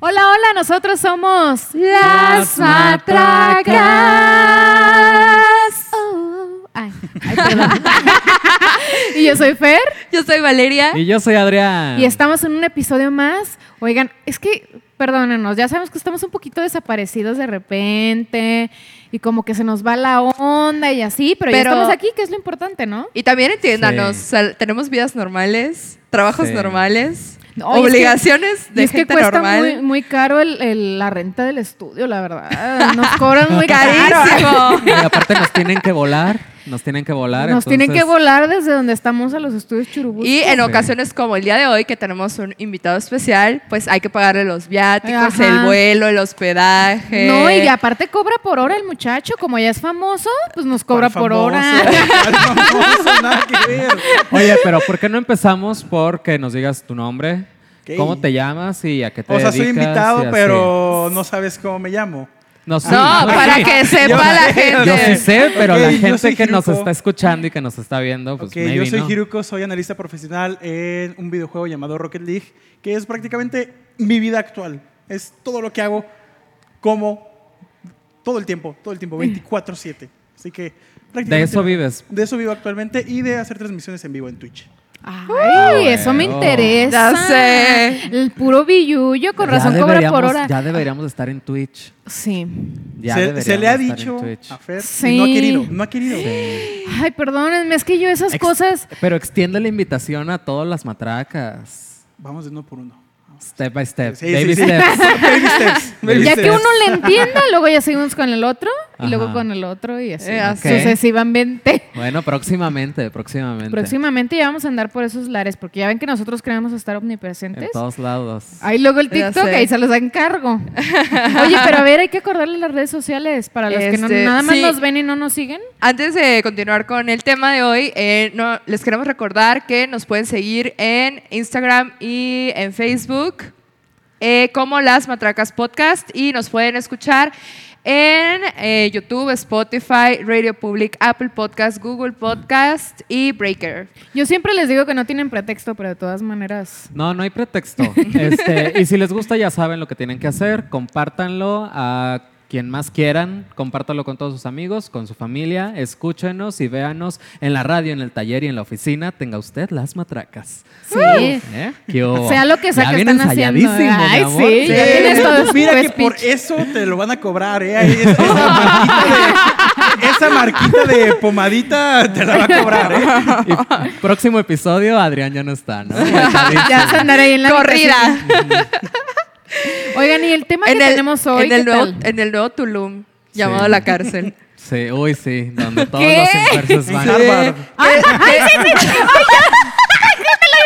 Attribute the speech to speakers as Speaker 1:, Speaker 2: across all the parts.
Speaker 1: Hola, hola, nosotros somos
Speaker 2: Las Matracas.
Speaker 1: Oh, ay, ay, perdón. y yo soy Fer
Speaker 2: Yo soy Valeria.
Speaker 3: Y yo soy Adrián.
Speaker 1: ¿Eh? y estamos en un episodio más. Oigan, es que perdónenos, ya sabemos que estamos un poquito desaparecidos de repente y como que se nos va la onda y así, pero, ya
Speaker 2: Pero-
Speaker 1: estamos aquí, que es lo importante, ¿no?
Speaker 2: Y también entiéndanos,
Speaker 3: Sí.
Speaker 2: o sea, tenemos vidas normales, trabajos
Speaker 3: Sí.
Speaker 2: normales,
Speaker 1: No, y es que-
Speaker 2: obligaciones
Speaker 1: y
Speaker 2: de
Speaker 1: es que
Speaker 2: gente
Speaker 1: cuesta
Speaker 2: normal.
Speaker 1: muy, muy caro el- el- la renta del estudio, la verdad. Nos cobran muy caro.
Speaker 2: Carísimo.
Speaker 3: Y aparte nos tienen que volar, nos tienen que volar.
Speaker 1: Nos tienen que
Speaker 3: entonces-
Speaker 1: volar desde donde estamos a los estudios Churubusco.
Speaker 2: Y en
Speaker 3: Sí.
Speaker 2: ocasiones como el día de hoy, que tenemos un invitado especial, pues hay que pagarle los viáticos,
Speaker 1: Ajá.
Speaker 2: el vuelo, el hospedaje.
Speaker 1: No, y aparte cobra por hora el muchacho, como ya es famoso, pues nos cobra
Speaker 4: ¿Cuál
Speaker 1: por
Speaker 4: famoso?
Speaker 1: hora.
Speaker 4: ¿Cuál famoso? Nada que ver.
Speaker 3: Oye, pero ¿por qué no empezamos por que nos digas tu nombre?
Speaker 4: Ok.
Speaker 3: ¿Cómo te llamas y a qué te
Speaker 4: O sea,
Speaker 3: dedicas?
Speaker 4: soy
Speaker 3: y
Speaker 4: invitado,
Speaker 3: así?
Speaker 4: pero no sabes cómo me llamo.
Speaker 3: No, sí,
Speaker 2: No,
Speaker 3: no,
Speaker 2: para
Speaker 3: Ah, sí.
Speaker 2: que sepa
Speaker 4: Yo-
Speaker 2: la
Speaker 4: yo
Speaker 2: gente.
Speaker 3: Yo sí sé, pero
Speaker 4: Ok,
Speaker 3: la
Speaker 4: yo
Speaker 3: gente
Speaker 4: soy
Speaker 3: que nos
Speaker 4: Hiruko.
Speaker 3: está escuchando y que nos está viendo, pues
Speaker 4: Ok,
Speaker 3: maybe
Speaker 4: yo soy
Speaker 3: no.
Speaker 4: Hiruko, soy analista profesional en un videojuego llamado Rocket League, que es prácticamente mi vida actual. Es todo lo que hago, como todo el tiempo, todo el tiempo, 24-7. Así que prácticamente.
Speaker 3: De eso vives.
Speaker 4: De eso vivo actualmente y de hacer transmisiones en vivo en Twitch.
Speaker 1: Ay, eso me
Speaker 3: bueno.
Speaker 1: interesa.
Speaker 2: Ya sé.
Speaker 1: El puro billuyo, con
Speaker 3: Ya
Speaker 1: razón cobra por
Speaker 3: deberíamos-
Speaker 1: hora.
Speaker 3: Ya deberíamos estar en Twitch.
Speaker 1: Sí.
Speaker 3: Ya
Speaker 4: se,
Speaker 3: deberíamos
Speaker 4: se le ha
Speaker 3: estar en
Speaker 4: dicho
Speaker 3: Twitch.
Speaker 4: a Fer,
Speaker 1: Sí.
Speaker 4: y no ha querido, no ha querido.
Speaker 1: Ay, perdónenme, es que yo esas
Speaker 3: Ex-
Speaker 1: cosas.
Speaker 3: Pero extiende la invitación a todas las matracas.
Speaker 4: Vamos de uno por uno.
Speaker 3: Step by step.
Speaker 4: Sí, sí,
Speaker 3: baby
Speaker 4: sí.
Speaker 3: steps.
Speaker 4: Baby steps. baby
Speaker 1: Ya que
Speaker 4: steps.
Speaker 1: uno le entienda, luego ya seguimos con el otro, y luego
Speaker 3: Ajá.
Speaker 1: con el otro, y así
Speaker 2: Eh,
Speaker 1: ¿no?
Speaker 2: ok.
Speaker 1: sucesivamente.
Speaker 3: Bueno, próximamente, próximamente.
Speaker 1: Próximamente ya vamos a andar por esos lares, porque ya ven que nosotros queremos estar
Speaker 3: En
Speaker 1: omnipresentes.
Speaker 3: todos lados.
Speaker 1: Ahí luego el
Speaker 2: Ya
Speaker 1: TikTok,
Speaker 2: sé.
Speaker 1: ahí se los encargo. Oye, pero a ver, hay que acordarle las redes sociales para los que no,
Speaker 2: Este,
Speaker 1: nada más
Speaker 2: sí.
Speaker 1: nos ven y no nos siguen.
Speaker 2: Antes de continuar con el tema de hoy, eh, no- les queremos recordar que nos pueden seguir en Instagram y en Facebook eh, como Las Matracas Podcast y nos pueden escuchar en eh, YouTube, Spotify, Radio Public, Apple Podcast, Google Podcast y Breaker.
Speaker 1: Yo siempre les digo que no tienen pretexto, pero de todas maneras.
Speaker 3: No, no hay pretexto. Este, y si les gusta, ya saben lo que tienen que hacer. Compártanlo a quien más quieran. Compártanlo con todos sus amigos, con su familia. Escúchenos y véanos en la radio, en el taller y en la oficina. Tenga usted las matracas.
Speaker 1: Sí.
Speaker 3: ¿Eh? ¿Qué hubo?
Speaker 1: Sea lo que sea
Speaker 3: Ya
Speaker 1: que
Speaker 3: bien
Speaker 1: están haciendo. ¿eh?
Speaker 3: ensayadísimo, mi
Speaker 1: Ay,
Speaker 3: amor.
Speaker 1: sí. Ya tienes todo
Speaker 4: Mira
Speaker 1: tu
Speaker 4: que por
Speaker 1: speech.
Speaker 4: eso te lo van a cobrar, ¿eh? Ahí Esa, esa marquita de, esa marquita de pomadita te la va a cobrar, ¿eh?
Speaker 3: Y próximo episodio, Adrián ya no está, ¿no?
Speaker 1: Ya vas a andar ahí en la
Speaker 2: Corrida.
Speaker 1: habitación. Oigan, y el tema que tenemos hoy.
Speaker 2: en
Speaker 1: ¿qué
Speaker 2: el nuevo, eh,
Speaker 1: tal?
Speaker 2: en el nuevo Tulum,
Speaker 3: Sí.
Speaker 2: llamado La Cárcel.
Speaker 3: Sí, uy, sí. Donde todos
Speaker 1: ¿Qué?
Speaker 3: los inversos
Speaker 4: En
Speaker 3: van.
Speaker 4: Harvard.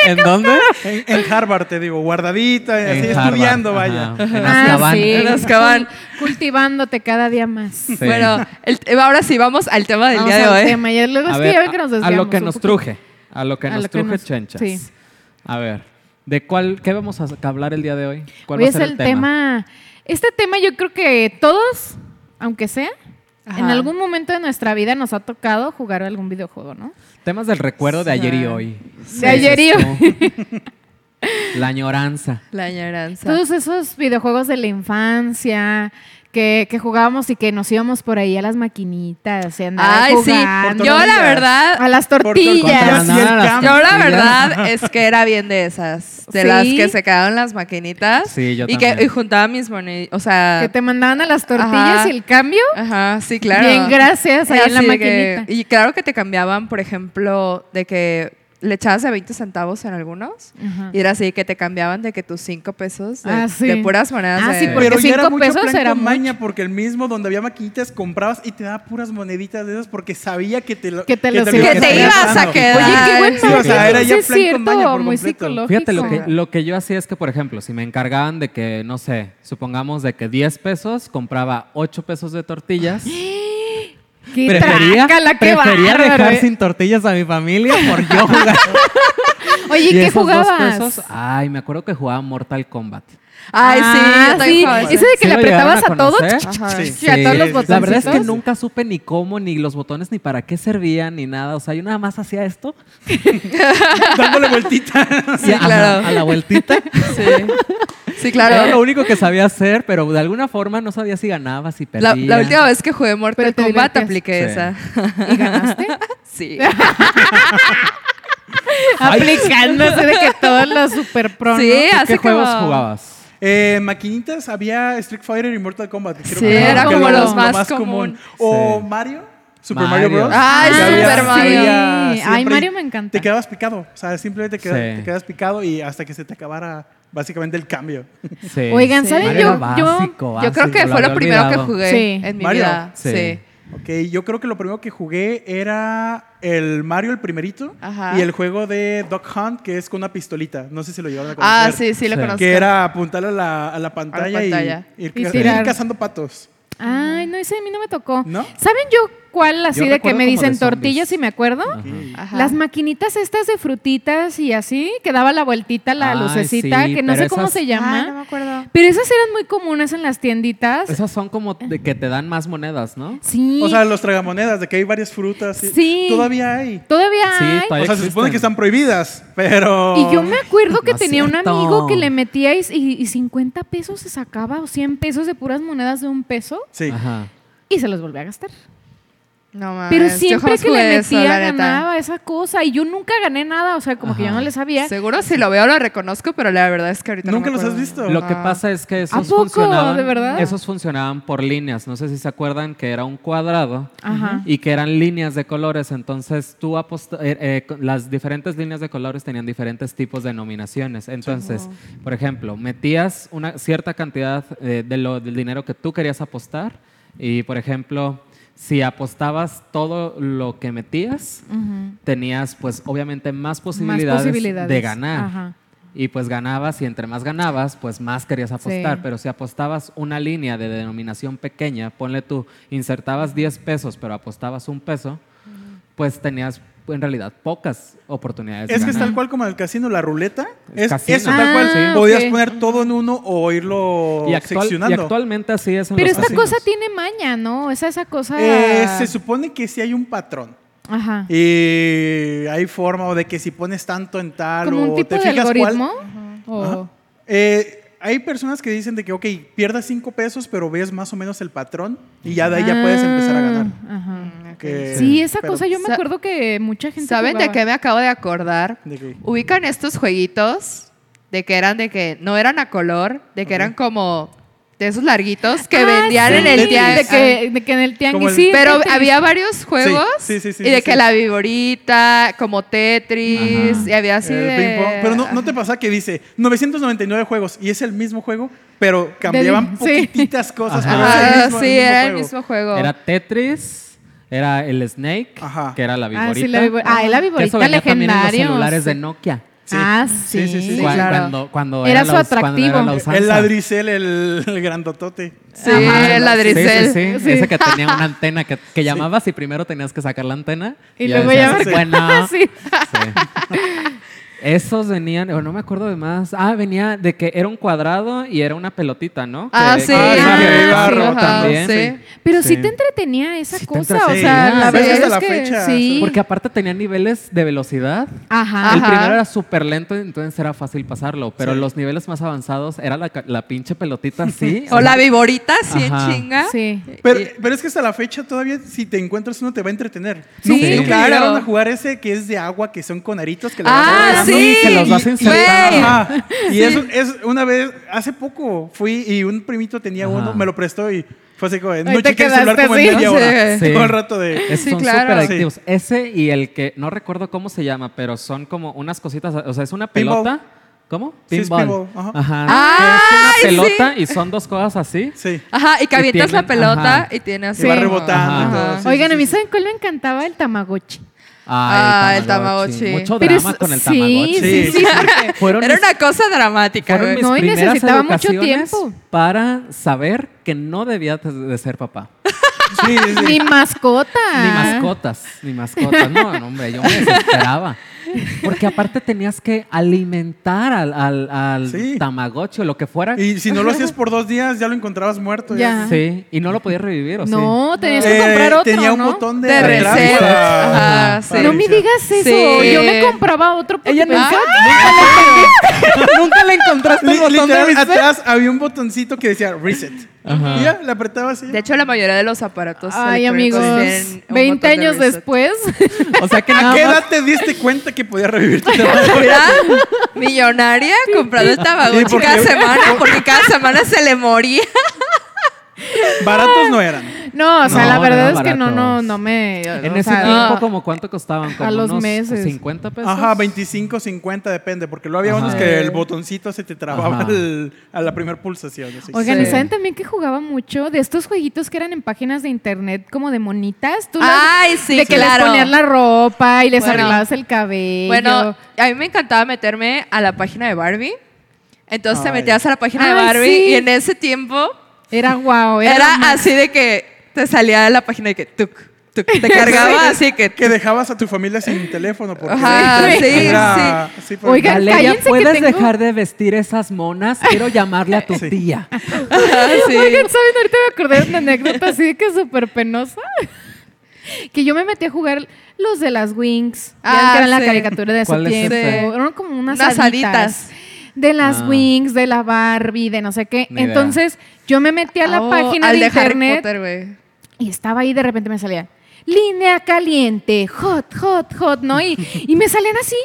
Speaker 3: ¿En dónde?
Speaker 4: En, en Harvard, te digo, guardadita,
Speaker 3: En
Speaker 4: así
Speaker 3: Harvard,
Speaker 4: estudiando,
Speaker 3: ajá.
Speaker 4: vaya.
Speaker 3: En
Speaker 1: Ah,
Speaker 3: Azkaban.
Speaker 1: sí.
Speaker 2: En Azkaban.
Speaker 1: Cultivándote cada día más.
Speaker 3: Sí.
Speaker 2: Bueno, el- eh, ahora sí, vamos al tema del
Speaker 1: Vamos
Speaker 2: día de
Speaker 1: al
Speaker 2: hoy.
Speaker 1: tema. Ya luego pues es
Speaker 3: A
Speaker 1: que
Speaker 3: ver,
Speaker 1: ya ven que nos
Speaker 3: a- a
Speaker 1: desviamos
Speaker 3: lo que
Speaker 1: un
Speaker 3: nos
Speaker 1: poquito.
Speaker 3: truje. A lo que
Speaker 1: A
Speaker 3: nos
Speaker 1: lo que
Speaker 3: truje,
Speaker 1: nos-
Speaker 3: chenchas.
Speaker 1: sí.
Speaker 3: A ver, ¿de cuál, qué vamos a sac- hablar el día de hoy? ¿Cuál
Speaker 1: Hoy
Speaker 3: va a
Speaker 1: es
Speaker 3: ser
Speaker 1: el tema? Este tema yo creo que todos, aunque sea, en
Speaker 2: Ajá.
Speaker 1: algún momento de nuestra vida nos ha tocado jugar algún videojuego, ¿no?
Speaker 3: Temas del recuerdo de ayer y
Speaker 2: Ah.
Speaker 3: hoy.
Speaker 1: De ayer y
Speaker 3: hoy. La añoranza.
Speaker 2: La añoranza.
Speaker 1: Todos esos videojuegos de la infancia que, que jugábamos y que nos íbamos por ahí a las maquinitas y andar
Speaker 2: Ay,
Speaker 1: jugando.
Speaker 2: sí. Yo la
Speaker 4: tortillas.
Speaker 2: verdad,
Speaker 1: A las
Speaker 4: tortillas.
Speaker 1: tortillas.
Speaker 4: Así el
Speaker 3: Contrabandaban las
Speaker 4: campo.
Speaker 2: yo la
Speaker 3: tortillas.
Speaker 2: verdad es que era bien de esas, de
Speaker 1: Sí.
Speaker 2: las que se quedaban las maquinitas
Speaker 3: Sí, yo
Speaker 2: y que
Speaker 3: también.
Speaker 2: y juntaba mis moneditas, o sea,
Speaker 1: Que te mandaban a las tortillas
Speaker 2: Ajá.
Speaker 1: y el cambio.
Speaker 2: ajá, sí, claro.
Speaker 1: Bien, gracias, ahí
Speaker 2: Era
Speaker 1: en la
Speaker 2: así de que-
Speaker 1: maquinita.
Speaker 2: y claro que te cambiaban, por ejemplo, de que le echabas de 20 centavos en algunos
Speaker 1: Ajá.
Speaker 2: y era así que te cambiaban de que tus 5 pesos de,
Speaker 1: Ah, sí.
Speaker 2: de puras monedas
Speaker 1: Ah,
Speaker 2: de-
Speaker 1: sí, porque
Speaker 4: Pero ya era
Speaker 1: cinco
Speaker 4: mucho
Speaker 1: pesos
Speaker 4: plan
Speaker 1: era
Speaker 4: con
Speaker 1: mucho.
Speaker 4: maña, porque el mismo donde había maquinitas comprabas y te daba puras moneditas de esas porque sabía que te lo
Speaker 1: Que te los
Speaker 4: lo
Speaker 1: ibas a
Speaker 2: que te
Speaker 1: Estaría
Speaker 4: estarías
Speaker 2: ibas a
Speaker 4: dando.
Speaker 2: quedar.
Speaker 1: Oye, qué buen
Speaker 4: Sí, o sea, era
Speaker 1: marketing,
Speaker 4: ya
Speaker 1: sí es
Speaker 4: plan con maña
Speaker 1: cierto,
Speaker 4: por
Speaker 1: muy
Speaker 4: completo.
Speaker 1: psicológico.
Speaker 3: Fíjate, lo que,
Speaker 2: Lógico.
Speaker 3: lo que yo hacía es que, por ejemplo, si me encargaban de que, no sé, supongamos de que 10 pesos, compraba 8 pesos de tortillas.
Speaker 1: Qué
Speaker 3: prefería
Speaker 1: trácala, qué
Speaker 3: prefería
Speaker 1: bárbaro,
Speaker 3: dejar
Speaker 1: eh.
Speaker 3: sin tortillas a mi familia por yo jugar.
Speaker 1: Oye,
Speaker 3: Y
Speaker 1: ¿qué
Speaker 3: esos dos
Speaker 1: jugabas?
Speaker 3: pesos, ay, me acuerdo que jugaba Mortal Kombat.
Speaker 2: Ay, sí,
Speaker 1: Ah,
Speaker 2: yo también jugaba
Speaker 1: Ese
Speaker 2: esa.
Speaker 1: de que
Speaker 3: ¿Sí
Speaker 1: le
Speaker 3: lo llegaron
Speaker 1: apretabas a, todos.
Speaker 3: conocer?
Speaker 2: Ajá.
Speaker 4: Sí.
Speaker 1: Sí, a todos los
Speaker 3: La verdad es que
Speaker 1: botoncitos.
Speaker 3: nunca supe ni cómo, ni los botones, ni para qué servían, ni nada. O sea, yo nada más hacía esto.
Speaker 4: Dándole vueltita.
Speaker 3: y a,
Speaker 2: claro.
Speaker 3: a la vueltita.
Speaker 2: Sí. Sí,
Speaker 3: Era lo
Speaker 2: claro.
Speaker 3: único que sabía hacer, pero de alguna forma no sabía si ganaba, si
Speaker 2: La,
Speaker 3: perdía.
Speaker 2: la última vez que jugué
Speaker 1: Pero
Speaker 2: Mortal
Speaker 1: te
Speaker 2: Kombat
Speaker 1: divertías.
Speaker 2: apliqué
Speaker 3: Sí.
Speaker 2: esa.
Speaker 1: ¿Y ganaste?
Speaker 2: Sí.
Speaker 1: Aplicándose de que todos los super pro.
Speaker 2: Sí,
Speaker 1: ¿no?
Speaker 3: ¿Tú
Speaker 2: hace
Speaker 3: ¿Qué juegos
Speaker 2: como-
Speaker 3: jugabas?
Speaker 4: Eh, maquinitas había Street Fighter y Mortal Kombat. Creo
Speaker 2: Sí,
Speaker 4: que
Speaker 1: era
Speaker 4: que
Speaker 1: como
Speaker 4: lo-
Speaker 1: los
Speaker 4: lo
Speaker 2: más común.
Speaker 4: O
Speaker 3: Sí.
Speaker 4: Mario, Super Mario,
Speaker 3: Mario.
Speaker 4: Bros.
Speaker 2: Ay,
Speaker 4: Que había-
Speaker 2: Super
Speaker 4: que
Speaker 2: Mario.
Speaker 4: había
Speaker 1: Sí.
Speaker 4: siempre
Speaker 1: Ay,
Speaker 4: y
Speaker 1: Mario me encanta.
Speaker 4: Te quedabas picado, o sea, simplemente te, queda-
Speaker 3: Sí.
Speaker 4: te quedas picado y hasta que se te acabara básicamente el cambio.
Speaker 3: Sí.
Speaker 1: Oigan, ¿saben?
Speaker 3: Mario
Speaker 1: Yo-
Speaker 3: era
Speaker 1: yo-
Speaker 2: Yo creo
Speaker 3: básico,
Speaker 2: que fue
Speaker 3: había
Speaker 2: lo primero que
Speaker 3: olvidado.
Speaker 2: jugué
Speaker 1: Sí.
Speaker 2: en mi
Speaker 4: Mario.
Speaker 2: vida. Sí.
Speaker 3: Sí.
Speaker 4: Ok, yo creo que lo primero que jugué era el Mario, el primerito,
Speaker 2: Ajá.
Speaker 4: y el juego de Duck Hunt, que es con una pistolita. No sé si lo llevaron a conocer.
Speaker 2: Ah, sí, sí, lo
Speaker 3: Sí.
Speaker 2: conozco.
Speaker 4: Que era apuntar a la, a la pantalla, y-
Speaker 2: pantalla.
Speaker 4: y, ir,
Speaker 1: Y
Speaker 4: ca-
Speaker 1: tirar.
Speaker 4: ir cazando patos.
Speaker 1: Ay, no, ese a mí no me tocó.
Speaker 4: ¿No?
Speaker 1: ¿Saben yo cuál así
Speaker 3: Yo
Speaker 1: de que
Speaker 3: recuerdo
Speaker 1: me
Speaker 3: como
Speaker 1: dicen
Speaker 3: de zombies.
Speaker 1: tortillas y me acuerdo?
Speaker 3: Ajá.
Speaker 2: Ajá.
Speaker 1: Las maquinitas estas de frutitas y así, que daba la vueltita la
Speaker 3: Ay,
Speaker 1: lucecita,
Speaker 3: sí,
Speaker 1: que no
Speaker 3: pero
Speaker 1: sé cómo
Speaker 3: esas-
Speaker 1: se
Speaker 2: Ay, no me
Speaker 1: llama.
Speaker 2: acuerdo.
Speaker 1: Pero esas eran muy comunes en las tienditas.
Speaker 3: Esas son como de que te dan más monedas, ¿no?
Speaker 1: Sí.
Speaker 4: O sea, los tragamonedas, de que hay varias frutas. y-
Speaker 1: Sí.
Speaker 4: Todavía hay.
Speaker 1: todavía
Speaker 3: Sí,
Speaker 1: hay.
Speaker 3: todavía
Speaker 4: O sea, se
Speaker 3: existen.
Speaker 4: supone que están prohibidas, pero...
Speaker 1: Y yo me acuerdo que
Speaker 3: No es
Speaker 1: tenía un
Speaker 3: cierto.
Speaker 1: amigo que le metía y, y- y 50 pesos se sacaba o 100 pesos de puras monedas de un peso
Speaker 4: Sí.
Speaker 3: Ajá.
Speaker 1: y se los volvía a gastar.
Speaker 2: No
Speaker 4: Ah,
Speaker 2: mames.
Speaker 1: Pero
Speaker 2: yo
Speaker 1: siempre
Speaker 2: jamás
Speaker 1: que le
Speaker 2: jugué
Speaker 1: metía
Speaker 2: eso, la neta.
Speaker 1: ganaba esa cosa y yo nunca gané nada, o sea, como que yo
Speaker 3: Ajá.
Speaker 1: no le sabía.
Speaker 2: Seguro si lo veo lo reconozco, pero la verdad es que ahorita no
Speaker 4: ¿Nunca
Speaker 2: me
Speaker 4: los
Speaker 2: acuerdo.
Speaker 4: has visto?
Speaker 3: Lo que
Speaker 2: Ah.
Speaker 3: pasa es que esos
Speaker 1: poco?
Speaker 3: funcionaban,
Speaker 1: ¿De verdad?
Speaker 3: esos funcionaban por líneas. No sé si se acuerdan que era un cuadrado
Speaker 1: Ajá.
Speaker 3: y que eran líneas de colores. Entonces tú aposta- eh, eh, co- las diferentes líneas de colores tenían diferentes tipos de nominaciones. Entonces, por ejemplo, metías una cierta cantidad eh, de lo, del dinero que tú querías apostar y, por ejemplo, si apostabas todo lo que metías,
Speaker 1: Ujú.
Speaker 3: tenías pues obviamente más
Speaker 1: Más
Speaker 3: posibilidades,
Speaker 1: posibilidades.
Speaker 3: de ganar.
Speaker 1: Ajá.
Speaker 3: Y pues ganabas y entre más ganabas, pues más querías apostar.
Speaker 1: Sí.
Speaker 3: Pero si apostabas una línea de denominación pequeña, ponle tú, insertabas 10 pesos, pero apostabas un peso, pues tenías en realidad pocas oportunidades. de
Speaker 4: Es que es
Speaker 3: ganar.
Speaker 4: tal cual como en el casino, la ruleta. Es,
Speaker 3: Casino.
Speaker 4: Eso tal cual.
Speaker 1: Ah,
Speaker 4: Podías
Speaker 1: ok.
Speaker 4: poner todo en uno o irlo
Speaker 3: Y, actual- y
Speaker 4: seccionando.
Speaker 3: actualmente así es en
Speaker 1: Pero
Speaker 3: los
Speaker 1: esta
Speaker 3: casinos.
Speaker 1: cosa tiene maña, ¿no? Esa, esa cosa...
Speaker 4: Eh, se supone que sí hay un patrón.
Speaker 1: Ajá.
Speaker 4: Y hay forma o de que si pones tanto en tal
Speaker 1: ¿Como
Speaker 4: o
Speaker 1: un tipo
Speaker 4: te
Speaker 1: de
Speaker 4: fijas
Speaker 1: algoritmo?
Speaker 4: cuál.
Speaker 1: O-
Speaker 4: Ajá. Eh, hay personas que dicen de que, ok, pierdas 5 pesos, pero veas más o menos el patrón y ya de ahí ya puedes empezar a ganar.
Speaker 1: Ah, Ajá.
Speaker 2: Mm, ok.
Speaker 4: Que-
Speaker 1: Sí, esa
Speaker 4: pero-
Speaker 1: cosa yo me
Speaker 2: Sa-
Speaker 1: acuerdo que mucha gente
Speaker 2: ¿Saben de
Speaker 1: jugaba.
Speaker 2: qué me acabo de acordar?
Speaker 4: ¿De qué?
Speaker 2: Ubican estos jueguitos de que eran de que no eran a color, de que eran como de esos larguitos que
Speaker 1: Ah,
Speaker 2: vendían
Speaker 1: sí,
Speaker 2: en el día.
Speaker 1: De que, de que en el
Speaker 4: Como
Speaker 1: tianguis,
Speaker 4: el-
Speaker 1: sí.
Speaker 2: Pero
Speaker 1: gente-
Speaker 2: había varios juegos
Speaker 4: sí, sí, sí,
Speaker 2: y de
Speaker 4: sí,
Speaker 2: que
Speaker 4: sí.
Speaker 2: la viborita, como Tetris,
Speaker 3: Ajá.
Speaker 2: y había así
Speaker 4: El
Speaker 2: de...
Speaker 4: ping pong. Eh, Pero no, no te pasa que dice 999 juegos y es el mismo juego, pero cambiaban
Speaker 1: Del- sí.
Speaker 4: poquititas cosas.
Speaker 3: Ajá.
Speaker 4: pero es el
Speaker 2: Ajá,
Speaker 4: mismo-
Speaker 2: Ah, sí,
Speaker 4: el mismo
Speaker 2: era el
Speaker 4: juego.
Speaker 2: mismo juego.
Speaker 3: Era Tetris, era el Snake,
Speaker 4: Ajá.
Speaker 3: que era la viborita.
Speaker 1: Ah, sí, la víbora. Ah, la
Speaker 3: que eso
Speaker 1: viborita
Speaker 3: venía también en los
Speaker 1: legendario.
Speaker 3: celulares de Nokia.
Speaker 4: Sí.
Speaker 1: Ah,
Speaker 4: Sí, sí, sí,
Speaker 1: sí.
Speaker 3: Cu- cuando,
Speaker 2: claro.
Speaker 3: cuando
Speaker 1: Era
Speaker 3: era
Speaker 1: su
Speaker 3: la us- cuando era
Speaker 1: atractivo.
Speaker 3: la usanza.
Speaker 4: El ladricel, el, el grandotote.
Speaker 2: Sí,
Speaker 3: Ajá,
Speaker 2: el
Speaker 3: la- Sí,
Speaker 2: ladricel.
Speaker 3: sí, sí.
Speaker 1: Sí.
Speaker 3: Ese que tenía una antena que, que llamabas y primero tenías que sacar la antena.
Speaker 1: Y
Speaker 3: ya
Speaker 1: luego
Speaker 3: decías,
Speaker 1: llamar.
Speaker 3: Bueno.
Speaker 1: Sí.
Speaker 3: Sí. Esos venían, o no me acuerdo de más. Ah, venía de que era un cuadrado y era una pelotita, ¿no?
Speaker 2: Ah,
Speaker 3: Que-
Speaker 2: sí,
Speaker 3: que-
Speaker 2: ah,
Speaker 3: que
Speaker 4: sí,
Speaker 3: iba
Speaker 4: ajá,
Speaker 3: rotando también.
Speaker 2: sí.
Speaker 1: Pero sí.
Speaker 3: Sí.
Speaker 1: te entretenía esa
Speaker 3: Sí te
Speaker 1: cosa, o
Speaker 4: entretenía.
Speaker 1: sea, la
Speaker 4: Sí,
Speaker 1: verdad
Speaker 4: hasta
Speaker 1: es
Speaker 4: la
Speaker 1: que
Speaker 4: fecha.
Speaker 1: sí.
Speaker 3: Porque aparte tenía niveles de velocidad.
Speaker 1: Ajá.
Speaker 3: El
Speaker 2: Ajá.
Speaker 3: primero era súper lento, entonces era fácil pasarlo. Pero
Speaker 4: Sí.
Speaker 3: los niveles más avanzados era la, ca- la pinche pelotita así.
Speaker 2: O la viborita, sí, en
Speaker 3: Ajá.
Speaker 2: chinga.
Speaker 1: Sí.
Speaker 4: Pero, pero es que hasta la fecha todavía si te encuentras uno te va a entretener.
Speaker 1: Sí,
Speaker 4: Nunca nunca
Speaker 2: claro.
Speaker 4: llegaron a jugar ese que es de agua, que son con aritos que le
Speaker 2: Ah,
Speaker 4: van a
Speaker 2: sí.
Speaker 3: Que los vas
Speaker 4: Y-
Speaker 3: insertando.
Speaker 4: y- ajá. Y eso es una vez, hace poco fui y un primito tenía
Speaker 3: Ajá.
Speaker 4: uno, me lo prestó y fue así como, de,
Speaker 1: Ahí
Speaker 4: no
Speaker 1: te
Speaker 4: chequé el celular
Speaker 1: quedaste
Speaker 4: como en
Speaker 1: así.
Speaker 4: media hora.
Speaker 3: Sí.
Speaker 4: Todo el rato de...
Speaker 3: Es-
Speaker 2: Sí,
Speaker 3: son
Speaker 2: claro.
Speaker 3: súper adictivos. Ese y el que no recuerdo cómo se llama, pero son como unas cositas. O sea, es una
Speaker 4: Pinball.
Speaker 3: pelota. ¿Cómo?
Speaker 4: Sí, es pinball, ajá.
Speaker 3: Ajá.
Speaker 2: ¡Ay,
Speaker 3: que es una
Speaker 2: sí!
Speaker 3: pelota y son dos cosas así.
Speaker 4: Sí.
Speaker 2: Ajá, y que
Speaker 3: Y
Speaker 2: avientas la
Speaker 3: tienen-
Speaker 2: pelota
Speaker 3: ajá.
Speaker 2: y tiene así.
Speaker 1: Y va
Speaker 2: como-
Speaker 4: rebotando,
Speaker 2: Ajá.
Speaker 4: sí.
Speaker 1: Oigan, a mí ¿saben cuál me encantaba? El Tamagotchi.
Speaker 2: Ah, el Tamagotchi.
Speaker 3: Mucho
Speaker 1: Pero
Speaker 3: drama
Speaker 1: es-
Speaker 3: con el
Speaker 1: sí,
Speaker 3: Tamagotchi.
Speaker 4: sí,
Speaker 1: sí,
Speaker 3: Fueron
Speaker 2: Era
Speaker 3: mis,
Speaker 2: una cosa dramática,
Speaker 3: fueron
Speaker 2: güey.
Speaker 3: mis
Speaker 1: No, y
Speaker 3: primeras
Speaker 1: necesitaba mucho
Speaker 3: educaciones
Speaker 1: tiempo.
Speaker 3: para saber que no debía de- de ser papá.
Speaker 4: Sí, sí, sí.
Speaker 1: Ni Ah. mascota.
Speaker 3: Ni mascotas, ni mascotas. No, no, hombre, yo me desesperaba. Porque aparte tenías que alimentar al, al, al
Speaker 4: Sí.
Speaker 3: Tamagotchi o lo que fuera.
Speaker 4: Y si no lo hacías por dos días, ya lo encontrabas muerto.
Speaker 1: Ya.
Speaker 3: Sí, y no lo podías revivir, ¿o sí?
Speaker 1: No, tenías que
Speaker 4: Eh,
Speaker 1: comprar otro,
Speaker 4: tenía un
Speaker 1: ¿no?
Speaker 4: botón de,
Speaker 2: De
Speaker 4: atrás
Speaker 2: reset.
Speaker 4: para-
Speaker 2: Ajá,
Speaker 4: para
Speaker 2: sí.
Speaker 1: No
Speaker 4: reiniciar.
Speaker 1: me digas eso.
Speaker 2: Sí.
Speaker 1: Yo me compraba otro porque
Speaker 3: Ella
Speaker 1: pensaba-
Speaker 3: nunca,
Speaker 2: ¡Ah!
Speaker 3: nunca le apretar el
Speaker 4: Li-
Speaker 3: botón de
Speaker 4: literal,
Speaker 3: reset.
Speaker 4: atrás había un botoncito que decía reset.
Speaker 3: Ajá.
Speaker 4: Y ya, le apretabas y ya.
Speaker 2: De hecho, la mayoría de los aparatos.
Speaker 1: Ay, amigos,
Speaker 2: electrónicos tienen Pues, un
Speaker 1: 20
Speaker 2: botón de
Speaker 1: años
Speaker 2: reset.
Speaker 1: después.
Speaker 3: O sea que
Speaker 4: ¿A
Speaker 3: nada
Speaker 4: qué
Speaker 3: más
Speaker 4: edad te diste cuenta que podías revivir tu
Speaker 2: ¿Verdad? Millonaria comprando el
Speaker 4: ¿Y
Speaker 2: Tamagotchi
Speaker 4: por qué?
Speaker 2: cada semana porque cada semana se le moría.
Speaker 4: Baratos no eran.
Speaker 1: No, o sea,
Speaker 3: No,
Speaker 1: la verdad
Speaker 3: no,
Speaker 1: es que no, no,
Speaker 3: baratos.
Speaker 1: no me. o
Speaker 3: En ese
Speaker 1: sea,
Speaker 3: tiempo, ¿como cuánto costaban? Como
Speaker 1: los
Speaker 3: unos
Speaker 1: meses.
Speaker 3: 50
Speaker 1: Pues
Speaker 3: pesos.
Speaker 4: Ajá, 25, 50, depende, porque luego había
Speaker 3: Ajá.
Speaker 4: unos que el botoncito se te trababa
Speaker 3: Ajá.
Speaker 4: al- a la primera pulsación. así.
Speaker 1: Oigan, ¿y
Speaker 2: Sí.
Speaker 1: saben también que jugaba mucho de estos jueguitos que eran en páginas de internet como de monitas? ¿Tú las-
Speaker 2: Ay, Ah, sí,
Speaker 1: de que
Speaker 2: claro.
Speaker 1: les ponías la ropa y les
Speaker 2: Bueno.
Speaker 1: arreglabas el cabello.
Speaker 2: Bueno, a mí me encantaba meterme a la página de Barbie. Entonces te
Speaker 4: Ay.
Speaker 2: metías a la página de
Speaker 1: Ay,
Speaker 2: Barbie
Speaker 1: sí.
Speaker 2: y en ese tiempo
Speaker 1: era guau.
Speaker 2: era,
Speaker 1: era, lo más.
Speaker 2: así de que te salía de la página de que tuk, tuk, te cargaba así que
Speaker 4: Que dejabas a tu familia sin teléfono porque
Speaker 2: Ajá,
Speaker 1: sí,
Speaker 4: era- sí, porque-
Speaker 1: Oigan,
Speaker 3: Valeria,
Speaker 1: cállense que
Speaker 3: ¿puedes
Speaker 1: tengo-
Speaker 3: dejar de vestir esas monas? Quiero llamarle a tu
Speaker 4: Sí.
Speaker 3: tía.
Speaker 2: Ajá, sí.
Speaker 1: Oigan, ¿saben? Ahorita me acordé de una anécdota así de que es súper penosa. Que yo me metí a jugar los de las Wings. Ya ven
Speaker 2: Ah,
Speaker 1: que eran la
Speaker 2: sí.
Speaker 1: caricatura de su
Speaker 3: ¿Cuál es
Speaker 1: tiempo.
Speaker 2: esa? Sí.
Speaker 1: Eran como unas,
Speaker 2: Unas
Speaker 1: haditas.
Speaker 2: haditas.
Speaker 1: De las
Speaker 3: Ah.
Speaker 1: Wings, de la Barbie, de no sé qué.
Speaker 3: Ni idea.
Speaker 1: Entonces, yo me metí a la
Speaker 2: Oh,
Speaker 1: página
Speaker 2: al
Speaker 1: de,
Speaker 2: de Harry
Speaker 1: internet
Speaker 2: Potter, güey.
Speaker 1: y estaba ahí de repente me salía línea caliente, hot, hot, hot, ¿no? Y, y me salían así.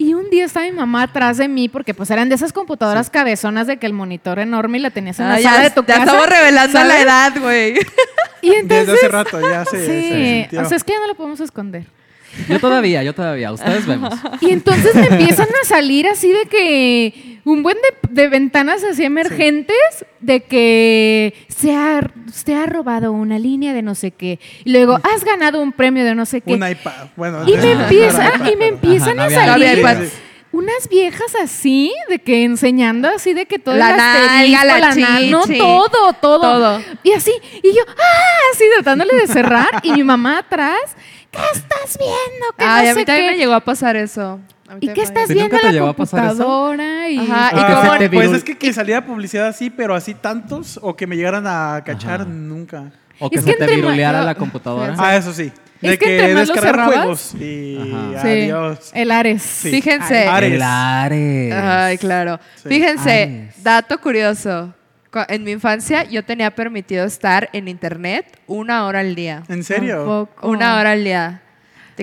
Speaker 1: Y un día estaba mi mamá atrás de mí, porque pues eran de esas computadoras cabezonas de que el monitor enorme y la tenías en la
Speaker 2: Ah,
Speaker 1: sala
Speaker 2: ya,
Speaker 1: de tu
Speaker 2: ya
Speaker 1: casa.
Speaker 2: estamos revelando
Speaker 1: ¿sabes?
Speaker 2: la edad, güey.
Speaker 1: Y
Speaker 4: Desde
Speaker 1: entonces.
Speaker 4: hace rato ya se, se
Speaker 1: Sí,
Speaker 4: sintió.
Speaker 1: o sea, es que ya no lo podemos esconder.
Speaker 3: Yo todavía, yo todavía. Ustedes vemos.
Speaker 1: Y entonces me empiezan a salir así de que un buen de, de ventanas así emergentes de que se ha, usted ha robado una línea de no sé qué. Y
Speaker 3: Mm.
Speaker 1: luego, has ganado un premio de no sé qué.
Speaker 4: un iPad. Bueno,
Speaker 1: Y
Speaker 4: no
Speaker 1: me
Speaker 4: era
Speaker 1: empieza,
Speaker 4: iPad,
Speaker 1: y me
Speaker 4: pero-
Speaker 1: empiezan
Speaker 3: no
Speaker 1: a
Speaker 3: había- no
Speaker 2: había
Speaker 1: salir
Speaker 2: iPads.
Speaker 1: unas viejas así, de que enseñando así, de que todo
Speaker 2: La
Speaker 1: el
Speaker 2: nalga, la
Speaker 1: asterisco, nal- no,
Speaker 2: chichi.
Speaker 1: todo, todo,
Speaker 2: Todo.
Speaker 1: Y así, y yo, ah, así tratándole de cerrar, y mi mamá atrás, ¿qué estás viendo? ¿Qué no
Speaker 2: Ay, a
Speaker 1: sé
Speaker 2: mí también
Speaker 1: qué?
Speaker 2: me llegó a pasar eso. A mí
Speaker 1: ¿Y
Speaker 2: también
Speaker 1: qué
Speaker 2: me
Speaker 1: estás
Speaker 3: ¿Sí
Speaker 1: viendo
Speaker 3: nunca te
Speaker 1: en
Speaker 3: llegó
Speaker 1: la
Speaker 3: a pasar eso?
Speaker 1: computadora? Y,
Speaker 2: Ajá,
Speaker 1: y
Speaker 2: y
Speaker 4: Ah,
Speaker 2: cómo-
Speaker 3: se te
Speaker 4: pues
Speaker 3: virul-
Speaker 4: es que, que salía publicidad así, pero así tantos o que me llegaran a cachar
Speaker 3: Ajá.
Speaker 4: nunca.
Speaker 3: O que
Speaker 1: Es
Speaker 3: se
Speaker 1: que
Speaker 3: te
Speaker 1: entre ma-
Speaker 3: viruleara
Speaker 1: no,
Speaker 3: la computadora.
Speaker 1: fíjense.
Speaker 4: Ah, eso sí.
Speaker 1: Es
Speaker 4: De
Speaker 1: que entre más lo
Speaker 4: descargar
Speaker 1: cerrabas-
Speaker 4: juegos y
Speaker 3: Ajá.
Speaker 1: Sí,
Speaker 4: adiós.
Speaker 1: el Ares.
Speaker 4: Sí.
Speaker 2: Fíjense.
Speaker 4: Ares.
Speaker 3: El Ares.
Speaker 1: Ah,
Speaker 2: Ay, claro.
Speaker 4: Sí.
Speaker 2: Fíjense,
Speaker 3: Ares.
Speaker 2: dato curioso. Cu- En mi infancia yo tenía permitido estar en internet una hora al día.
Speaker 4: ¿En serio?
Speaker 1: Tampoco.
Speaker 2: Una hora al día. De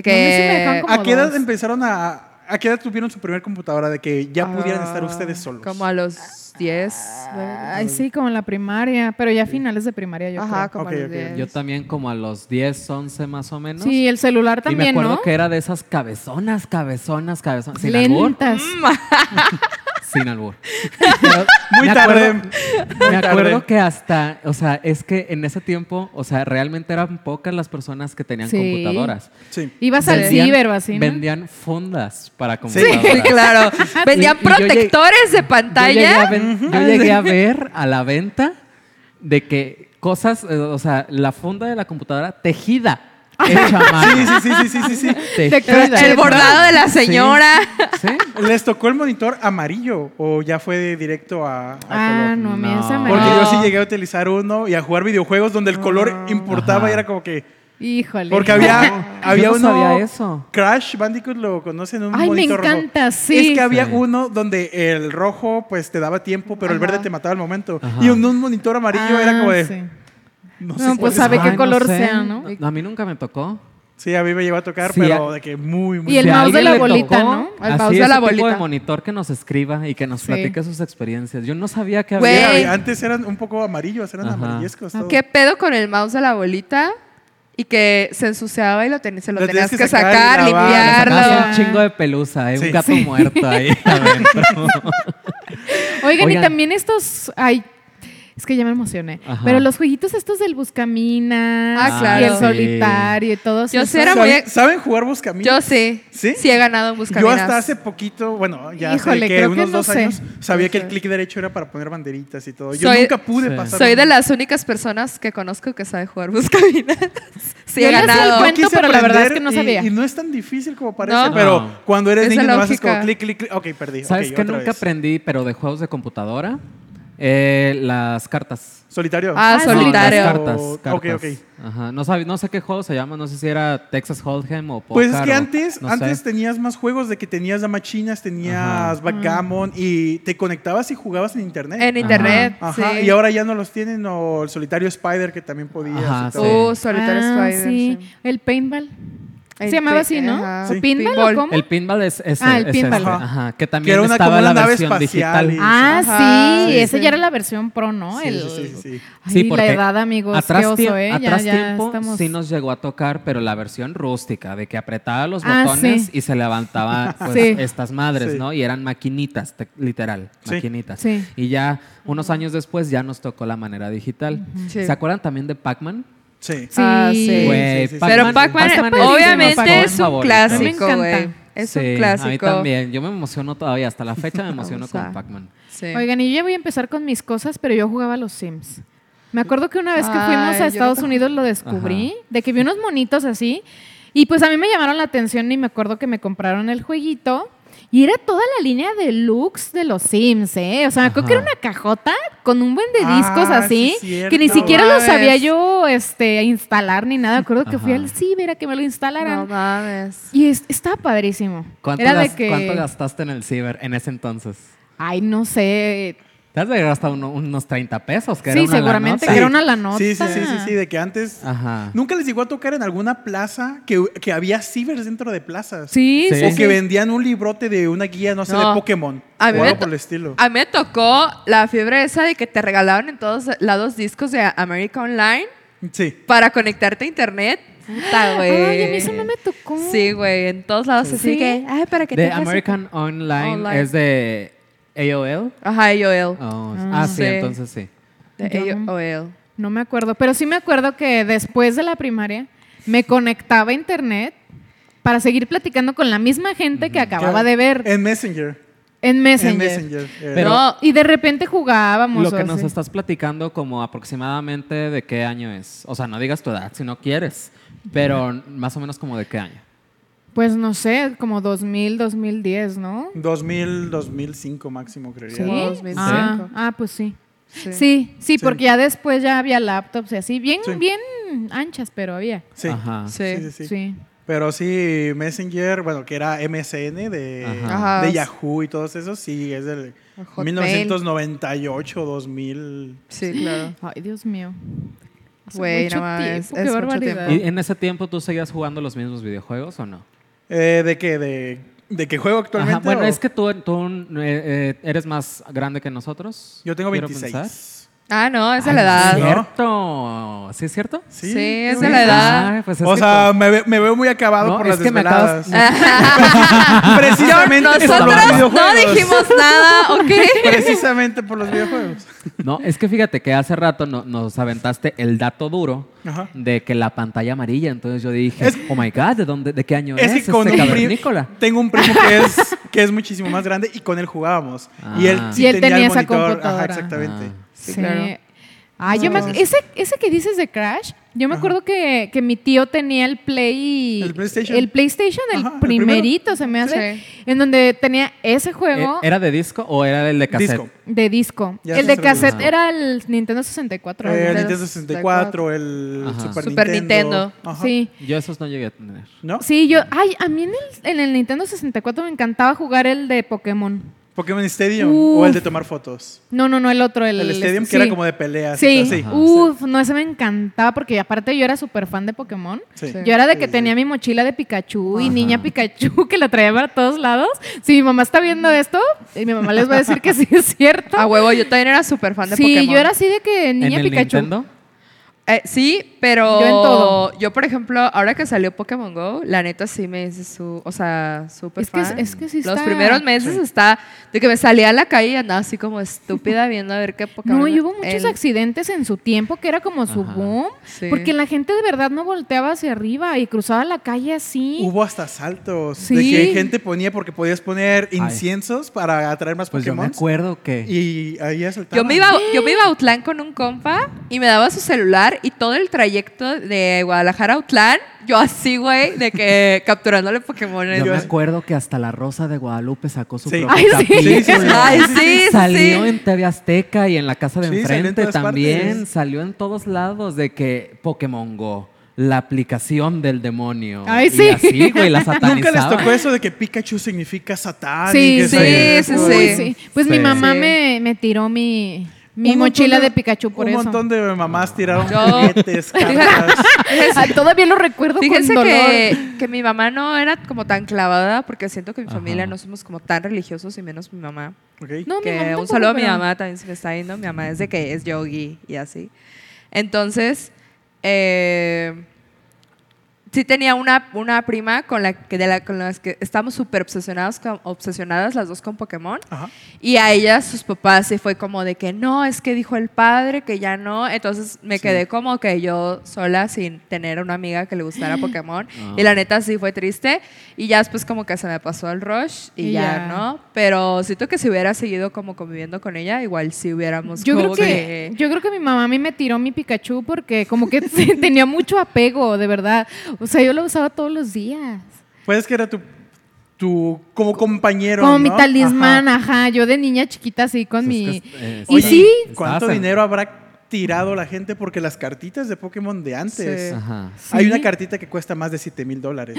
Speaker 1: No, a mí sí me dejaban
Speaker 2: que
Speaker 1: como
Speaker 4: ¿A qué edad
Speaker 1: dos.
Speaker 4: empezaron a... ¿A qué edad tuvieron su primer computadora de que ya pudieran estar ustedes solos?
Speaker 2: Ah, Como a los 10.
Speaker 1: Ay, sí, como en la primaria, pero ya finales de primaria yo
Speaker 2: Ajá,
Speaker 1: creo.
Speaker 2: como
Speaker 4: Ok,
Speaker 2: a los
Speaker 4: ok.
Speaker 2: 10.
Speaker 3: Yo también como a los 10, 11 más o menos.
Speaker 1: Sí, el celular
Speaker 3: y me
Speaker 1: también,
Speaker 3: acuerdo
Speaker 1: ¿no?
Speaker 3: que era de esas cabezonas, cabezonas, cabezonas. Sin albur.
Speaker 1: Lentas.
Speaker 4: Mm,
Speaker 3: Sin albur. Pero
Speaker 4: Muy
Speaker 3: me
Speaker 4: tarde.
Speaker 3: acuerdo-
Speaker 4: Muy
Speaker 3: me acuerdo
Speaker 4: tarde.
Speaker 3: que hasta, o sea, es que en ese tiempo, o sea, realmente eran pocas las personas que tenían
Speaker 1: Sí.
Speaker 3: computadoras.
Speaker 4: Sí.
Speaker 1: Ibas al
Speaker 3: Vendían-
Speaker 1: ciber o así, ¿no?
Speaker 3: Vendían fundas para
Speaker 4: Sí,
Speaker 3: computadoras.
Speaker 2: Sí, claro. Vendían
Speaker 3: Y- y yo llegué- Yo
Speaker 2: protectores de
Speaker 3: llegué, a
Speaker 2: pantalla.
Speaker 3: ven- yo llegué a ver a la venta de que cosas, eh, o sea, la funda de la computadora tejida, hecha a mano.
Speaker 4: Sí, sí, sí, sí, sí, sí, sí.
Speaker 3: Tejida,
Speaker 1: crochet,
Speaker 3: hecha
Speaker 2: El
Speaker 1: ¿no?
Speaker 2: bordado de la señora.
Speaker 3: Sí. sí.
Speaker 4: ¿Les tocó el monitor amarillo o ya fue de directo a, a
Speaker 1: Ah,
Speaker 4: color?
Speaker 1: no, a mí
Speaker 3: No.
Speaker 1: esa me
Speaker 4: Porque
Speaker 2: No.
Speaker 4: yo sí llegué a utilizar uno y a jugar videojuegos donde el color importaba
Speaker 3: Ajá.
Speaker 4: y era como que...
Speaker 1: Híjole.
Speaker 4: Porque había,
Speaker 3: No,
Speaker 4: había
Speaker 3: yo no
Speaker 4: uno...
Speaker 3: sabía eso.
Speaker 4: Crash Bandicoot lo conocen un
Speaker 1: Ay, me
Speaker 4: monitor rojo.
Speaker 1: encanta, sí.
Speaker 4: Es que había
Speaker 3: Sí.
Speaker 4: uno donde el rojo pues te daba tiempo, pero el
Speaker 2: Ajá.
Speaker 4: verde te mataba al momento.
Speaker 3: Ajá.
Speaker 4: Y un, un monitor amarillo era como de...
Speaker 1: Ah, sí.
Speaker 4: No,
Speaker 1: No,
Speaker 4: sé
Speaker 1: pues,
Speaker 4: pues
Speaker 1: sabe qué
Speaker 3: no
Speaker 1: color sea, ¿no?
Speaker 3: A mí nunca me tocó.
Speaker 4: Sí, a mí me llegó a tocar,
Speaker 3: Sí,
Speaker 4: pero
Speaker 3: a-
Speaker 4: de que muy, muy...
Speaker 1: Y el
Speaker 3: Si a
Speaker 1: mouse de
Speaker 3: alguien
Speaker 1: la
Speaker 3: le
Speaker 1: bolita,
Speaker 3: tocó,
Speaker 1: ¿no?
Speaker 2: El
Speaker 3: así,
Speaker 2: mouse de
Speaker 3: ese
Speaker 2: la
Speaker 3: tipo
Speaker 2: bolita.
Speaker 3: monitor que nos escriba y que nos
Speaker 1: Sí.
Speaker 3: platique sus experiencias. Yo no sabía que
Speaker 2: Güey. Ah,
Speaker 3: había.
Speaker 4: Era- Antes eran un poco amarillos, eran
Speaker 3: Ajá.
Speaker 4: amarillescos. todo.
Speaker 2: ¿Qué pedo con el mouse de la abuelita? Y que se ensuciaba y lo, ten- se lo, tenías que sacar,
Speaker 4: y lavar.
Speaker 3: Le
Speaker 2: limpiarlo.
Speaker 3: sacabas un chingo de pelusa, ¿eh?
Speaker 4: Sí.
Speaker 3: un gato muerto ahí adentro.
Speaker 1: Oigan, y
Speaker 3: Oigan.
Speaker 1: también estos. Ay, es que ya me emocioné.
Speaker 3: Ajá.
Speaker 1: Pero los jueguitos estos del Buscaminas
Speaker 2: Ah,
Speaker 1: y
Speaker 2: claro.
Speaker 1: el
Speaker 2: Sí.
Speaker 1: solitario y todos.
Speaker 2: Yo sí
Speaker 1: esos.
Speaker 2: era-
Speaker 4: ¿Saben,
Speaker 2: muy-
Speaker 4: saben jugar buscaminas?
Speaker 2: Yo sí.
Speaker 4: ¿Sí?
Speaker 2: ¿Sí? he ganado en
Speaker 4: Yo
Speaker 2: Buscaminas.
Speaker 4: hasta hace poquito, bueno, ya
Speaker 1: Híjole,
Speaker 4: hace que
Speaker 1: creo que
Speaker 4: unos
Speaker 1: no
Speaker 4: dos
Speaker 1: sé.
Speaker 4: años, sabía
Speaker 2: No
Speaker 4: que
Speaker 2: sé.
Speaker 4: el clic derecho era para poner banderitas y todo. Yo
Speaker 2: Soy-
Speaker 4: nunca pude
Speaker 3: Sí.
Speaker 4: pasar.
Speaker 2: Soy de las únicas personas que conozco que sabe jugar Buscaminas. Sí
Speaker 1: Yo
Speaker 2: he
Speaker 1: les doy
Speaker 2: ganado.
Speaker 1: cuenta- cuento,
Speaker 4: quise
Speaker 1: pero la verdad es
Speaker 4: aprender
Speaker 1: que no
Speaker 4: y-
Speaker 1: sabía.
Speaker 4: Y, no es tan difícil como parece,
Speaker 2: No.
Speaker 4: pero
Speaker 3: No.
Speaker 4: cuando eres
Speaker 2: Esa es
Speaker 4: niño
Speaker 2: la
Speaker 4: lo haces como
Speaker 2: lógica.
Speaker 4: clic, clic, clic. Ok, perdí.
Speaker 3: ¿Sabes
Speaker 4: ok,
Speaker 3: qué?
Speaker 4: otra
Speaker 3: Nunca
Speaker 4: vez.
Speaker 3: aprendí, pero de juegos de computadora. Eh, las cartas.
Speaker 4: ¿Solitario?
Speaker 2: Ah,
Speaker 1: Ah,
Speaker 3: No,
Speaker 2: solitario.
Speaker 3: las cartas,
Speaker 4: O-
Speaker 3: cartas.
Speaker 4: Ok, ok.
Speaker 3: Ajá. No, sabe- no sé qué juego se llama, no sé si era Texas Hold'em o
Speaker 4: Pues es
Speaker 3: póker
Speaker 4: que
Speaker 3: o-
Speaker 4: antes,
Speaker 3: no sé.
Speaker 4: antes tenías más juegos de que tenías damas chinas, tenías
Speaker 3: Ajá.
Speaker 4: backgammon y te conectabas y jugabas en internet.
Speaker 2: En internet.
Speaker 4: ¿eh? Ajá,
Speaker 2: sí.
Speaker 4: y ahora ya no los tienen, o el solitario Spider que también podías.
Speaker 3: Ajá,
Speaker 4: y
Speaker 3: sí.
Speaker 4: todo.
Speaker 2: Uh, Solitario
Speaker 1: Ah,
Speaker 2: Spider.
Speaker 1: sí.
Speaker 2: sí.
Speaker 1: El paintball.
Speaker 2: El
Speaker 1: Se llamaba
Speaker 2: pe-
Speaker 1: así, ¿no?
Speaker 2: ajá.
Speaker 1: ¿O
Speaker 4: Sí.
Speaker 1: ¿Pinball
Speaker 2: Pinball.
Speaker 1: o cómo?
Speaker 3: El pinball es, es,
Speaker 1: Ah, el
Speaker 3: es
Speaker 1: pinball.
Speaker 3: este,
Speaker 4: Ajá.
Speaker 3: ajá, que
Speaker 4: Que
Speaker 3: también
Speaker 4: era una-
Speaker 3: estaba
Speaker 4: como una
Speaker 3: la
Speaker 4: nave
Speaker 3: versión
Speaker 4: espacial
Speaker 3: digital.
Speaker 4: y-
Speaker 1: Ah,
Speaker 2: Ajá,
Speaker 1: sí,
Speaker 4: sí,
Speaker 1: esa
Speaker 4: sí.
Speaker 1: ya era la versión pro, ¿no?
Speaker 4: Sí,
Speaker 1: Oh, El-
Speaker 4: sí, sí, sí.
Speaker 1: Ay,
Speaker 3: Sí, porque
Speaker 1: la edad, amigos, qué oso,
Speaker 3: tiemp-
Speaker 1: ¿eh? Ya-
Speaker 3: atrás
Speaker 1: ya
Speaker 3: tiempo
Speaker 1: estamos-
Speaker 3: sí nos llegó a tocar, pero la versión rústica, de que apretaba los
Speaker 1: Ah,
Speaker 3: botones
Speaker 1: sí.
Speaker 3: y se levantaban pues,
Speaker 1: Sí.
Speaker 3: estas madres,
Speaker 4: Sí.
Speaker 3: ¿no? Y eran maquinitas, te- literal,
Speaker 4: Sí.
Speaker 3: maquinitas.
Speaker 1: Sí.
Speaker 3: Y ya unos años después ya nos tocó la manera digital.
Speaker 2: Sí.
Speaker 3: ¿Se acuerdan también de Pac-Man?
Speaker 4: Sí.
Speaker 1: Sí.
Speaker 2: Ah, sí.
Speaker 3: Güey,
Speaker 4: sí, sí.
Speaker 2: Pero Pac-Man,
Speaker 1: Pac-Man es
Speaker 2: obviamente
Speaker 1: mi
Speaker 2: es un
Speaker 3: favorito.
Speaker 1: A mí me
Speaker 2: clásico,
Speaker 1: encanta.
Speaker 2: güey. Es
Speaker 3: Sí,
Speaker 2: un clásico.
Speaker 3: A mí también. Yo me emociono todavía. Hasta la fecha me emociono
Speaker 2: Vamos
Speaker 3: con
Speaker 2: a-
Speaker 3: Pac-Man.
Speaker 2: Sí.
Speaker 1: Oigan, y yo ya voy a empezar con mis cosas, pero yo jugaba a los Sims. Me acuerdo que una vez que fuimos
Speaker 2: Ay,
Speaker 1: a
Speaker 2: yo
Speaker 1: Estados
Speaker 2: también.
Speaker 1: Unidos lo descubrí, de que vi unos monitos así, y pues a mí me llamaron la atención y me acuerdo que me compraron el jueguito. Y era toda la línea de looks de los Sims, ¿eh? O sea, me acuerdo que era
Speaker 3: Ajá.
Speaker 1: una cajota con un buen de discos
Speaker 4: Ah,
Speaker 1: así,
Speaker 4: sí, cierto.
Speaker 1: que ni siquiera lo
Speaker 2: Mames.
Speaker 1: sabía yo este, instalar ni nada. Me acuerdo que fui
Speaker 3: Ajá.
Speaker 1: al ciber a que me lo instalaran.
Speaker 2: No mames.
Speaker 1: Y es- estaba padrísimo.
Speaker 3: ¿Cuánto,
Speaker 1: Era de
Speaker 3: gas-
Speaker 1: que.
Speaker 3: cuánto gastaste en el ciber en ese entonces?
Speaker 1: Ay, no sé.
Speaker 3: Te has de haber gastado uno- unos 30 pesos, que era
Speaker 1: Sí,
Speaker 3: una
Speaker 1: seguramente
Speaker 3: lanota.
Speaker 1: que era una la nota.
Speaker 4: Sí, sí, sí, sí, sí, de que antes...
Speaker 3: Ajá.
Speaker 4: Nunca les llegó a tocar en alguna plaza que, que había cibers dentro de plazas.
Speaker 1: Sí,
Speaker 3: Sí.
Speaker 1: sí.
Speaker 4: O
Speaker 1: sí.
Speaker 4: que vendían un librote de una guía, no sé,
Speaker 2: No.
Speaker 4: de Pokémon.
Speaker 2: A mí
Speaker 4: o
Speaker 2: me
Speaker 4: algo
Speaker 2: to-
Speaker 4: por el estilo.
Speaker 2: A mí me tocó la fiebre esa de que te regalaban en todos lados discos de América Online
Speaker 4: Sí.
Speaker 2: para conectarte a internet. Puta, güey.
Speaker 1: Ay, a mí eso no me tocó.
Speaker 2: Sí, güey, en todos lados así
Speaker 1: Sí.
Speaker 2: que, ay, para que
Speaker 3: De
Speaker 2: tengas-
Speaker 3: American Online,
Speaker 2: Online.
Speaker 3: es de AOL.
Speaker 2: Ajá, AOL.
Speaker 3: Oh,
Speaker 1: Ah.
Speaker 3: ah, sí,
Speaker 2: Sí.
Speaker 3: entonces sí.
Speaker 2: De
Speaker 1: Yo no.
Speaker 2: AOL.
Speaker 1: No me acuerdo, pero sí me acuerdo que después de la primaria me conectaba a internet para seguir platicando con la misma gente que acababa de ver
Speaker 4: En Messenger.
Speaker 1: en
Speaker 4: En
Speaker 1: Messenger.
Speaker 4: Messenger. eh.
Speaker 3: Pero-
Speaker 2: no,
Speaker 1: Y de repente jugábamos.
Speaker 3: Lo
Speaker 1: o
Speaker 3: que nos
Speaker 1: así.
Speaker 3: estás platicando, como aproximadamente de qué año es. O sea, no digas tu edad si no quieres, pero más o menos como de qué año.
Speaker 1: Pues no sé, como 2000, 2010, ¿no?
Speaker 4: 2000, 2005 máximo, creería.
Speaker 1: Sí.
Speaker 2: Como 2005.
Speaker 1: Ah, ah, pues sí.
Speaker 2: sí.
Speaker 1: Sí, sí,
Speaker 4: Sí.
Speaker 1: porque ya después ya había laptops y así, bien,
Speaker 4: Sí.
Speaker 1: bien anchas, pero había.
Speaker 4: Sí.
Speaker 3: Ajá.
Speaker 4: Ah, Sí, sí,
Speaker 2: Sí.
Speaker 4: sí.
Speaker 1: Sí.
Speaker 4: Pero sí, Messenger, bueno, que era MSN de,
Speaker 3: Ajá.
Speaker 2: Ajá.
Speaker 4: de Yahoo y todos esos, sí, es del
Speaker 2: Hotmail.
Speaker 4: 1998, 2000.
Speaker 2: Sí, claro.
Speaker 1: Ay, Dios mío. Hace
Speaker 2: Güey,
Speaker 1: mucho
Speaker 2: no mames,
Speaker 1: tiempo,
Speaker 2: es
Speaker 1: qué
Speaker 2: mucho
Speaker 1: barbaridad.
Speaker 3: ¿Y en ese tiempo tú seguías jugando los mismos videojuegos o no?
Speaker 4: Eh, ¿De qué? ¿De, de qué juego
Speaker 3: Ajá,
Speaker 4: actualmente?
Speaker 3: bueno,
Speaker 4: o-
Speaker 3: es que tú, tú, eh, eh, eres más grande que nosotros.
Speaker 4: Yo tengo
Speaker 3: quiero
Speaker 4: 26.
Speaker 3: pensar.
Speaker 2: Ah, no, es de
Speaker 3: Ay,
Speaker 2: la
Speaker 3: ¿Es
Speaker 2: edad.
Speaker 4: ¿no?
Speaker 3: cierto? ¿Sí es cierto?
Speaker 4: Sí,
Speaker 2: Sí, es
Speaker 4: tengo
Speaker 2: de la
Speaker 4: 26.
Speaker 2: edad.
Speaker 3: Ay, pues es
Speaker 4: o
Speaker 3: que
Speaker 4: sea,
Speaker 3: como-
Speaker 4: me, ve- me veo muy acabado
Speaker 3: No,
Speaker 4: por
Speaker 3: es
Speaker 4: las
Speaker 3: que me acabas- Ah,
Speaker 4: desveladas. Precisamente por
Speaker 2: Nosotros
Speaker 4: los
Speaker 2: no
Speaker 4: videojuegos.
Speaker 2: dijimos nada, ¿ok?
Speaker 4: Precisamente por los videojuegos.
Speaker 3: No, es que fíjate que hace rato no- nos aventaste el dato duro
Speaker 4: Ajá.
Speaker 3: de que la pantalla amarilla. Entonces yo dije,
Speaker 4: Es-
Speaker 3: oh my God, ¿de, dónde, de qué año es,
Speaker 4: Es que
Speaker 3: este
Speaker 4: con un primo,
Speaker 3: cavernícola?
Speaker 4: tengo un primo que es, que es muchísimo más grande y con él jugábamos. Y él
Speaker 3: Ah.
Speaker 4: sí
Speaker 1: Y él tenía
Speaker 4: el
Speaker 1: esa
Speaker 4: monitor. Ajá,
Speaker 1: computadora.
Speaker 4: exactamente.
Speaker 3: Ah.
Speaker 2: Sí, claro.
Speaker 1: Ay, yo me ac-
Speaker 4: Entonces-
Speaker 1: ese, ese que dices de Crash, yo me
Speaker 4: Ajá.
Speaker 1: acuerdo que, que mi tío tenía el Play.
Speaker 4: El PlayStation.
Speaker 1: El PlayStation, el
Speaker 4: Ajá, el primero.
Speaker 1: primerito, se me hace.
Speaker 2: Sí.
Speaker 1: En donde tenía ese juego
Speaker 3: ¿E- ¿Era de disco o era el de cassette?
Speaker 4: Disco.
Speaker 1: de disco.
Speaker 4: Ya
Speaker 1: el
Speaker 4: se
Speaker 1: de
Speaker 4: sabe.
Speaker 1: cassette
Speaker 3: Ah.
Speaker 1: era el Nintendo 64.
Speaker 4: Eh, El
Speaker 1: ¿verdad?
Speaker 4: Nintendo 64, el
Speaker 3: Ajá.
Speaker 4: Super,
Speaker 2: Super
Speaker 4: Nintendo.
Speaker 2: Nintendo.
Speaker 4: Ajá.
Speaker 1: Sí.
Speaker 3: Yo esos no llegué a tener.
Speaker 4: ¿No?
Speaker 1: Sí, yo. Ay, a mí en el, en el Nintendo 64 me encantaba jugar el de Pokémon.
Speaker 4: Pokémon Stadium o
Speaker 1: Uf.
Speaker 4: el de tomar fotos.
Speaker 1: No, no, no, el otro. El, este,
Speaker 4: El Stadium, que
Speaker 1: sí.
Speaker 4: era como de peleas. y
Speaker 1: Sí,
Speaker 4: todo,
Speaker 3: Ajá.
Speaker 1: uff, no, ese me encantaba porque aparte yo era súper fan de Pokémon.
Speaker 4: Sí.
Speaker 1: Yo era de
Speaker 4: Sí,
Speaker 1: que
Speaker 4: sí.
Speaker 1: tenía mi mochila de Pikachu y
Speaker 3: Ajá.
Speaker 1: niña Pikachu que la traía para todos lados. Si mi mamá está viendo esto, y mi mamá les va a decir que sí es cierto.
Speaker 2: A huevo, yo también era súper Ah, fan de
Speaker 1: sí,
Speaker 2: Pokémon.
Speaker 1: yo era así de que niña
Speaker 3: ¿En el
Speaker 1: Pikachu.
Speaker 3: Nintendo?
Speaker 2: Eh, sí, pero.
Speaker 1: Yo en todo.
Speaker 2: Yo, por ejemplo, ahora que salió Pokémon Go, la neta sí me hice su. O sea, súper
Speaker 1: Es que-
Speaker 2: Pues fan.
Speaker 1: es que sí
Speaker 2: Los
Speaker 1: está-
Speaker 2: primeros meses está. De que me salía a la calle y andaba así como estúpida viendo a ver qué Pokémon.
Speaker 1: No, y hubo muchos
Speaker 2: el-
Speaker 1: accidentes en su tiempo que era como su
Speaker 3: Ajá.
Speaker 1: boom,
Speaker 2: Sí.
Speaker 1: porque la gente de verdad no volteaba hacia arriba y cruzaba la calle así.
Speaker 4: Hubo hasta saltos de
Speaker 1: Sí.
Speaker 4: que gente ponía porque podías poner
Speaker 3: Ay.
Speaker 4: inciensos para atraer más
Speaker 3: Pues yo me
Speaker 4: Pokémon.
Speaker 3: acuerdo que...
Speaker 4: Y ahí asaltaban.
Speaker 1: ¡Eh!
Speaker 2: Yo me, iba, yo me iba a Outland con un compa y me daba su celular grabar y todo el trayecto de Guadalajara a Utlán, yo así, güey, de que capturándole Pokémon.
Speaker 3: Yo me
Speaker 4: es-
Speaker 3: acuerdo que hasta la Rosa de Guadalupe sacó su
Speaker 4: Sí.
Speaker 3: propio
Speaker 1: Ay, sí.
Speaker 3: capítulo.
Speaker 4: Sí, sí, sí.
Speaker 2: Ay, sí,
Speaker 3: salió
Speaker 2: sí.
Speaker 3: en TV Azteca y en la casa de
Speaker 4: Sí, salió en
Speaker 3: enfrente
Speaker 4: todas
Speaker 3: también.
Speaker 4: partes.
Speaker 3: Salió en todos lados de que Pokémon Go, la aplicación del demonio.
Speaker 1: Ay,
Speaker 3: Y
Speaker 1: sí.
Speaker 3: así, güey, Pues la satanizaban.
Speaker 4: Nunca les tocó eso de que Pikachu significa Satán. y
Speaker 1: Sí,
Speaker 4: que
Speaker 1: sí,
Speaker 4: se-
Speaker 2: Ah, sí,
Speaker 4: Uy,
Speaker 1: Uy,
Speaker 2: sí.
Speaker 1: sí. Pues
Speaker 3: Sí.
Speaker 1: mi mamá
Speaker 2: Sí.
Speaker 1: Me, me tiró mi, mi
Speaker 4: un montón
Speaker 1: mochila de, Pikachu por eso.
Speaker 4: Un montón de mamás tiraron
Speaker 2: Yo-
Speaker 4: juguetes, cartas.
Speaker 1: Ah, Todavía lo recuerdo
Speaker 2: Fíjense
Speaker 1: con dolor.
Speaker 2: que, que mi mamá no era como tan clavada porque siento que mi
Speaker 3: Ajá.
Speaker 2: familia no somos como tan religiosos y menos mi mamá.
Speaker 4: Ok.
Speaker 1: No, mi mamá
Speaker 2: que un
Speaker 1: tampoco,
Speaker 2: saludo a mi
Speaker 1: pero-
Speaker 2: mamá también se me está yendo. Mi mamá es de que es yogi y así. Entonces, eh, sí tenía una, una prima con la que, de la, con las que estamos súper obsesionados, con- obsesionadas las dos con Pokémon.
Speaker 4: Ajá.
Speaker 2: Y a ella, sus papás, sí fue como de que no, es que dijo el padre que ya no. Entonces me quedé como que yo sola sin tener una amiga que le gustara Pokémon.
Speaker 3: Ah.
Speaker 2: Y la neta sí fue triste. Y ya después como que se me pasó el rush y,
Speaker 1: Y ya.
Speaker 2: ya, ¿no? Pero siento que si hubiera seguido como conviviendo con ella, igual si hubiéramos
Speaker 1: Yo creo
Speaker 2: como
Speaker 1: que, yo creo que mi mamá a mí me tiró mi Pikachu porque como que sí, tenía mucho apego, de verdad. O sea, yo lo usaba todos los días.
Speaker 4: Pues que era tu, tu como compañero.
Speaker 1: Como mi
Speaker 4: ¿no?
Speaker 1: talismán,
Speaker 4: Ajá.
Speaker 1: ajá. Yo de niña chiquita así con
Speaker 3: Pues
Speaker 1: mi...
Speaker 3: es que, eh,
Speaker 1: y
Speaker 3: estás-
Speaker 1: sí,
Speaker 4: ¿Cuánto
Speaker 3: estás en-
Speaker 4: dinero habrá tirado la gente? Porque las cartitas de Pokémon de antes.
Speaker 2: Sí.
Speaker 3: Ajá.
Speaker 4: Hay
Speaker 1: Sí.
Speaker 4: una cartita que cuesta más de 7 mil dólares.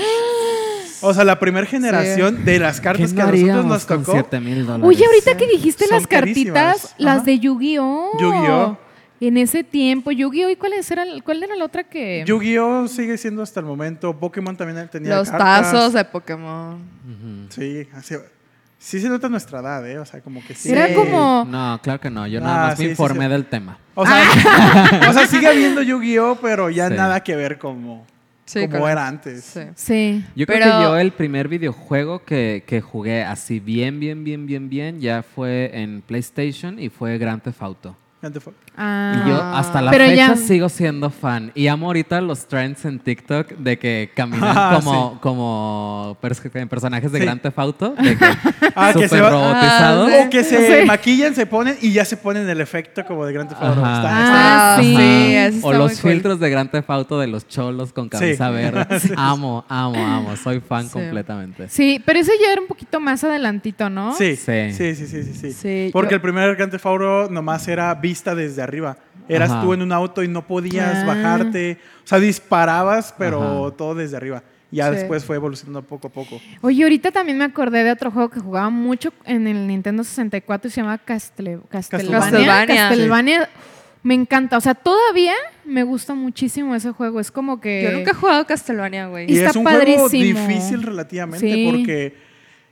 Speaker 4: O sea, la primera generación de las
Speaker 3: ¿Qué
Speaker 4: cartas que
Speaker 3: no
Speaker 4: a nosotros
Speaker 3: haríamos
Speaker 4: nos
Speaker 3: con
Speaker 4: tocó.
Speaker 3: 7 mil dólares?
Speaker 1: Oye, ahorita que dijiste
Speaker 4: Son
Speaker 1: las cartitas,
Speaker 4: carísimas. Ajá.
Speaker 1: las de Yu-Gi-Oh.
Speaker 4: Yu-Gi-Oh.
Speaker 1: En ese tiempo, Yu-Gi-Oh. ¿Y cuál era, cuál era la otra que...?
Speaker 4: Yu-Gi-Oh sigue siendo hasta el momento. Pokémon también tenía
Speaker 2: Los
Speaker 4: cartas. Mm.
Speaker 2: tazos de Pokémon.
Speaker 3: Ujú.
Speaker 4: Sí, así- sí se nota nuestra edad, ¿eh? O sea, como que sí.
Speaker 1: Era como-
Speaker 3: No, claro que no. Yo
Speaker 4: Ah,
Speaker 3: nada más
Speaker 4: sí, sí,
Speaker 3: me informé
Speaker 4: sí.
Speaker 3: del tema.
Speaker 4: O sea, o sea, sigue habiendo Yu-Gi-Oh, pero ya
Speaker 3: Sí.
Speaker 4: nada que ver como,
Speaker 2: Sí,
Speaker 4: como
Speaker 2: con-
Speaker 4: era antes.
Speaker 2: Sí.
Speaker 1: Sí.
Speaker 3: Yo creo
Speaker 2: Pero-
Speaker 3: que yo el primer videojuego que, que jugué así bien, bien, bien, bien, bien, ya fue en PlayStation y fue Grand Theft Auto.
Speaker 4: Antes fue-
Speaker 1: Ah.
Speaker 3: Y yo hasta la
Speaker 1: Pero
Speaker 3: fecha
Speaker 1: ya-
Speaker 3: sigo siendo fan. Y amo ahorita los trends en TikTok de que caminan
Speaker 4: Ah,
Speaker 3: como, como pers- personajes de
Speaker 4: Sí.
Speaker 3: Grand Theft Auto. De que
Speaker 4: Ah, que
Speaker 3: super
Speaker 4: se va-
Speaker 3: robotizados.
Speaker 2: Ah,
Speaker 4: O que se
Speaker 1: Sí.
Speaker 4: maquillan, se ponen y ya se ponen el efecto como de Grand Theft Auto.
Speaker 3: Ajá.
Speaker 4: Está- está-
Speaker 1: Ah,
Speaker 2: Está-
Speaker 1: sí.
Speaker 2: eso está
Speaker 3: o los
Speaker 2: muy cool.
Speaker 3: filtros de Grand Theft Auto de los cholos con camisa
Speaker 4: Sí.
Speaker 3: verde. Amo, amo, amo. Soy fan
Speaker 2: Sí.
Speaker 3: completamente.
Speaker 1: Sí, pero ese ya era un poquito más adelantito, ¿no?
Speaker 4: Sí,
Speaker 3: Sí.
Speaker 4: sí, sí, sí, sí, sí.
Speaker 2: Sí,
Speaker 4: Porque
Speaker 2: yo-
Speaker 4: el primer Grand Theft Auto nomás era vista desde arriba. Eras
Speaker 3: Ajá.
Speaker 4: tú en un auto y no podías
Speaker 1: Ah.
Speaker 4: bajarte. O sea, disparabas, pero
Speaker 3: Ajá.
Speaker 4: todo desde arriba. Ya
Speaker 2: Sí.
Speaker 4: después fue evolucionando poco a poco.
Speaker 1: Oye, ahorita también me acordé de otro juego que jugaba mucho en el Nintendo 64 y se llamaba Castle, Castlevania.
Speaker 2: Castlevania.
Speaker 1: Castlevania. Me encanta. O sea, todavía me gusta muchísimo ese juego. Es como que.
Speaker 2: Yo nunca he jugado Castlevania, güey.
Speaker 4: Y
Speaker 1: Está
Speaker 4: es un juego
Speaker 1: padrísimo.
Speaker 4: difícil relativamente
Speaker 1: Sí.
Speaker 4: porque...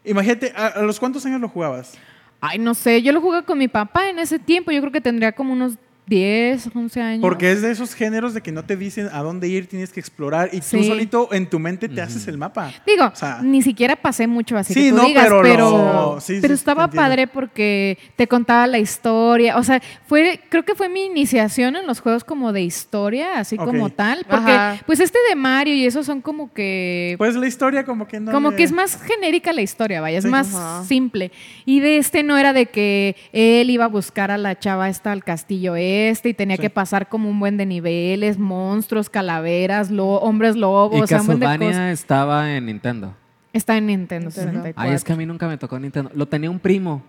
Speaker 4: Imagínate, ¿a, a los cuántos años lo jugabas?
Speaker 1: Ay, no sé. Yo lo jugué con mi papá en ese tiempo. Yo creo que tendría como unos 10, 11 años.
Speaker 4: Porque es de esos géneros de que no te dicen a dónde ir, tienes que explorar y tú
Speaker 1: Sí.
Speaker 4: solito en tu mente te haces el mapa.
Speaker 1: Digo,
Speaker 4: O sea-
Speaker 1: ni siquiera pasé mucho así
Speaker 4: Sí,
Speaker 1: que tú
Speaker 4: no,
Speaker 1: digas,
Speaker 4: pero
Speaker 1: pero,
Speaker 4: lo-
Speaker 1: pero,
Speaker 4: sí, sí, te
Speaker 1: estaba
Speaker 4: entiendo.
Speaker 1: padre porque te contaba la historia. O sea, fue, creo que fue mi iniciación en los juegos como de historia, así
Speaker 4: Ok.
Speaker 1: como tal. Porque,
Speaker 2: Ajá.
Speaker 1: pues este de Mario y eso son como que.
Speaker 4: Pues la historia como que no...
Speaker 1: como
Speaker 4: le-
Speaker 1: que es más genérica la historia, vaya, es
Speaker 4: Sí.
Speaker 1: más
Speaker 2: Ajá.
Speaker 1: simple. Y de este no era de que él iba a buscar a la chava esta al castillo este y tenía
Speaker 4: Sí.
Speaker 1: que pasar como un buen de niveles, monstruos, calaveras, lo- hombres
Speaker 3: Y
Speaker 1: lobos, o sea, un buen de cosas.
Speaker 3: Castlevania estaba en Nintendo.
Speaker 1: Está en Nintendo
Speaker 2: Nintendo.
Speaker 1: 64.
Speaker 3: Ay, es que a mí nunca me tocó Nintendo. Lo tenía un primo,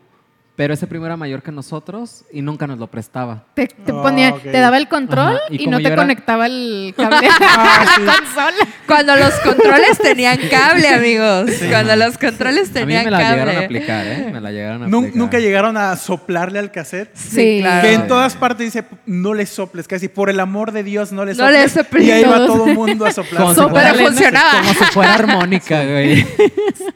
Speaker 3: pero ese primo era mayor que nosotros y nunca nos lo prestaba.
Speaker 1: Te, te
Speaker 4: Ah,
Speaker 1: ponía,
Speaker 4: ok.
Speaker 1: te daba el control
Speaker 3: Ajá, y
Speaker 1: y,
Speaker 3: como
Speaker 1: no
Speaker 3: yo
Speaker 1: te
Speaker 3: era-
Speaker 1: conectaba el cable a
Speaker 4: Ah, sí.
Speaker 1: la consola.
Speaker 2: Cuando los controles tenían cable, amigos. Cuando los controles
Speaker 3: A mí
Speaker 2: tenían
Speaker 3: me la llegaron a
Speaker 2: cable.
Speaker 3: aplicar, ¿eh? Me la llegaron a
Speaker 4: Nun-
Speaker 3: aplicar.
Speaker 4: Nunca llegaron a soplarle al cassette.
Speaker 1: Sí,
Speaker 2: claro.
Speaker 4: Que
Speaker 3: Sí.
Speaker 4: en todas partes dice, no le soples, casi por el amor de Dios, no le
Speaker 2: No
Speaker 4: soples.
Speaker 2: le soples.
Speaker 4: y ahí va
Speaker 1: Todos.
Speaker 4: todo el mundo a soplar.
Speaker 3: Como si
Speaker 1: Súper
Speaker 3: fuera-
Speaker 2: funcionaba.
Speaker 3: Como si fuera armónica, güey.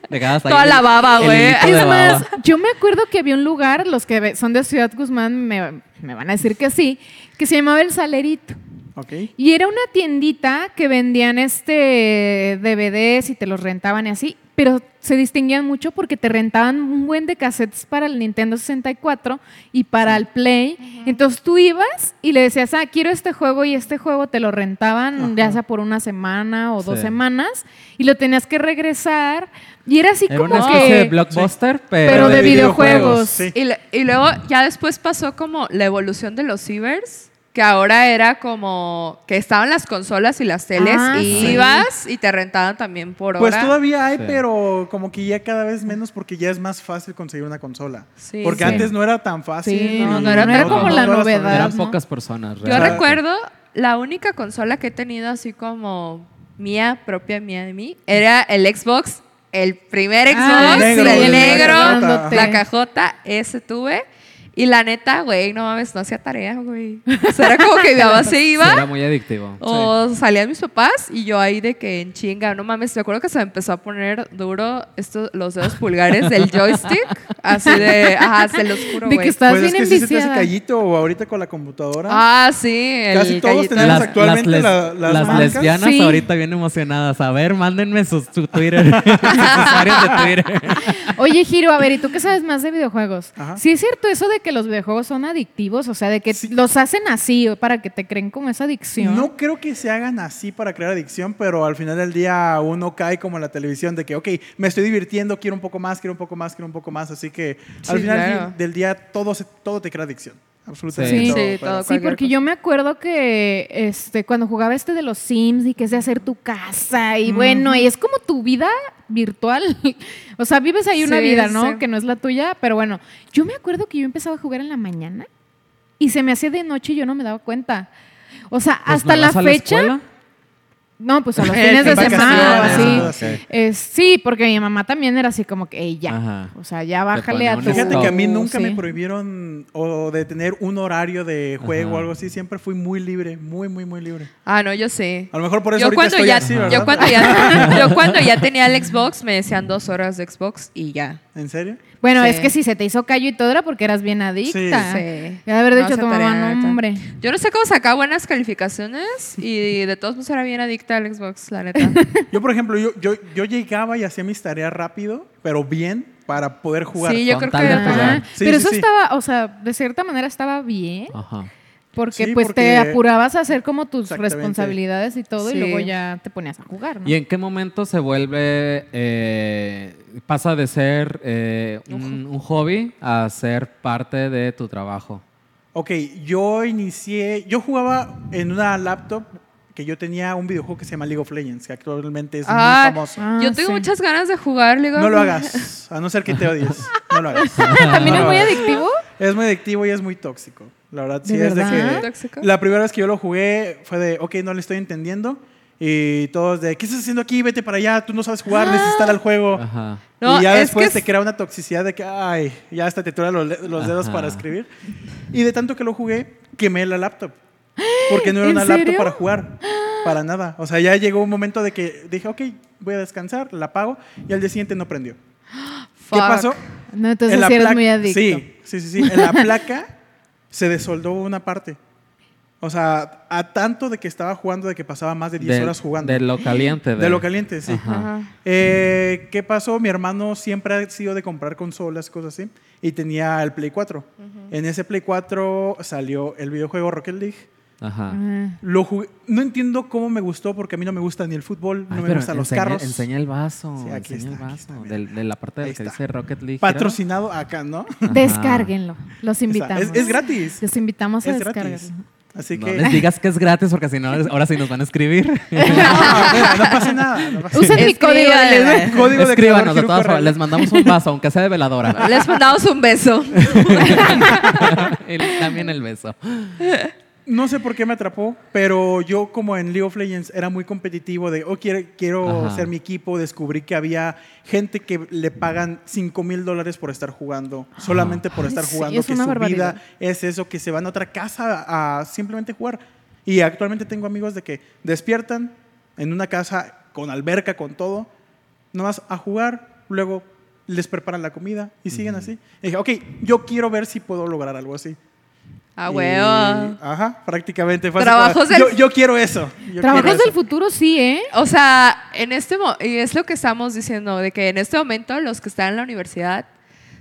Speaker 3: Dejabas ahí
Speaker 2: Toda
Speaker 3: el-
Speaker 2: la baba,
Speaker 3: el
Speaker 2: güey.
Speaker 3: hilito de
Speaker 1: Es
Speaker 3: baba.
Speaker 1: más, yo me acuerdo que había un lugar, los que ve- son de Ciudad Guzmán me, me van a decir que sí, que se llamaba El Salerito.
Speaker 4: Ok.
Speaker 1: Y era una tiendita que vendían este DVDs y te los rentaban y así, pero se distinguían mucho porque te rentaban un buen de cassettes para el Nintendo 64 y para el Play. Entonces tú ibas y le decías, ah, quiero este juego y este juego te lo rentaban ya
Speaker 4: Ajá.
Speaker 1: sea por una semana o dos
Speaker 3: Sí.
Speaker 1: semanas y lo tenías que regresar. Y era así
Speaker 3: Era
Speaker 1: como
Speaker 3: una
Speaker 1: que...
Speaker 3: especie de blockbuster, pero,
Speaker 1: pero
Speaker 2: Pues,
Speaker 1: de videojuegos.
Speaker 4: Sí.
Speaker 2: Y, le- y luego ya después pasó como la evolución de los cibers, que ahora era como que estaban las consolas y las teles
Speaker 1: Ah,
Speaker 2: y
Speaker 1: sí.
Speaker 2: ibas y te rentaban también por hora.
Speaker 4: Pues todavía hay,
Speaker 3: Sí.
Speaker 4: pero como que ya cada vez menos porque ya es más fácil conseguir una consola.
Speaker 2: Sí, sí.
Speaker 4: porque antes no era tan fácil.
Speaker 1: Sí,
Speaker 2: no,
Speaker 4: y
Speaker 2: no era tan
Speaker 4: todas
Speaker 2: como la
Speaker 4: las familias-
Speaker 1: novedad.
Speaker 3: Eran
Speaker 1: ¿no?
Speaker 3: pocas personas.
Speaker 2: Yo
Speaker 3: realmente.
Speaker 2: recuerdo la única consola que he tenido así como mía, propia mía de mí, era el Xbox, el primer Xbox,
Speaker 1: Ah,
Speaker 4: sí,
Speaker 2: el
Speaker 4: el
Speaker 2: negro,
Speaker 4: negro,
Speaker 1: ajá.
Speaker 2: la cajota, ese tuve. Y la neta, güey, no mames, no hacía tarea, güey. O sea, era como que mi mamá se
Speaker 3: Sí,
Speaker 2: iba.
Speaker 3: Era muy adictivo.
Speaker 2: O salían mis papás y yo ahí de que en chinga, no mames, me acuerdo que se me empezó a poner duro estos, los dedos pulgares del joystick, así de, ajá, se los juro,
Speaker 1: De
Speaker 2: güey.
Speaker 1: que estás
Speaker 4: Pues es
Speaker 1: bien
Speaker 4: que sí se te hace
Speaker 1: enviciada.
Speaker 4: callito o ahorita con la computadora.
Speaker 2: Ah, sí, el
Speaker 4: Casi todos
Speaker 2: gallito.
Speaker 4: tenemos actualmente
Speaker 3: les-
Speaker 4: la- las
Speaker 3: las
Speaker 4: marcas.
Speaker 3: lesbianas
Speaker 1: Sí.
Speaker 3: ahorita bien emocionadas. A ver, mándenme sus, su Twitter, sus usuarios de Twitter.
Speaker 1: Oye, Giro, a ver, ¿y tú qué sabes más de videojuegos?
Speaker 4: Ajá.
Speaker 1: Sí es cierto eso de que los videojuegos son adictivos, o sea, de que los hacen así o para que te creen como esa adicción.
Speaker 4: No creo que se hagan así para crear adicción, pero al final del día uno cae como en la televisión de que, ok, me estoy divirtiendo, quiero un poco más, quiero un poco más, quiero un poco más. Así que al
Speaker 2: Sí,
Speaker 4: final
Speaker 2: claro.
Speaker 4: del día todo, se- todo te crea adicción. Absolutamente.
Speaker 1: Sí.
Speaker 4: todo,
Speaker 2: Sí,
Speaker 4: pero-
Speaker 2: todo.
Speaker 1: Sí,
Speaker 2: cualquier
Speaker 1: porque
Speaker 2: cosa.
Speaker 1: yo me acuerdo que este, cuando jugaba este de los Sims y que es de hacer tu casa y bueno, y es como tu vida virtual. o sea, vives ahí una
Speaker 2: Sí,
Speaker 1: vida, ¿no?
Speaker 2: sí.
Speaker 1: Que no es la tuya, pero bueno, yo me acuerdo que yo empezaba a jugar en la mañana y se me hacía de noche y yo no me daba cuenta. O sea,
Speaker 3: Pues,
Speaker 1: hasta
Speaker 3: ¿no
Speaker 1: la
Speaker 3: vas a la
Speaker 1: fecha.
Speaker 3: escuela?
Speaker 1: no, pues a los
Speaker 2: En
Speaker 1: fines de
Speaker 4: vacaciones,
Speaker 1: semana, o
Speaker 4: ¿no?
Speaker 1: así.
Speaker 4: Sí.
Speaker 3: Ok.
Speaker 1: Es- sí, porque mi mamá también era así como que, "Ey, ya.
Speaker 3: Ajá.
Speaker 1: O sea, ya bájale
Speaker 3: ponía
Speaker 1: a
Speaker 3: un
Speaker 1: tu.
Speaker 4: Fíjate que a mí
Speaker 2: Uh,
Speaker 4: nunca me
Speaker 1: sí.
Speaker 4: prohibieron o de tener un horario de juego
Speaker 3: Ajá.
Speaker 4: o algo así. Siempre fui muy libre, muy, muy, muy libre.
Speaker 2: Ah, no, yo sí.
Speaker 4: A lo mejor por eso
Speaker 2: Yo
Speaker 4: ahorita
Speaker 2: cuando,
Speaker 4: estoy
Speaker 2: ya,
Speaker 4: así,
Speaker 2: yo
Speaker 4: ¿verdad?
Speaker 2: cuando ya, yo cuando ya tenía el Xbox me decían dos horas de Xbox y ya.
Speaker 4: ¿En serio?
Speaker 1: Bueno,
Speaker 2: Sí.
Speaker 1: es que si se te hizo callo y todo era porque eras bien adicta.
Speaker 2: Sí.
Speaker 1: Ah, De haber
Speaker 2: No
Speaker 1: dicho a
Speaker 2: hacía
Speaker 1: tu
Speaker 2: tarea,
Speaker 1: mamá,
Speaker 2: neta.
Speaker 1: no, hombre.
Speaker 2: Yo no sé cómo sacaba buenas calificaciones y de todos modos era bien adicta al Xbox, la neta.
Speaker 4: Yo, por ejemplo, yo, yo, yo llegaba y hacía mis tareas rápido, pero bien, para poder jugar.
Speaker 2: Sí, yo
Speaker 3: Con
Speaker 2: creo
Speaker 3: tal de
Speaker 2: que...
Speaker 3: jugar.
Speaker 1: Ajá.
Speaker 4: Sí,
Speaker 1: Pero
Speaker 4: sí,
Speaker 1: eso
Speaker 4: sí. Ah.
Speaker 1: estaba, o sea, de cierta manera estaba bien,
Speaker 3: Ajá.
Speaker 1: porque
Speaker 4: Sí,
Speaker 1: pues
Speaker 4: porque-
Speaker 1: te apurabas a hacer como tus
Speaker 4: Exactamente.
Speaker 1: responsabilidades y todo,
Speaker 2: Sí.
Speaker 1: y luego ya te ponías a jugar, ¿no?
Speaker 3: ¿Y en qué momento se vuelve, eh, pasa de ser eh, un, un hobby a ser parte de tu trabajo?
Speaker 4: Ok, yo inicié, yo jugaba en una laptop que yo tenía un videojuego que se llama League of Legends, que actualmente es
Speaker 2: Ah,
Speaker 4: muy famoso.
Speaker 1: Ah,
Speaker 2: Yo tengo
Speaker 1: sí.
Speaker 2: muchas ganas de jugar, League of
Speaker 4: No lo
Speaker 2: Legends.
Speaker 4: hagas, a no ser que te odies. No lo hagas.
Speaker 1: También
Speaker 4: No
Speaker 1: es
Speaker 4: lo
Speaker 1: muy
Speaker 4: hagas.
Speaker 1: adictivo.
Speaker 4: Es muy adictivo y es muy tóxico. La verdad, sí,
Speaker 1: ¿De
Speaker 4: es de
Speaker 1: verdad?
Speaker 4: que.
Speaker 2: Ah, ¿Tóxico?
Speaker 4: La primera vez que yo lo jugué fue de, ok, no le estoy entendiendo. Y todos de, ¿qué estás haciendo aquí? Vete para allá, tú no sabes
Speaker 1: Ah.
Speaker 4: jugar, desinstala el juego.
Speaker 3: Ajá.
Speaker 2: No,
Speaker 4: y ya
Speaker 2: es
Speaker 4: después
Speaker 2: que
Speaker 4: te
Speaker 2: es-
Speaker 4: crea una toxicidad de que, ay, ya hasta te tueran los, los dedos
Speaker 3: Ajá.
Speaker 4: para escribir. Y de tanto que lo jugué, quemé la laptop. Porque no era
Speaker 1: ¿En
Speaker 4: una laptop
Speaker 1: serio?
Speaker 4: para jugar. Para nada. O sea, ya llegó un momento de que dije, ok, voy a descansar, la apago. Y al día siguiente no prendió.
Speaker 2: Fuck.
Speaker 4: ¿Qué pasó?
Speaker 1: No, entonces sí eres
Speaker 4: placa-
Speaker 1: muy adicto.
Speaker 4: Sí, sí, sí, sí. En la placa se desoldó una parte. O sea, a tanto de que estaba jugando, de que pasaba más de 10
Speaker 3: De-
Speaker 4: horas jugando.
Speaker 3: De lo caliente.
Speaker 4: De lo caliente, sí.
Speaker 3: Ajá.
Speaker 2: Ajá.
Speaker 4: Eh, ¿Qué pasó? Mi hermano siempre ha sido de comprar consolas, cosas así, y tenía el Play 4. En ese Play 4 salió el videojuego Rocket League.
Speaker 3: Ajá.
Speaker 1: Ah.
Speaker 4: Lo jugué- No entiendo cómo me gustó, porque a mí no me gusta ni el fútbol, no
Speaker 3: Ay,
Speaker 4: me
Speaker 3: pero
Speaker 4: gustan los
Speaker 3: enseña-
Speaker 4: carros.
Speaker 3: Enseña el vaso.
Speaker 4: Sí, aquí
Speaker 3: enseña el
Speaker 4: está, aquí
Speaker 3: vaso.
Speaker 4: está, mira.
Speaker 3: del- de, la parte
Speaker 4: Ahí
Speaker 3: del que
Speaker 4: está.
Speaker 3: dice Rocket League. ¿era?
Speaker 4: Patrocinado acá, ¿no?
Speaker 3: Ajá.
Speaker 1: Descárguenlo. Los invitamos.
Speaker 4: Es, es gratis.
Speaker 1: Los invitamos a
Speaker 4: es gratis.
Speaker 1: descargarlo.
Speaker 4: Así
Speaker 3: No
Speaker 4: este, que...
Speaker 3: les digas que es gratis porque si no, ahora sí nos van a escribir.
Speaker 4: Ah, mira, no pasa nada. No pasa
Speaker 1: Usen
Speaker 4: nada.
Speaker 1: mi código.
Speaker 2: Escriban.
Speaker 1: de-
Speaker 4: El código de
Speaker 3: Escríbanos, de
Speaker 4: creador
Speaker 3: todas
Speaker 4: Giro
Speaker 3: formas. Les mandamos un vaso, aunque sea de veladora.
Speaker 2: Les mandamos un beso.
Speaker 3: El- también el beso.
Speaker 4: No sé por qué me atrapó, pero yo como en League of Legends era muy competitivo de, oh, quiero, quiero
Speaker 3: Ajá.
Speaker 4: ser mi equipo, descubrí que había gente que le pagan 5 mil dólares por estar jugando, solamente por
Speaker 1: Ay,
Speaker 4: estar
Speaker 1: sí,
Speaker 4: jugando,
Speaker 1: es
Speaker 4: que
Speaker 1: una
Speaker 4: su
Speaker 1: barbaridad.
Speaker 4: vida es eso, que se van a otra casa a, a simplemente jugar. Y actualmente tengo amigos de que despiertan en una casa con alberca, con todo, nomás a jugar, luego les preparan la comida y siguen así. Y dije, ok, yo quiero ver si puedo lograr algo así.
Speaker 2: Ah,
Speaker 4: Y-
Speaker 2: huevo.
Speaker 4: Ajá, prácticamente. fue así
Speaker 2: Trabajos
Speaker 4: como,
Speaker 2: del-
Speaker 4: yo, yo quiero eso. yo quiero
Speaker 1: Trabajos
Speaker 4: eso.
Speaker 1: del futuro, sí, ¿eh?
Speaker 2: O sea, en este mo- y es lo que estamos diciendo, de que en este momento los que están en la universidad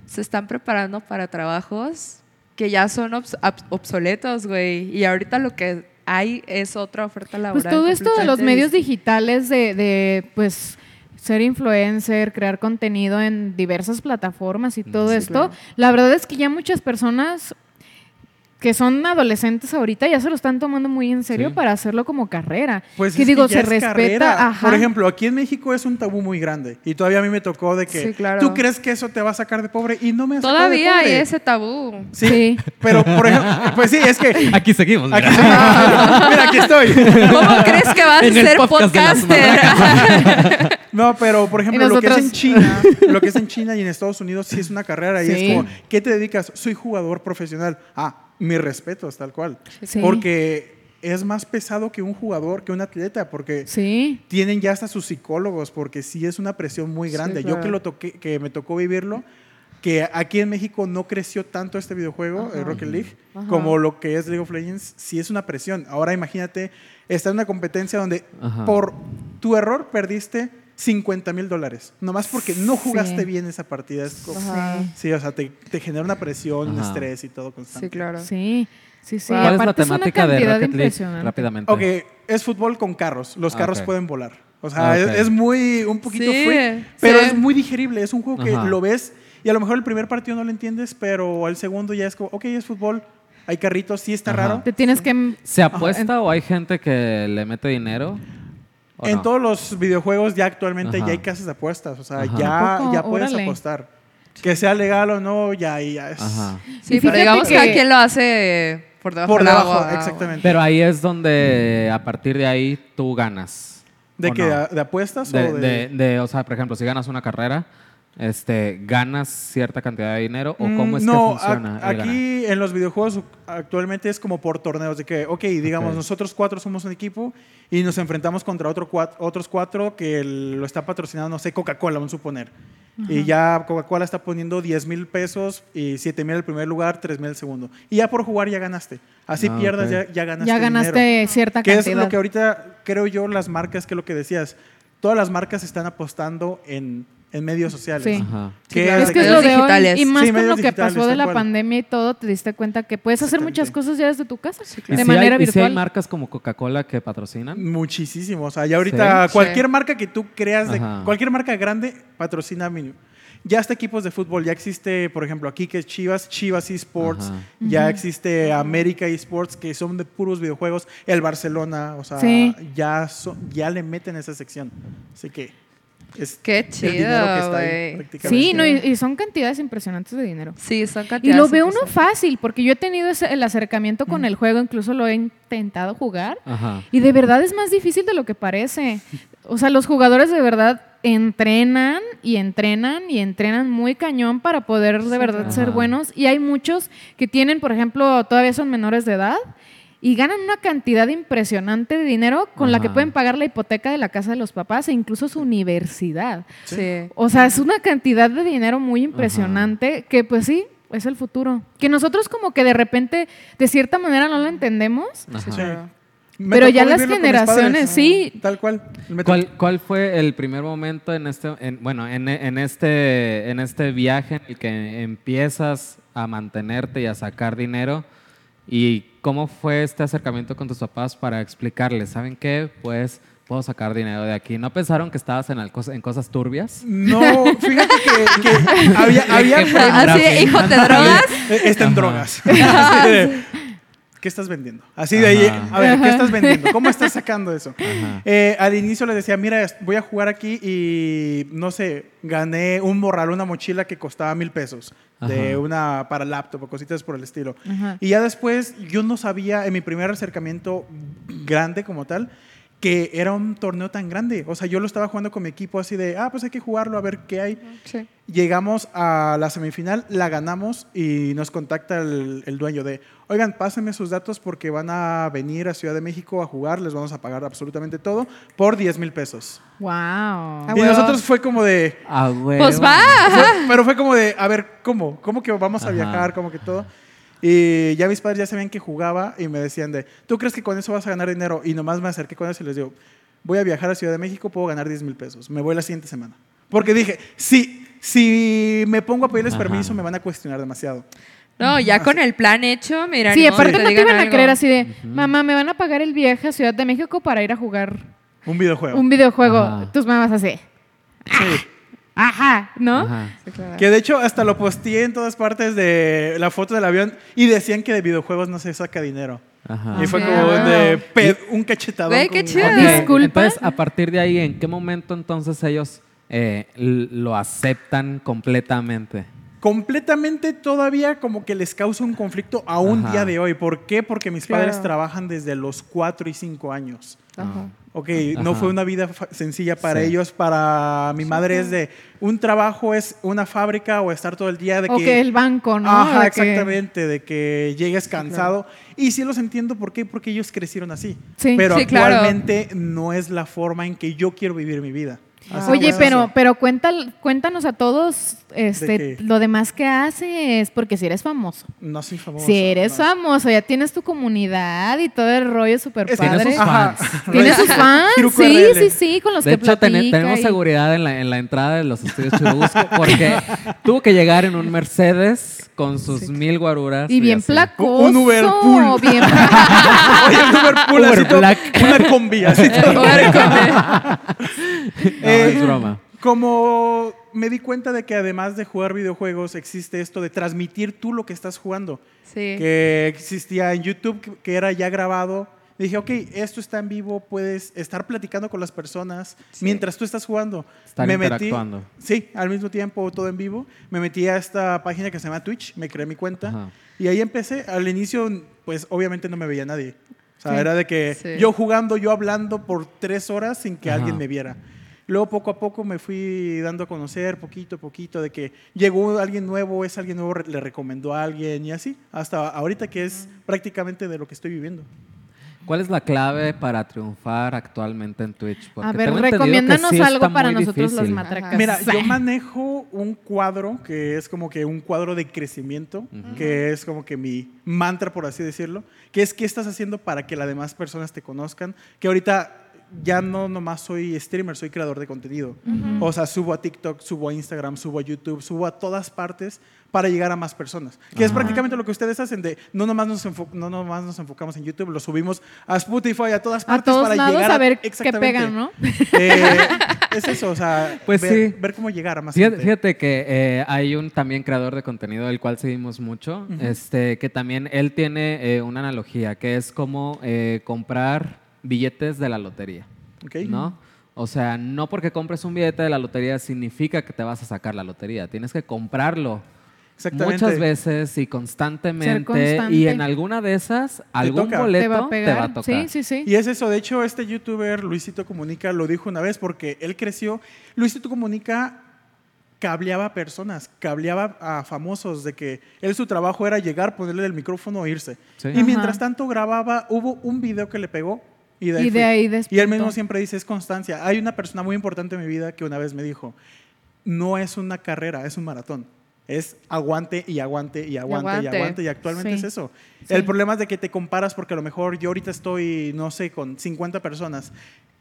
Speaker 2: se están preparando para trabajos que ya son obs- ab- obsoletos, güey. Y ahorita lo que hay es otra oferta laboral.
Speaker 1: Pues todo esto de los
Speaker 2: completamente
Speaker 1: medios
Speaker 2: distinta.
Speaker 1: digitales, de, de, pues ser influencer, crear contenido en diversas plataformas y todo esto, la verdad es que ya muchas personas que son adolescentes ahorita ya se lo están tomando muy en serio
Speaker 3: Sí.
Speaker 1: para hacerlo como carrera.
Speaker 4: Pues
Speaker 1: que
Speaker 4: es
Speaker 1: digo,
Speaker 4: ya
Speaker 1: se
Speaker 4: es
Speaker 1: respeta.
Speaker 4: carrera.
Speaker 1: ajá.
Speaker 4: Por ejemplo, aquí en México es un tabú muy grande. Y todavía a mí me tocó de que
Speaker 2: Sí, claro.
Speaker 4: tú crees que eso te va a sacar de pobre y no me ha sacado
Speaker 2: Todavía
Speaker 4: de
Speaker 2: hay
Speaker 4: pobre.
Speaker 2: ese tabú.
Speaker 4: Sí.
Speaker 1: Sí.
Speaker 4: Pero, por ejemplo, pues sí, es que. Aquí
Speaker 3: Aquí seguimos. mira.
Speaker 4: estoy. Mira, aquí estoy.
Speaker 2: ¿Cómo crees que vas a
Speaker 3: En el
Speaker 2: ser
Speaker 3: podcast de las
Speaker 2: podcaster?
Speaker 4: No, pero por ejemplo,
Speaker 1: Y
Speaker 4: lo que es en
Speaker 1: nosotros-
Speaker 4: China, lo que es en China y en Estados Unidos sí es una carrera y
Speaker 1: Sí.
Speaker 4: es como, ¿qué te dedicas? Soy jugador profesional. Ah, mi respeto, tal cual.
Speaker 1: Sí.
Speaker 4: Porque es más pesado que un jugador, que un atleta, porque
Speaker 1: Sí.
Speaker 4: tienen ya hasta sus psicólogos, porque sí es una presión muy grande. Yo que
Speaker 2: claro.
Speaker 4: lo toqué, que me tocó vivirlo, que aquí en México no creció tanto este videojuego, el Rocket League,
Speaker 2: Ajá.
Speaker 4: como lo que es League of Legends, sí es una presión. Ahora imagínate, está en una competencia donde
Speaker 3: Ajá.
Speaker 4: por tu error perdiste 50 mil dólares, nomás porque no jugaste
Speaker 1: Sí.
Speaker 4: bien esa partida. Es como-
Speaker 2: Ajá.
Speaker 4: sí, o sea, te, te genera una presión, un
Speaker 3: Ajá.
Speaker 4: estrés y todo
Speaker 2: Sí,
Speaker 4: constante.
Speaker 2: claro.
Speaker 1: Sí. Sí, sí.
Speaker 2: ¿Cuál
Speaker 3: ¿Cuál es la
Speaker 1: Aparte es una
Speaker 3: temática de
Speaker 1: cantidad
Speaker 3: Rocket League?
Speaker 1: impresionante.
Speaker 3: Rápidamente.
Speaker 4: Ok, es fútbol con carros. Los
Speaker 3: Ah,
Speaker 4: carros
Speaker 3: ok.
Speaker 4: pueden volar. O sea,
Speaker 3: Ah, ok.
Speaker 4: es, es muy, un poquito
Speaker 2: Sí,
Speaker 4: free, pero
Speaker 2: sí.
Speaker 4: es muy digerible. Es un juego que
Speaker 3: Ajá.
Speaker 4: lo ves y a lo mejor el primer partido no lo entiendes, pero el segundo ya es como, ok, es fútbol, hay carritos, sí está
Speaker 3: Ajá.
Speaker 4: raro.
Speaker 1: Te tienes que...
Speaker 3: ¿Se apuesta o hay gente que le mete dinero? ¿O
Speaker 4: En
Speaker 3: no?
Speaker 4: todos los videojuegos ya actualmente
Speaker 3: Ajá.
Speaker 4: ya hay casas de apuestas. O sea,
Speaker 3: Ajá.
Speaker 1: ¿A
Speaker 4: ya,
Speaker 1: poco?
Speaker 4: ya puedes
Speaker 1: Órale.
Speaker 4: apostar. Que sea legal o no, ya, ya es...
Speaker 3: Ajá.
Speaker 1: Y
Speaker 2: Sí, pero
Speaker 1: fíjate
Speaker 2: digamos que
Speaker 1: que-
Speaker 2: cada quien lo hace por debajo
Speaker 4: Por
Speaker 2: del
Speaker 4: debajo,
Speaker 2: agua.
Speaker 4: exactamente.
Speaker 3: Pero ahí es donde a partir de ahí tú ganas.
Speaker 4: ¿De
Speaker 3: ¿o
Speaker 4: qué?
Speaker 3: no?
Speaker 4: ¿De- ¿De apuestas
Speaker 3: De,
Speaker 4: o de...?
Speaker 3: de- de, o sea, por ejemplo, si ganas una carrera, este, ganas cierta cantidad de dinero o
Speaker 4: Mm,
Speaker 3: cómo es
Speaker 4: no,
Speaker 3: que funciona.
Speaker 4: ac-
Speaker 3: el ganar?
Speaker 4: aquí en los videojuegos actualmente es como por torneos, de que, ok, digamos,
Speaker 3: Ok.
Speaker 4: nosotros cuatro somos un equipo y nos enfrentamos contra otro cuat- otros cuatro que el- lo está patrocinando, no sé, Coca-Cola, vamos a suponer. Y ya Coca-Cola está poniendo 10 mil pesos y 7 mil al primer lugar, 3 mil al segundo. Y ya por jugar ya ganaste. Así
Speaker 3: Ah,
Speaker 4: pierdas,
Speaker 3: ok.
Speaker 4: ya, ya ganaste.
Speaker 1: Ya ganaste
Speaker 4: dinero.
Speaker 1: cierta
Speaker 4: Que
Speaker 1: cantidad.
Speaker 4: es lo que ahorita creo yo las marcas, que es lo que decías. Todas las marcas están apostando en, en medios sociales.
Speaker 1: Sí.
Speaker 3: Ajá.
Speaker 2: Sí, claro.
Speaker 1: Es
Speaker 2: de
Speaker 1: que es
Speaker 2: medios
Speaker 1: lo de hoy.
Speaker 2: digitales.
Speaker 1: Y más
Speaker 4: Sí,
Speaker 1: con
Speaker 4: medios
Speaker 1: lo que
Speaker 4: digitales,
Speaker 1: pasó de
Speaker 4: tal
Speaker 1: la
Speaker 4: cual.
Speaker 1: pandemia y todo, te diste cuenta que puedes hacer muchas
Speaker 4: Exactamente.
Speaker 1: cosas ya desde tu casa.
Speaker 3: ¿Y
Speaker 1: De
Speaker 3: si
Speaker 1: manera
Speaker 3: hay, y si hay
Speaker 1: virtual.
Speaker 3: marcas como Coca-Cola que patrocinan?
Speaker 4: Muchísimo. O sea, ya ahorita
Speaker 2: Sí.
Speaker 4: cualquier
Speaker 2: Sí.
Speaker 4: marca que tú creas, de,
Speaker 3: Ajá.
Speaker 4: cualquier marca grande, patrocina mínimo. Ya hasta equipos de fútbol, ya existe, por ejemplo, aquí que es Chivas, Chivas Esports,
Speaker 3: Ajá.
Speaker 4: ya existe América Esports, que son de puros videojuegos, el Barcelona, o sea,
Speaker 1: Sí.
Speaker 4: ya, son- ya le meten esa sección. Así que es
Speaker 2: Qué
Speaker 4: el dinero que
Speaker 2: chido,
Speaker 4: está ahí
Speaker 2: güey.
Speaker 4: prácticamente.
Speaker 1: Sí, no, y, y son cantidades impresionantes de dinero.
Speaker 2: Sí, son
Speaker 1: Y
Speaker 2: cantidades.
Speaker 1: lo ve uno
Speaker 2: impresionantes.
Speaker 1: fácil, porque yo he tenido ese- el acercamiento con el juego, incluso lo he intentado jugar,
Speaker 3: Ajá.
Speaker 1: y de verdad es más difícil de lo que parece. O sea, los jugadores de verdad entrenan y entrenan y entrenan muy cañón para poder de verdad
Speaker 3: claro.
Speaker 1: ser
Speaker 3: Ajá.
Speaker 1: buenos. Y hay muchos que tienen, por ejemplo, todavía son menores de edad y ganan una cantidad impresionante de dinero con la que
Speaker 3: Ajá.
Speaker 1: pueden pagar la hipoteca de la casa de los papás e incluso su universidad.
Speaker 2: Sí.
Speaker 1: O sea, es una cantidad de dinero muy impresionante que pues sí, es el futuro. Que nosotros como que de repente, de cierta manera, no lo entendemos.
Speaker 3: Ajá.
Speaker 4: Sí. Me
Speaker 1: Pero
Speaker 4: tocó
Speaker 1: ya las
Speaker 4: vivirlo con mis
Speaker 1: generaciones,
Speaker 4: padres,
Speaker 1: sí.
Speaker 4: Tal cual. Me tocó-
Speaker 3: ¿Cuál, ¿Cuál fue el primer momento en este, en- bueno, en, en este, en este viaje en el que empiezas a mantenerte y a sacar dinero? ¿Y cómo fue este acercamiento con tus papás para explicarles, ¿saben qué? Pues puedo sacar dinero de aquí. ¿No pensaron que estabas en, al- cos- en cosas turbias?
Speaker 4: No, fíjate que, que había, había
Speaker 3: Que fue un
Speaker 2: Así,
Speaker 3: drafting.
Speaker 2: hijo, ¿te drogas?
Speaker 4: Eh, Está en
Speaker 3: Ajá.
Speaker 4: drogas. Así de, ¿Qué estás vendiendo? Así de ahí,
Speaker 3: Ajá.
Speaker 4: a ver, ¿qué estás vendiendo? ¿Cómo estás sacando eso?
Speaker 3: Ajá.
Speaker 4: Eh, al inicio les decía, mira, est- voy a jugar aquí y no sé, gané un morral, una mochila que costaba mil pesos, de
Speaker 3: Ajá.
Speaker 4: una para laptop o cositas por el estilo.
Speaker 1: Ajá.
Speaker 4: Y ya después yo no sabía en mi primer acercamiento grande como tal que era un torneo tan grande. O sea, yo lo estaba jugando con mi equipo así de, ah, pues hay que jugarlo, a ver qué hay.
Speaker 2: Sí.
Speaker 4: Llegamos a la semifinal, la ganamos y nos contacta el, el dueño de, oigan, pásenme sus datos porque van a venir a Ciudad de México a jugar, les vamos a pagar absolutamente todo por 10 mil pesos.
Speaker 1: Wow.
Speaker 2: Ah,
Speaker 4: y
Speaker 2: huevo.
Speaker 4: nosotros fue como de,
Speaker 3: Ah, güey.
Speaker 2: Pues va.
Speaker 4: fue- pero fue como de, a ver, ¿cómo? ¿Cómo que vamos a
Speaker 3: Ajá.
Speaker 4: viajar? ¿Cómo que todo? Y ya mis padres ya sabían que jugaba y me decían de, ¿tú crees que con eso vas a ganar dinero? Y nomás me acerqué con eso y les digo, voy a viajar a Ciudad de México, puedo ganar 10 mil pesos, me voy la siguiente semana. Porque dije, si, si me pongo a pedirles
Speaker 3: Ajá.
Speaker 4: permiso me van a cuestionar demasiado.
Speaker 2: No, ya con el plan hecho, mira.
Speaker 1: Sí,
Speaker 2: ni modo
Speaker 1: aparte
Speaker 2: que
Speaker 1: no te
Speaker 2: digan
Speaker 1: iban a
Speaker 2: algo.
Speaker 1: creer así de, mamá, me van a pagar el viaje a Ciudad de México para ir a jugar
Speaker 4: Un videojuego.
Speaker 1: un videojuego.
Speaker 3: Ajá.
Speaker 1: Tus mamás así.
Speaker 4: Sí.
Speaker 1: Ajá, ¿no?
Speaker 3: Ajá.
Speaker 2: Sí, claro.
Speaker 4: Que de hecho hasta lo posteé en todas partes de la foto del avión y decían que de videojuegos no se saca dinero.
Speaker 3: Ajá.
Speaker 4: Y fue
Speaker 2: Ok.
Speaker 4: como de pe- un cachetado.
Speaker 2: Ve, qué chido.
Speaker 3: Ok,
Speaker 1: Disculpa.
Speaker 3: Entonces, a partir de ahí, ¿en qué momento entonces ellos eh, l- lo aceptan completamente?
Speaker 4: Completamente todavía como que les causa un conflicto a un
Speaker 3: Ajá.
Speaker 4: día de hoy. ¿Por qué? Porque mis
Speaker 2: Claro.
Speaker 4: padres trabajan desde los 4 y 5 años.
Speaker 2: Ajá.
Speaker 4: Ok,
Speaker 3: Ajá.
Speaker 4: no fue una vida fa- sencilla para
Speaker 3: Sí.
Speaker 4: ellos. Para mi madre es de un trabajo es una fábrica o estar todo el día de
Speaker 1: O que el banco, ¿no?
Speaker 4: Ajá,
Speaker 1: De que-
Speaker 4: exactamente, de que llegues cansado. Y sí los entiendo por qué, porque ellos crecieron así.
Speaker 1: Sí.
Speaker 4: pero
Speaker 2: Sí, claro.
Speaker 4: actualmente no es la forma en que yo quiero vivir mi vida. Así
Speaker 1: Ah, Oye,
Speaker 4: que pues,
Speaker 1: pero,
Speaker 4: eso.
Speaker 1: pero cuéntal- cuéntanos a todos este,
Speaker 4: ¿De qué?
Speaker 1: lo demás que haces, porque si eres famoso.
Speaker 4: No soy famoso.
Speaker 1: Si eres
Speaker 4: no.
Speaker 1: famoso, ya tienes tu comunidad y todo el rollo súper
Speaker 4: Es que-
Speaker 1: padre.
Speaker 3: Tienes sus
Speaker 4: Ajá.
Speaker 3: fans.
Speaker 1: Tienes sus fans,
Speaker 4: Kiruko
Speaker 1: sí, sí,
Speaker 4: RL.
Speaker 1: sí, con los
Speaker 3: De
Speaker 1: que
Speaker 3: hecho, tene-
Speaker 1: platica
Speaker 3: tenemos
Speaker 1: y-
Speaker 3: seguridad en la, en la entrada de los estudios Churubusco porque tuvo que llegar en un Mercedes con sus mil guaruras.
Speaker 1: Y bien
Speaker 3: así.
Speaker 1: placoso.
Speaker 4: Un Uber pool.
Speaker 1: bien-
Speaker 4: Oye, un Uber pool, así
Speaker 3: Uber
Speaker 4: todo-
Speaker 3: Black.
Speaker 4: una combi, así todo.
Speaker 2: Ahora con-
Speaker 3: No,
Speaker 4: Eh,
Speaker 3: es broma.
Speaker 4: Como me di cuenta de que además de jugar videojuegos existe esto de transmitir tú lo que estás jugando.
Speaker 2: Sí.
Speaker 4: que existía en YouTube, que- que era ya grabado. Dije, ok, esto está en vivo, puedes estar platicando con las personas
Speaker 2: Sí.
Speaker 4: mientras tú estás jugando.
Speaker 3: Estar
Speaker 4: metí-
Speaker 3: interactuando.
Speaker 4: sí, al mismo tiempo, todo en vivo. Me metí a esta página que se llama Twitch, me creé mi cuenta.
Speaker 3: Ajá.
Speaker 4: Y ahí empecé. Al inicio, pues obviamente no me veía nadie. O sea,
Speaker 1: Sí.
Speaker 4: era de que
Speaker 2: Sí.
Speaker 4: yo jugando, yo hablando por tres horas sin que
Speaker 3: Ajá.
Speaker 4: alguien me viera. Luego poco a poco me fui dando a conocer poquito a poquito de que llegó alguien nuevo, es alguien nuevo, re- le recomendó a alguien y así, hasta ahorita que es prácticamente de lo que estoy viviendo.
Speaker 3: ¿Cuál es la clave para triunfar actualmente en Twitch?
Speaker 1: A ver,
Speaker 3: tengo entendido que
Speaker 1: recomiéndanos
Speaker 3: sí está
Speaker 1: algo para
Speaker 3: muy
Speaker 1: nosotros los
Speaker 3: difícil.
Speaker 1: matracas.
Speaker 4: Mira, yo manejo un cuadro que es como que un cuadro de crecimiento, que es como que mi mantra, por así decirlo, que es qué estás haciendo para que las demás personas te conozcan, que ahorita ya no nomás soy streamer, soy creador de contenido. O sea, subo a TikTok, subo a Instagram, subo a YouTube, subo a todas partes para llegar a más personas. Que es
Speaker 3: Ajá.
Speaker 4: prácticamente lo que ustedes hacen de no nomás nos, enfo- no nomás nos enfocamos en YouTube, lo subimos a Spotify, a todas
Speaker 1: a
Speaker 4: partes
Speaker 1: todos
Speaker 4: para
Speaker 1: lados
Speaker 4: llegar
Speaker 1: a ver qué
Speaker 4: exactamente.
Speaker 1: pegan, ¿no?
Speaker 4: Eh, es eso, o sea,
Speaker 3: Pues
Speaker 4: ver,
Speaker 3: sí.
Speaker 4: ver cómo llegar a más
Speaker 3: Fíjate,
Speaker 4: gente.
Speaker 3: fíjate que eh, hay un también creador de contenido del cual seguimos mucho, este, que también él tiene eh, una analogía, que es como eh, comprar billetes de la lotería,
Speaker 4: Ok.
Speaker 3: ¿no? O sea, no porque compres un billete de la lotería significa que te vas a sacar la lotería, tienes que comprarlo
Speaker 4: Exactamente.
Speaker 3: muchas veces y constantemente
Speaker 1: constante.
Speaker 3: y en alguna de esas algún
Speaker 4: toca.
Speaker 3: boleto
Speaker 1: te va a pegar.
Speaker 3: tocar.
Speaker 1: Sí, sí, sí.
Speaker 4: Y es eso, de hecho, este youtuber Luisito Comunica lo dijo una vez porque él creció. Luisito Comunica cableaba a personas, cableaba a famosos de que él su trabajo era llegar, ponerle el micrófono e irse.
Speaker 3: Sí.
Speaker 4: Y mientras
Speaker 1: Ajá.
Speaker 4: tanto grababa, hubo un video que le pegó y de ahí,
Speaker 1: Y de
Speaker 4: fue.
Speaker 1: ahí
Speaker 4: Y él
Speaker 1: despuntó.
Speaker 4: mismo siempre dice, es constancia. Hay una persona muy importante en mi vida que una vez me dijo, no es una carrera, es un maratón. Es aguante y aguante y aguante y aguante. Y,
Speaker 2: aguante.
Speaker 4: actualmente
Speaker 1: Sí.
Speaker 4: es eso.
Speaker 1: Sí.
Speaker 4: El problema es de que te comparas porque a lo mejor yo ahorita estoy, no sé, con 50 personas.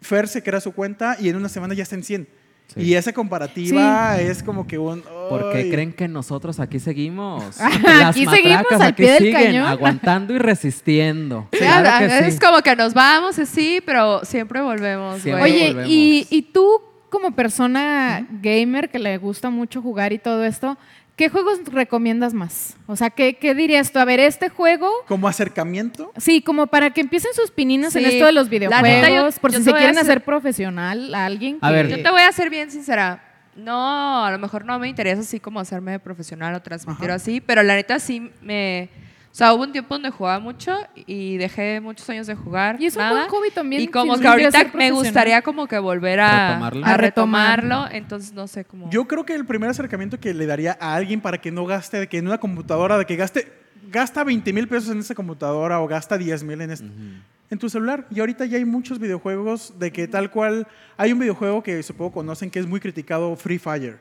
Speaker 4: Fer se crea su cuenta y en una semana ya está en 100.
Speaker 3: Sí.
Speaker 4: Y esa comparativa es como que un...
Speaker 3: Porque
Speaker 4: "Ay".
Speaker 3: creen que nosotros aquí seguimos.
Speaker 1: Aquí seguimos
Speaker 3: matracas
Speaker 1: al
Speaker 3: aquí
Speaker 1: pie del
Speaker 3: siguen,
Speaker 1: cañón.
Speaker 3: Aguantando y resistiendo.
Speaker 2: Claro,
Speaker 3: Claro que
Speaker 2: es
Speaker 3: sí.
Speaker 2: como que nos vamos así, pero siempre volvemos,
Speaker 3: Siempre.
Speaker 2: güey.
Speaker 1: Oye,
Speaker 3: volvemos.
Speaker 1: y, y tú como persona gamer que le gusta mucho jugar y todo esto, ¿qué juegos recomiendas más? O sea, ¿qué, qué dirías tú? A ver, este juego...
Speaker 4: Como acercamiento.
Speaker 1: Sí, como para que empiecen sus pininos en
Speaker 2: Sí.
Speaker 1: esto de los
Speaker 2: La
Speaker 1: videojuegos,
Speaker 2: neta, yo-
Speaker 1: por
Speaker 2: yo
Speaker 1: si
Speaker 2: te
Speaker 1: se
Speaker 2: voy a
Speaker 1: quieren
Speaker 2: hacer-
Speaker 1: hacer profesional a alguien.
Speaker 3: A
Speaker 1: que-
Speaker 3: ver.
Speaker 2: Yo te voy a ser bien sincera. No, a lo mejor no me interesa así como hacerme profesional o transmitir
Speaker 4: Ajá.
Speaker 2: así, pero la neta sí me... O sea, hubo un tiempo donde jugaba mucho y dejé muchos años de jugar.
Speaker 1: Y es un
Speaker 2: nada.
Speaker 1: buen hobby también,
Speaker 2: Y
Speaker 1: si
Speaker 2: como
Speaker 1: no
Speaker 2: que
Speaker 1: quieres
Speaker 2: ahorita
Speaker 1: ser
Speaker 2: me
Speaker 1: profesional.
Speaker 2: gustaría como que volver a
Speaker 3: Retomarlo.
Speaker 2: a
Speaker 1: A retomarlo.
Speaker 2: retomarlo, Entonces no sé cómo...
Speaker 4: Yo creo que el primer acercamiento que le daría a alguien para que no gaste, de que en una computadora, de que gaste, gasta 20 mil pesos en esta computadora o gasta 10 mil en esta. En tu celular. Y ahorita ya hay muchos videojuegos de que tal cual. Hay un videojuego que supongo conocen que es muy criticado, Free Fire.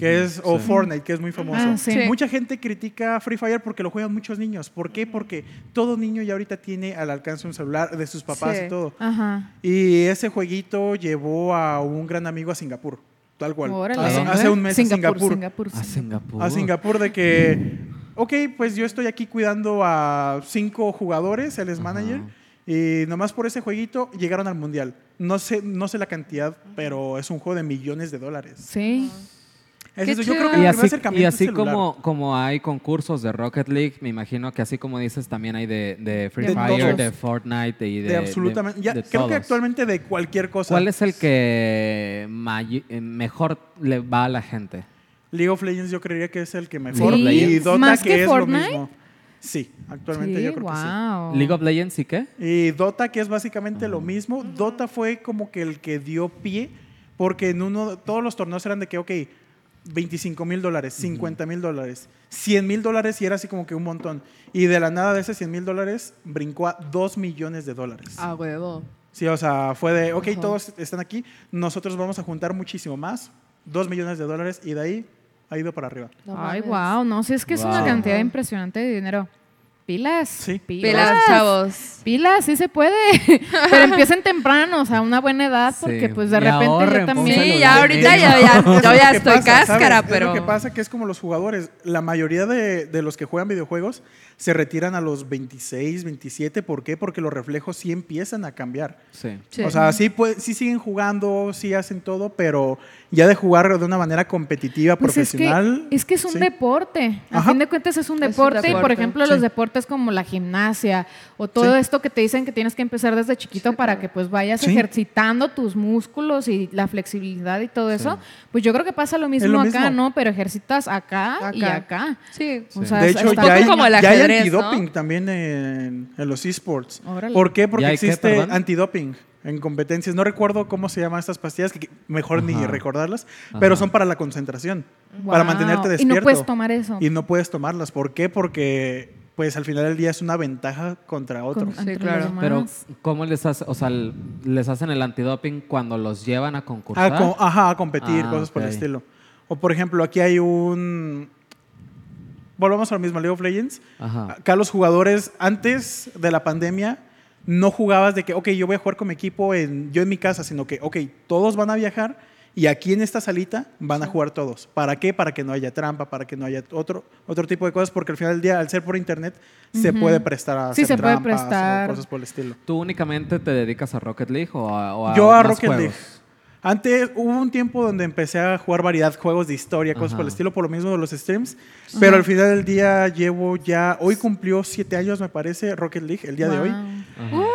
Speaker 4: Que
Speaker 3: Ujú,
Speaker 4: es, o
Speaker 3: sí.
Speaker 4: Fortnite, que es muy famoso.
Speaker 1: Ah, sí.
Speaker 2: Sí.
Speaker 4: Mucha gente critica Free Fire porque lo juegan muchos niños. ¿Por qué? Porque todo niño ya ahorita tiene al alcance un celular de sus papás
Speaker 2: Sí.
Speaker 4: y todo.
Speaker 1: Ajá.
Speaker 4: Y ese jueguito llevó a un gran amigo a Singapur, tal cual.
Speaker 1: Órale.
Speaker 4: Hace,
Speaker 3: ¿A dónde?
Speaker 4: hace un mes a Singapur.
Speaker 1: Singapur,
Speaker 3: A
Speaker 1: Singapur.
Speaker 3: Singapur.
Speaker 4: A Singapur de que, ok, pues yo estoy aquí cuidando a cinco jugadores, él es
Speaker 3: Ajá.
Speaker 4: manager, y nomás por ese jueguito llegaron al mundial. No sé, no sé la cantidad, pero es un juego de millones de dólares.
Speaker 1: Sí.
Speaker 4: Es
Speaker 2: Qué
Speaker 4: eso, yo
Speaker 2: chido.
Speaker 4: creo que
Speaker 2: Y
Speaker 4: el
Speaker 3: Y
Speaker 4: primer
Speaker 3: así,
Speaker 4: acercamiento
Speaker 3: y así
Speaker 4: celular.
Speaker 3: como, como hay concursos de Rocket League, me imagino que así como dices, también hay de, de Free
Speaker 4: De
Speaker 3: Fire,
Speaker 4: todos.
Speaker 3: de Fortnite y de...
Speaker 4: de, absolutamente.
Speaker 3: de-
Speaker 4: ya,
Speaker 3: de
Speaker 4: creo que
Speaker 3: todos.
Speaker 4: actualmente de cualquier cosa.
Speaker 3: ¿Cuál es el que may- eh, mejor le va a la gente?
Speaker 4: League of Legends yo creería que es el que mejor.
Speaker 3: Sí,
Speaker 4: y Dota
Speaker 1: más
Speaker 4: que,
Speaker 1: que
Speaker 4: es
Speaker 1: Fortnite.
Speaker 4: lo mismo. Sí, actualmente yo creo que sí.
Speaker 1: wow.
Speaker 3: ¿League of Legends y qué?
Speaker 4: Y Dota, que es básicamente lo mismo. Dota fue como que el que dio pie, porque en uno, todos los torneos eran de que, ok, 25 mil dólares, 50 mil dólares, 100 mil dólares y era así como que un montón. Y de la nada de esos 100 mil dólares brincó a 2 millones de dólares.
Speaker 1: Ah,
Speaker 2: A huevo.
Speaker 4: Sí, o sea, fue de, ok,
Speaker 2: Ah. Ajá.
Speaker 4: todos están aquí, nosotros vamos a juntar muchísimo más, 2 millones de dólares y de ahí ha ido para arriba.
Speaker 2: No
Speaker 1: Ay,
Speaker 2: mames.
Speaker 1: wow, no sé, es que es una
Speaker 3: Wow.
Speaker 1: cantidad impresionante de dinero. Pilas.
Speaker 4: Sí.
Speaker 1: Pilas.
Speaker 2: Pilas, chavos.
Speaker 1: Pilas, sí se puede. Pero empiecen temprano, o sea, a una buena edad,
Speaker 3: Sí.
Speaker 1: porque pues de
Speaker 3: Y
Speaker 1: repente
Speaker 3: ahorren,
Speaker 1: yo
Speaker 3: Un
Speaker 1: también.
Speaker 3: pónganse
Speaker 2: Sí,
Speaker 3: celular
Speaker 2: ya ahorita
Speaker 3: mínimo.
Speaker 2: ya, ya,
Speaker 4: Es
Speaker 2: yo
Speaker 4: lo
Speaker 2: ya
Speaker 4: que
Speaker 2: estoy
Speaker 4: pasa, ¿sabes?
Speaker 2: cáscara, pero...
Speaker 4: Es lo que pasa que es como los jugadores. La mayoría de, de los que juegan videojuegos se retiran a los 26, 27. ¿Por qué? Porque los reflejos sí empiezan a cambiar.
Speaker 3: Sí.
Speaker 2: Sí.
Speaker 4: O sea, sí, pue- sí siguen jugando, sí hacen todo, pero ya de jugar de una manera competitiva,
Speaker 1: Pues es que,
Speaker 4: profesional.
Speaker 1: es que es un
Speaker 4: sí.
Speaker 1: deporte. A
Speaker 4: Ajá.
Speaker 1: fin de cuentas es un
Speaker 2: Es un
Speaker 1: deporte. y por
Speaker 2: deporte.
Speaker 1: ejemplo,
Speaker 4: Sí.
Speaker 1: los deportes como la gimnasia o todo
Speaker 4: Sí.
Speaker 1: esto que te dicen que tienes que empezar desde chiquito para que pues vayas
Speaker 4: Sí.
Speaker 1: ejercitando tus músculos y la flexibilidad y todo eso. Pues yo creo que pasa lo mismo
Speaker 4: lo
Speaker 1: acá,
Speaker 4: mismo.
Speaker 1: ¿no? Pero ejercitas acá, y
Speaker 2: Acá.
Speaker 1: acá.
Speaker 2: Sí.
Speaker 1: O
Speaker 3: Sí.
Speaker 1: sea,
Speaker 4: de
Speaker 1: es-
Speaker 4: hecho,
Speaker 1: está-
Speaker 4: ya hay,
Speaker 2: como el
Speaker 4: ya hay
Speaker 2: ajedrez,
Speaker 4: antidoping
Speaker 2: ¿no?
Speaker 4: también en, en los esports.
Speaker 1: Órale.
Speaker 4: ¿Por qué? Porque
Speaker 3: ¿Ya hay qué,
Speaker 4: existe
Speaker 3: perdón?
Speaker 4: antidoping en competencias. No recuerdo cómo se llaman estas pastillas, que que mejor ni
Speaker 3: Ajá.
Speaker 4: recordarlas, pero
Speaker 3: Ajá.
Speaker 4: son para la concentración, para
Speaker 1: Wow.
Speaker 4: mantenerte despierto.
Speaker 1: Y no puedes tomar eso.
Speaker 4: Y no puedes tomarlas. ¿Por qué? Porque pues al final del día es una ventaja contra otros.
Speaker 1: Con- entre
Speaker 2: claro.
Speaker 1: los demás.
Speaker 3: Pero, ¿cómo les hacen? O sea, l- les hacen el antidoping cuando los llevan a concursar.
Speaker 4: A, co- Ah, ajá, a competir,
Speaker 3: Ah,
Speaker 4: cosas por el
Speaker 3: ok.
Speaker 4: estilo. O por ejemplo, aquí hay un... Volvamos a lo mismo, League of Legends.
Speaker 1: Ah.
Speaker 3: Ajá.
Speaker 4: Acá los jugadores, antes de la pandemia, no jugabas de que, ok, yo voy a jugar con mi equipo, en, yo en mi casa, sino que, ok, todos van a viajar y aquí en esta salita van a jugar todos. ¿Para qué? Para que no haya trampa, para que no haya otro, otro tipo de cosas, porque al final del día, al ser por internet, se puede prestar a
Speaker 1: Sí,
Speaker 4: hacer
Speaker 1: se puede
Speaker 4: trampas o
Speaker 1: prestar.
Speaker 4: cosas por el estilo.
Speaker 3: ¿Tú únicamente te dedicas a Rocket League o a, o
Speaker 4: Yo a
Speaker 3: más
Speaker 4: Rocket
Speaker 3: juegos?
Speaker 4: League. Antes hubo un tiempo donde empecé a jugar variedad, juegos de historia, cosas
Speaker 3: Ajá.
Speaker 4: por el estilo, por lo mismo de los streams. Pero al final del día llevo ya, hoy cumplió siete años, me parece, Rocket League, el día de hoy.
Speaker 1: Wow.
Speaker 3: Ajá.
Speaker 4: Uh.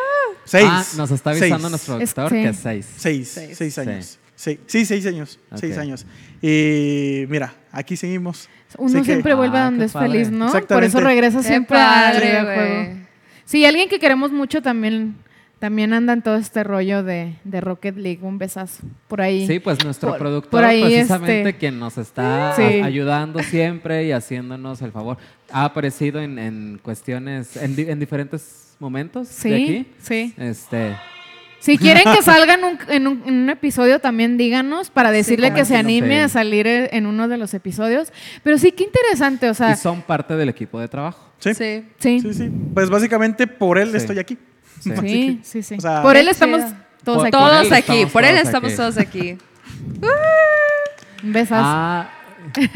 Speaker 4: Seis.
Speaker 3: Ah, nos está avisando
Speaker 4: Seis.
Speaker 3: nuestro
Speaker 1: Es-
Speaker 3: doctor
Speaker 1: sí.
Speaker 3: que es seis.
Speaker 4: Seis,
Speaker 2: Seis.
Speaker 4: seis, años. Sí. sí, seis años. Seis
Speaker 3: Ok.
Speaker 4: años. Y mira, aquí seguimos. Así
Speaker 1: Uno
Speaker 4: que-
Speaker 1: siempre vuelve a
Speaker 3: Ah,
Speaker 1: donde
Speaker 3: qué
Speaker 1: es feliz,
Speaker 3: padre.
Speaker 1: ¿no? Por
Speaker 4: Exactamente.
Speaker 1: eso regresa
Speaker 2: Qué
Speaker 1: siempre al
Speaker 2: padre,
Speaker 1: videojuego.
Speaker 2: güey.
Speaker 1: Sí, alguien que queremos mucho también, también anda en todo este rollo de, de Rocket League. Un besazo por ahí.
Speaker 3: Sí, pues nuestro
Speaker 1: Por-
Speaker 3: productor,
Speaker 1: por ahí,
Speaker 3: precisamente
Speaker 1: este-
Speaker 3: quien nos está
Speaker 1: Sí.
Speaker 3: a- ayudando siempre y haciéndonos el favor. Ha aparecido en, en cuestiones, en, di- en diferentes momentos de
Speaker 1: Sí,
Speaker 3: aquí.
Speaker 1: sí.
Speaker 3: Este,
Speaker 1: Si quieren que salgan un- en, un, en un episodio, también díganos para decirle que se
Speaker 3: coméntenos.
Speaker 1: anime
Speaker 3: Sí.
Speaker 1: a salir e- en uno de los episodios. Pero sí, qué interesante, o
Speaker 3: y
Speaker 1: sea,
Speaker 3: son parte del equipo de trabajo.
Speaker 4: Sí. Sí.
Speaker 2: Sí.
Speaker 1: sí,
Speaker 4: sí, Pues básicamente por él
Speaker 3: Sí.
Speaker 4: estoy aquí.
Speaker 3: Sí.
Speaker 1: sí, sí, sí.
Speaker 4: o sea-
Speaker 1: por él
Speaker 2: Qué
Speaker 1: estamos
Speaker 2: chido.
Speaker 1: todos
Speaker 3: Por-
Speaker 1: aquí.
Speaker 3: por
Speaker 2: Todos
Speaker 3: él
Speaker 2: aquí,
Speaker 3: estamos
Speaker 2: por él
Speaker 3: todos
Speaker 2: estamos
Speaker 3: aquí.
Speaker 2: todos aquí.
Speaker 1: Un besazo.
Speaker 3: Ah, pues,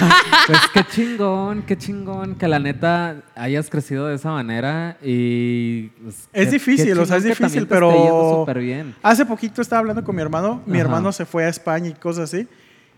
Speaker 3: pues qué chingón, qué chingón que la neta hayas crecido de esa manera y... pues,
Speaker 4: Es
Speaker 3: qué-
Speaker 4: difícil,
Speaker 3: qué
Speaker 4: o sea,
Speaker 3: chingón
Speaker 4: es
Speaker 3: que
Speaker 4: difícil,
Speaker 3: también te esté yendo
Speaker 4: pero.
Speaker 3: súper bien.
Speaker 4: Hace poquito estaba hablando con mi hermano. Mi
Speaker 3: Ajá.
Speaker 4: hermano se fue a España y cosas así.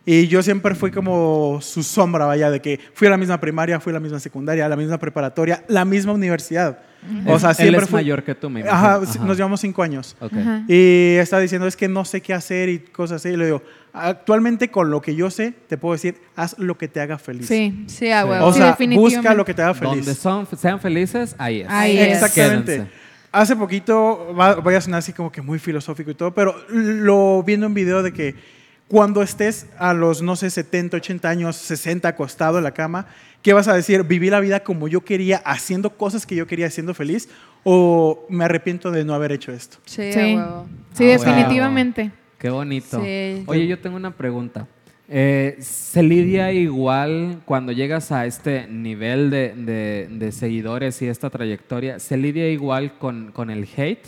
Speaker 4: Y yo siempre fui como su sombra, vaya, de que fui a la misma primaria, fui a la misma secundaria, a la misma preparatoria, la misma universidad. O sea,
Speaker 3: Él
Speaker 4: siempre
Speaker 3: es
Speaker 4: fui-
Speaker 3: mayor que tú, me imagino.
Speaker 4: Ajá, sí, nos llevamos cinco años.
Speaker 3: Ok.
Speaker 1: Ajá.
Speaker 4: Y está diciendo, es que no sé qué hacer y cosas así. Y le digo, actualmente con lo que yo sé, te puedo decir, haz lo que te haga feliz.
Speaker 1: Sí.
Speaker 2: Sí, a
Speaker 3: Sí.
Speaker 2: huevo.
Speaker 4: O
Speaker 1: Sí,
Speaker 4: sea,
Speaker 1: definitivamente.
Speaker 4: busca lo que te haga feliz.
Speaker 3: Donde son, sean felices, ahí es.
Speaker 1: Ahí es.
Speaker 4: Exactamente.
Speaker 3: Quédense.
Speaker 4: Hace poquito, va- voy a sonar así como que muy filosófico y todo, pero lo viendo un video de que cuando estés a los, no sé, 70, 80 años, 60, acostado en la cama, ¿qué vas a decir? ¿Viví la vida como yo quería, haciendo cosas que yo quería, siendo feliz? ¿O me arrepiento de no haber hecho esto?
Speaker 2: Sí, a
Speaker 1: Sí,
Speaker 2: huevo.
Speaker 1: sí
Speaker 3: Ah, bueno.
Speaker 1: definitivamente.
Speaker 3: Qué bonito.
Speaker 2: Sí.
Speaker 3: Oye, yo tengo una pregunta. Eh, ¿Se lidia igual cuando llegas a este nivel de, de- de seguidores y esta trayectoria? ¿Se lidia igual con, con el hate?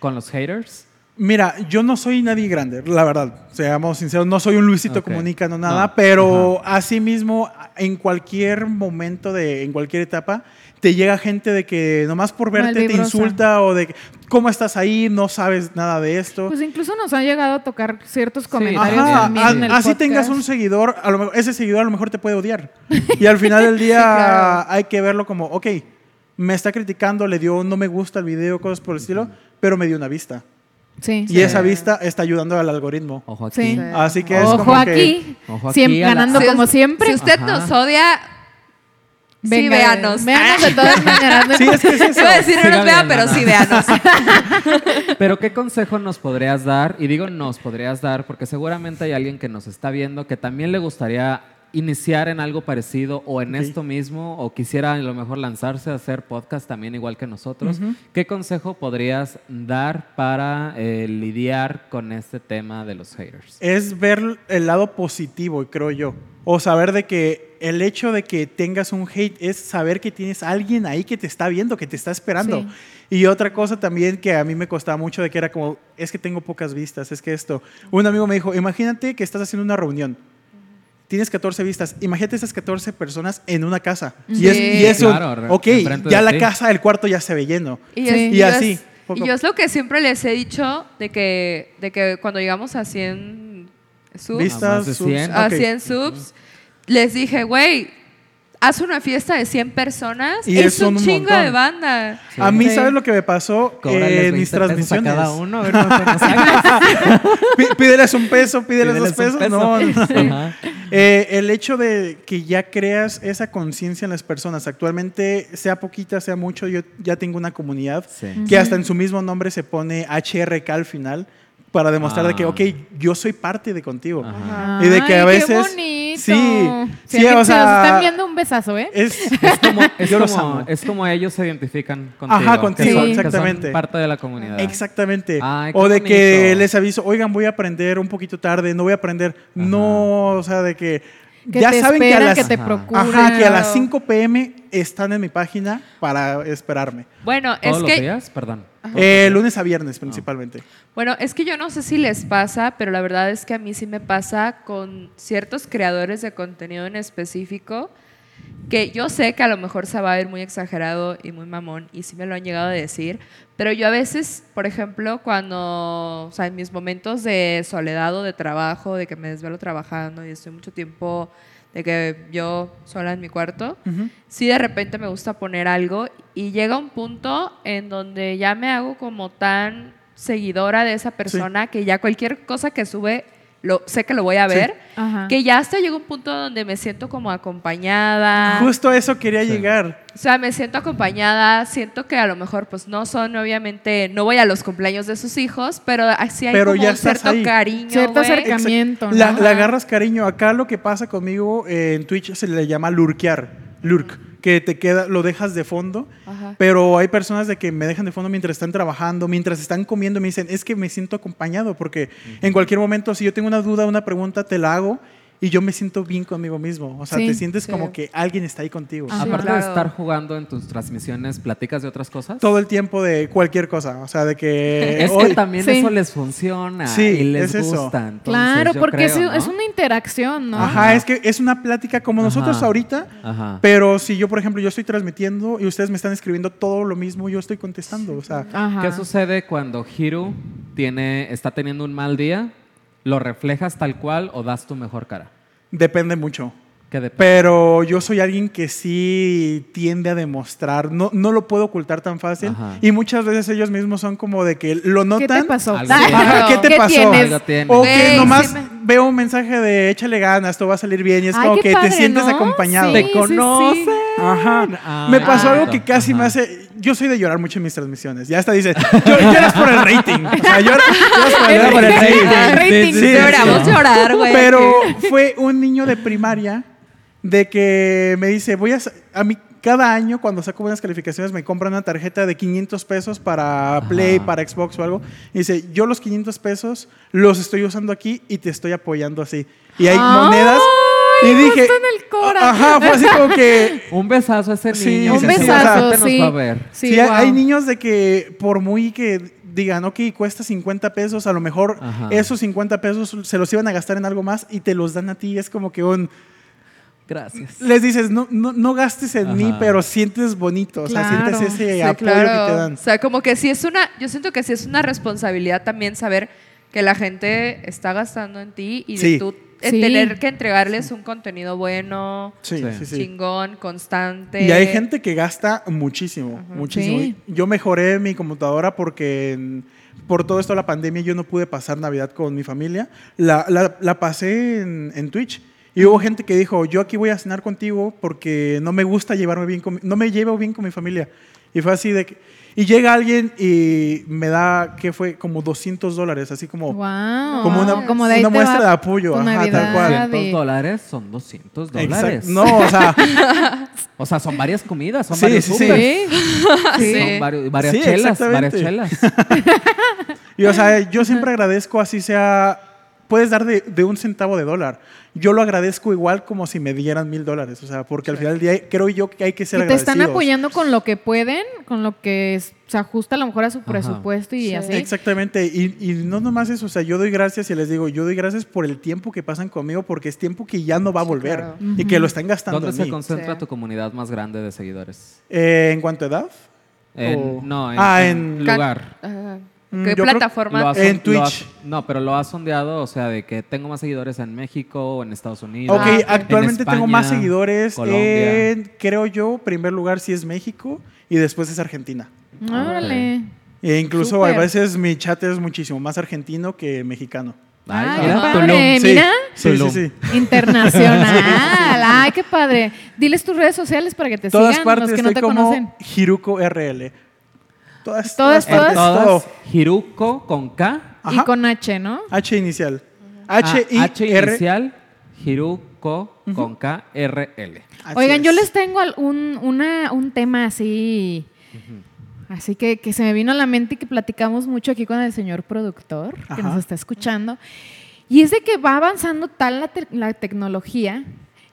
Speaker 3: ¿Con los haters?
Speaker 4: Mira, yo no soy nadie grande, la verdad. Seamos sinceros, no soy un Luisito
Speaker 3: Ok.
Speaker 4: Comunica, no nada,
Speaker 3: No.
Speaker 4: pero asimismo, en cualquier momento, de, en cualquier etapa, te llega gente de que nomás por verte te
Speaker 1: Malvibrosa.
Speaker 4: insulta o de que, cómo estás ahí, no sabes nada de esto.
Speaker 1: Pues incluso nos han llegado a tocar ciertos comentarios.
Speaker 4: Ajá,
Speaker 1: también
Speaker 4: a-
Speaker 1: en el
Speaker 4: así
Speaker 1: podcast.
Speaker 4: tengas un seguidor, a lo mejor- ese seguidor a lo mejor te puede odiar. Y al final del día
Speaker 2: claro.
Speaker 4: hay que verlo como, ok, me está criticando, le dio un no me gusta al video, cosas por el estilo, pero me dio una vista.
Speaker 1: Sí.
Speaker 4: Y esa vista está ayudando al algoritmo.
Speaker 3: Ojo aquí.
Speaker 1: Sí.
Speaker 4: Así que es
Speaker 1: Ojo
Speaker 4: como
Speaker 1: aquí,
Speaker 3: que- Ojo aquí
Speaker 1: Siem-
Speaker 3: a la-
Speaker 1: ganando
Speaker 2: Si
Speaker 1: como
Speaker 2: us-
Speaker 1: siempre.
Speaker 2: Si usted
Speaker 3: Ajá.
Speaker 2: nos odia, sí,
Speaker 1: Venga,
Speaker 2: véanos. Ah,
Speaker 1: Véanos de todas maneras. no
Speaker 4: que... Sí, es que es eso.
Speaker 2: Iba a decir no nos
Speaker 3: Síganle
Speaker 2: vea,
Speaker 3: al
Speaker 2: pero
Speaker 3: maná.
Speaker 2: sí véanos.
Speaker 3: Pero ¿qué consejo nos podrías dar? Y digo nos podrías dar porque seguramente hay alguien que nos está viendo que también le gustaría iniciar en algo parecido o en
Speaker 4: Ok.
Speaker 3: esto mismo o quisiera a lo mejor lanzarse a hacer podcast también igual que nosotros. ¿Qué consejo podrías dar para eh, lidiar con este tema de los haters?
Speaker 4: Es ver el lado positivo, creo yo. O saber de que el hecho de que tengas un hate es saber que tienes a alguien ahí que te está viendo, que te está esperando.
Speaker 1: Sí.
Speaker 4: Y otra cosa también que a mí me costaba mucho de que era como, es que tengo pocas vistas, es que esto. Un amigo me dijo, imagínate que estás haciendo una reunión. Tienes 14 vistas. Imagínate esas 14 personas en una casa. Y, es,
Speaker 2: Sí.
Speaker 4: y es un,
Speaker 3: Claro, re-
Speaker 4: ok,
Speaker 3: enfrente
Speaker 4: ya
Speaker 3: de
Speaker 4: la
Speaker 3: ti.
Speaker 4: casa, el cuarto ya se ve lleno.
Speaker 2: Y,
Speaker 1: Sí.
Speaker 2: es-
Speaker 1: Y
Speaker 2: yo
Speaker 4: así,
Speaker 2: es-
Speaker 4: poco-
Speaker 2: y yo es lo que siempre les he dicho de que, de que cuando llegamos a 100 subs,
Speaker 3: ¿Viste?
Speaker 4: Vistas,
Speaker 3: más de
Speaker 4: subs,
Speaker 3: 100.
Speaker 2: a
Speaker 4: ok.
Speaker 2: 100 subs, les dije, güey, haz una fiesta de 100 personas.
Speaker 4: Y
Speaker 2: es
Speaker 4: son
Speaker 2: un
Speaker 4: un
Speaker 2: chingo
Speaker 4: montón.
Speaker 2: de banda.
Speaker 4: A mí,
Speaker 1: Sí.
Speaker 4: ¿sabes lo que me pasó?
Speaker 3: Cóbrales
Speaker 4: Eh,
Speaker 3: 20
Speaker 4: mis
Speaker 3: pesos
Speaker 4: transmisiones.
Speaker 3: A cada uno, a ver cuánto nos sacas.
Speaker 4: Pi- Pídeles un peso, pídeles,
Speaker 3: Pídeles
Speaker 4: dos pesos.
Speaker 3: un peso.
Speaker 4: No, no.
Speaker 3: Ajá.
Speaker 4: Eh, el hecho de que ya creas esa conciencia en las personas, actualmente, sea poquita, sea mucho, yo ya tengo una comunidad
Speaker 3: Sí.
Speaker 4: que hasta en su mismo nombre se pone HRK al final para demostrar de que,
Speaker 3: Ah.
Speaker 4: ok, yo soy parte de contigo.
Speaker 3: Ajá.
Speaker 4: Y de que a
Speaker 1: Ay,
Speaker 4: veces-
Speaker 1: Qué bonito.
Speaker 4: sí,
Speaker 1: Si
Speaker 4: sí,
Speaker 1: alguien
Speaker 4: o
Speaker 1: se
Speaker 4: sea-
Speaker 1: los están viendo un besazo, ¿eh?
Speaker 4: Es,
Speaker 3: Es como, es
Speaker 4: yo los
Speaker 3: como-
Speaker 4: amo.
Speaker 3: es como ellos se identifican contigo.
Speaker 4: Ajá,
Speaker 3: que
Speaker 4: contigo,
Speaker 3: son- que son
Speaker 4: exactamente.
Speaker 3: parte de la comunidad.
Speaker 4: Exactamente.
Speaker 3: Ay, qué
Speaker 4: o de que
Speaker 3: bonito.
Speaker 4: les aviso, oigan, voy a aprender un poquito tarde, no voy a aprender. No, o sea, de que,
Speaker 1: Que
Speaker 4: ya
Speaker 1: te
Speaker 4: saben que a
Speaker 1: esperan,
Speaker 4: las
Speaker 1: que te
Speaker 3: Ajá.
Speaker 1: procuran.
Speaker 4: Ajá, que a las 5 pm están en mi página para esperarme.
Speaker 2: Bueno,
Speaker 3: ¿Todos
Speaker 2: es
Speaker 3: los
Speaker 2: que
Speaker 3: días? Perdón.
Speaker 4: Eh, lunes a viernes principalmente.
Speaker 2: Bueno, es que yo no sé si les pasa, pero la verdad es que a mí sí me pasa con ciertos creadores de contenido en específico, que yo sé que a lo mejor se va a ver muy exagerado y muy mamón, y sí me lo han llegado a decir, pero yo a veces, por ejemplo, cuando, o sea, en mis momentos de soledad o de trabajo, de que me desvelo trabajando y estoy mucho tiempo de que yo sola en mi cuarto,
Speaker 4: Ujú.
Speaker 2: sí de repente me gusta poner algo y llega un punto en donde ya me hago como tan seguidora de esa persona que ya cualquier cosa que sube lo sé que lo voy a
Speaker 4: Sí.
Speaker 2: ver,
Speaker 1: Ajá.
Speaker 2: que ya hasta llega un punto donde me siento como
Speaker 1: Ah.
Speaker 2: acompañada.
Speaker 4: Justo a eso quería
Speaker 3: Sí.
Speaker 4: llegar.
Speaker 2: O sea, me siento acompañada, siento que a lo mejor pues no son obviamente no voy a los cumpleaños de sus hijos, pero así hay
Speaker 4: Pero
Speaker 2: como
Speaker 4: ya
Speaker 2: un
Speaker 4: estás
Speaker 2: cierto
Speaker 4: ahí.
Speaker 2: cariño,
Speaker 1: Cierto
Speaker 2: güey.
Speaker 1: acerca- Acercamiento,
Speaker 4: Exacto. La,
Speaker 1: ¿no?
Speaker 4: la agarras cariño. Acá lo que pasa conmigo eh, en Twitch se le llama lurkear. Lurk. Que te queda, lo dejas de fondo.
Speaker 2: Ajá.
Speaker 4: Pero hay personas de que me dejan de fondo mientras están trabajando, mientras están comiendo, me dicen, es que me siento acompañado, porque en cualquier momento, si yo tengo una duda, una pregunta, te la hago y yo me siento bien conmigo mismo. O sea,
Speaker 1: Sí,
Speaker 4: te sientes
Speaker 2: sí.
Speaker 4: como que alguien está ahí contigo.
Speaker 1: Ah, sí,
Speaker 3: Aparte de
Speaker 2: claro.
Speaker 3: estar jugando en tus transmisiones, ¿platicas de otras cosas?
Speaker 4: Todo el tiempo de cualquier cosa. O sea, de que.
Speaker 3: Es que
Speaker 4: Eh, hoy-
Speaker 3: también
Speaker 1: Sí.
Speaker 3: eso les funciona
Speaker 4: Sí,
Speaker 3: y les
Speaker 4: es eso.
Speaker 3: gusta. entonces,
Speaker 1: Claro,
Speaker 3: yo
Speaker 1: porque es-
Speaker 3: creo, ¿no?
Speaker 1: es, una interacción, ¿no?
Speaker 4: Ajá, es que es una plática como nosotros
Speaker 3: Ajá.
Speaker 4: ahorita.
Speaker 3: Ajá.
Speaker 4: Pero si yo, por ejemplo, yo estoy transmitiendo y ustedes me están escribiendo todo lo mismo, yo estoy contestando. O sea,
Speaker 1: Ajá.
Speaker 3: ¿Qué sucede cuando Hiru tiene, está teniendo un mal día? ¿Lo reflejas tal cual o das tu mejor cara?
Speaker 4: depende mucho.
Speaker 3: Que depende.
Speaker 4: Pero yo soy alguien que sí tiende a demostrar, no, no lo puedo ocultar tan fácil.
Speaker 3: Ajá.
Speaker 4: Y muchas veces ellos mismos son como de que lo
Speaker 1: ¿Qué te
Speaker 4: notan.
Speaker 1: pasó? Ah,
Speaker 3: Algo tiene.
Speaker 4: Ajá, ¿Qué te
Speaker 1: ¿Qué
Speaker 4: pasó?
Speaker 1: tienes?
Speaker 3: Algo tiene.
Speaker 4: O
Speaker 2: Güey,
Speaker 4: que
Speaker 2: sí
Speaker 4: nomás
Speaker 2: me-
Speaker 4: veo un mensaje de échale ganas, todo va a salir bien. Y es
Speaker 1: Ay,
Speaker 4: como
Speaker 1: qué
Speaker 4: que
Speaker 1: padre,
Speaker 4: te sientes
Speaker 1: ¿no?
Speaker 4: acompañado.
Speaker 1: Sí,
Speaker 3: ¿Te conoces?
Speaker 4: Ajá.
Speaker 3: Ah,
Speaker 4: me pasó algo que
Speaker 3: exacto.
Speaker 4: casi me
Speaker 3: Ajá.
Speaker 4: hace. Yo soy de llorar mucho en mis transmisiones. Ya hasta dice, yo, lloras por el rating. O sea, lloras, lloras por el,
Speaker 1: Era por el
Speaker 4: rating.
Speaker 1: rating. Rating.
Speaker 4: sí,
Speaker 2: Deberíamos
Speaker 4: sí.
Speaker 2: llorar, güey.
Speaker 4: Pero
Speaker 2: que-
Speaker 4: fue un niño de primaria de que me dice, voy a... sa- A mí cada año cuando saco buenas calificaciones me compran una tarjeta de 500 pesos para Play,
Speaker 3: Ajá.
Speaker 4: para Xbox o algo. Y dice, yo los 500 pesos los estoy usando aquí y te estoy apoyando así. Y hay
Speaker 1: Ay,
Speaker 4: monedas. Y
Speaker 1: justo
Speaker 4: dije,
Speaker 1: en el cora.
Speaker 4: ajá, fue así como que...
Speaker 3: Un besazo a ese
Speaker 4: Sí,
Speaker 3: niño.
Speaker 1: Un
Speaker 4: sí,
Speaker 3: que
Speaker 4: sí, o sea,
Speaker 1: besazo,
Speaker 3: seguramente
Speaker 1: sí.
Speaker 3: nos va a ver.
Speaker 4: Sí, hay-
Speaker 1: guau.
Speaker 4: hay niños de que por muy que digan, ok, cuesta 50 pesos, a lo mejor
Speaker 3: Ajá.
Speaker 4: esos 50 pesos se los iban a gastar en algo más y te los dan a ti. Es como que un...
Speaker 3: Gracias.
Speaker 4: Les dices, no, no, no gastes en mí,
Speaker 3: Ajá.
Speaker 4: pero sientes bonito, o sea,
Speaker 1: Claro.
Speaker 4: sientes ese
Speaker 2: Sí,
Speaker 4: apoyo
Speaker 2: claro.
Speaker 4: que te dan.
Speaker 2: O sea, como que sí es una, yo siento que sí es una responsabilidad también saber que la gente está gastando en ti y de
Speaker 4: Sí.
Speaker 2: tú eh,
Speaker 1: Sí.
Speaker 2: tener que entregarles un contenido bueno,
Speaker 4: Sí,
Speaker 3: Sí.
Speaker 4: sí, sí.
Speaker 2: chingón, constante.
Speaker 4: Y hay gente que gasta muchísimo, muchísimo.
Speaker 1: este, Sí.
Speaker 4: Yo mejoré mi computadora porque en- por todo esto de la pandemia yo no pude pasar Navidad con mi familia. La, la- la pasé en, en Twitch. Y hubo gente que dijo, yo aquí voy a cenar contigo porque no me gusta llevarme bien con mi- no me llevo bien con mi familia. Y fue así de que- y llega alguien y me da, ¿qué fue? Como 200 dólares, así como,
Speaker 1: Wow.
Speaker 4: como una,
Speaker 1: de ahí
Speaker 4: una
Speaker 1: te
Speaker 4: muestra
Speaker 1: va
Speaker 4: de apoyo,
Speaker 1: tu
Speaker 4: ajá,
Speaker 1: Navidad.
Speaker 4: tal cual.
Speaker 3: 200
Speaker 1: de-
Speaker 3: dólares son 200
Speaker 4: Exacto.
Speaker 3: dólares.
Speaker 4: No, o sea,
Speaker 3: O sea, son varias comidas, son
Speaker 4: Sí,
Speaker 3: varios
Speaker 4: sí, sí.
Speaker 3: supers,
Speaker 1: Sí. Sí.
Speaker 3: son vario- varias
Speaker 4: Sí,
Speaker 3: chelas, varias
Speaker 4: exactamente.
Speaker 3: chelas.
Speaker 4: Y o sea, yo siempre agradezco así sea, puedes dar de, de un centavo de dólar. Yo lo agradezco igual como si me dieran mil dólares, o sea, porque al final del día creo yo que hay que ser
Speaker 1: Y te
Speaker 4: agradecidos.
Speaker 1: están apoyando con lo que pueden, con lo que es- se ajusta a lo mejor a su presupuesto y
Speaker 2: Sí.
Speaker 1: así.
Speaker 4: Exactamente, y, y no nomás eso, o sea, yo doy gracias y les digo, yo doy gracias por el tiempo que pasan conmigo porque es tiempo que ya no va a
Speaker 2: Sí,
Speaker 4: volver
Speaker 2: claro.
Speaker 4: y que lo están gastando
Speaker 3: ¿Dónde
Speaker 4: en
Speaker 3: se
Speaker 4: mí.
Speaker 3: concentra
Speaker 2: Sí.
Speaker 3: tu comunidad más grande de seguidores?
Speaker 4: Eh, ¿En cuanto a edad?
Speaker 3: En-
Speaker 4: O-
Speaker 3: No, en,
Speaker 4: Ah,
Speaker 3: en
Speaker 4: en-
Speaker 3: lugar.
Speaker 2: Ajá.
Speaker 4: Mm,
Speaker 2: ¿Qué
Speaker 4: yo creo-
Speaker 3: Lo
Speaker 2: plataforma?
Speaker 3: has-
Speaker 4: En
Speaker 3: lo
Speaker 4: Twitch.
Speaker 3: has- no, pero lo has sondeado, o sea, de que tengo más seguidores en México o en Estados Unidos.
Speaker 4: Ok,
Speaker 2: Ah, ok.
Speaker 4: actualmente
Speaker 3: En
Speaker 4: tengo más
Speaker 3: España,
Speaker 4: seguidores
Speaker 3: Colombia.
Speaker 4: en, creo yo, primer lugar sí es México y después es Argentina.
Speaker 1: Órale.
Speaker 4: E incluso
Speaker 1: Súper.
Speaker 4: a veces mi chat es muchísimo más argentino que mexicano.
Speaker 3: Ay,
Speaker 1: Ay,
Speaker 3: mira,
Speaker 1: qué padre.
Speaker 3: Tulum.
Speaker 4: Sí,
Speaker 1: Eh, mira.
Speaker 4: Sí, sí,
Speaker 3: Tulum.
Speaker 4: sí.
Speaker 1: Internacional. Ay, qué padre. Diles tus redes sociales para que te
Speaker 4: Todas
Speaker 1: sigan
Speaker 4: partes
Speaker 1: los que no
Speaker 4: estoy
Speaker 1: te
Speaker 4: como
Speaker 1: conocen.
Speaker 4: Hiruko RL. Todas,
Speaker 1: Todas,
Speaker 4: todas,
Speaker 3: En
Speaker 4: partes,
Speaker 3: todas,
Speaker 4: todo.
Speaker 3: Hiruko con K.
Speaker 1: Y
Speaker 4: Ajá.
Speaker 1: con H, ¿no?
Speaker 4: H inicial.
Speaker 3: H, H
Speaker 4: H-I-R.
Speaker 3: inicial, Hiruko con K, R, L.
Speaker 4: Así
Speaker 1: Oigan, yo
Speaker 4: es.
Speaker 1: les tengo al- un, una- un tema así. Así que, que se me vino a la mente y que platicamos mucho aquí con el señor productor que
Speaker 4: Ajá.
Speaker 1: nos está escuchando. Y es de que va avanzando tal la, te- la tecnología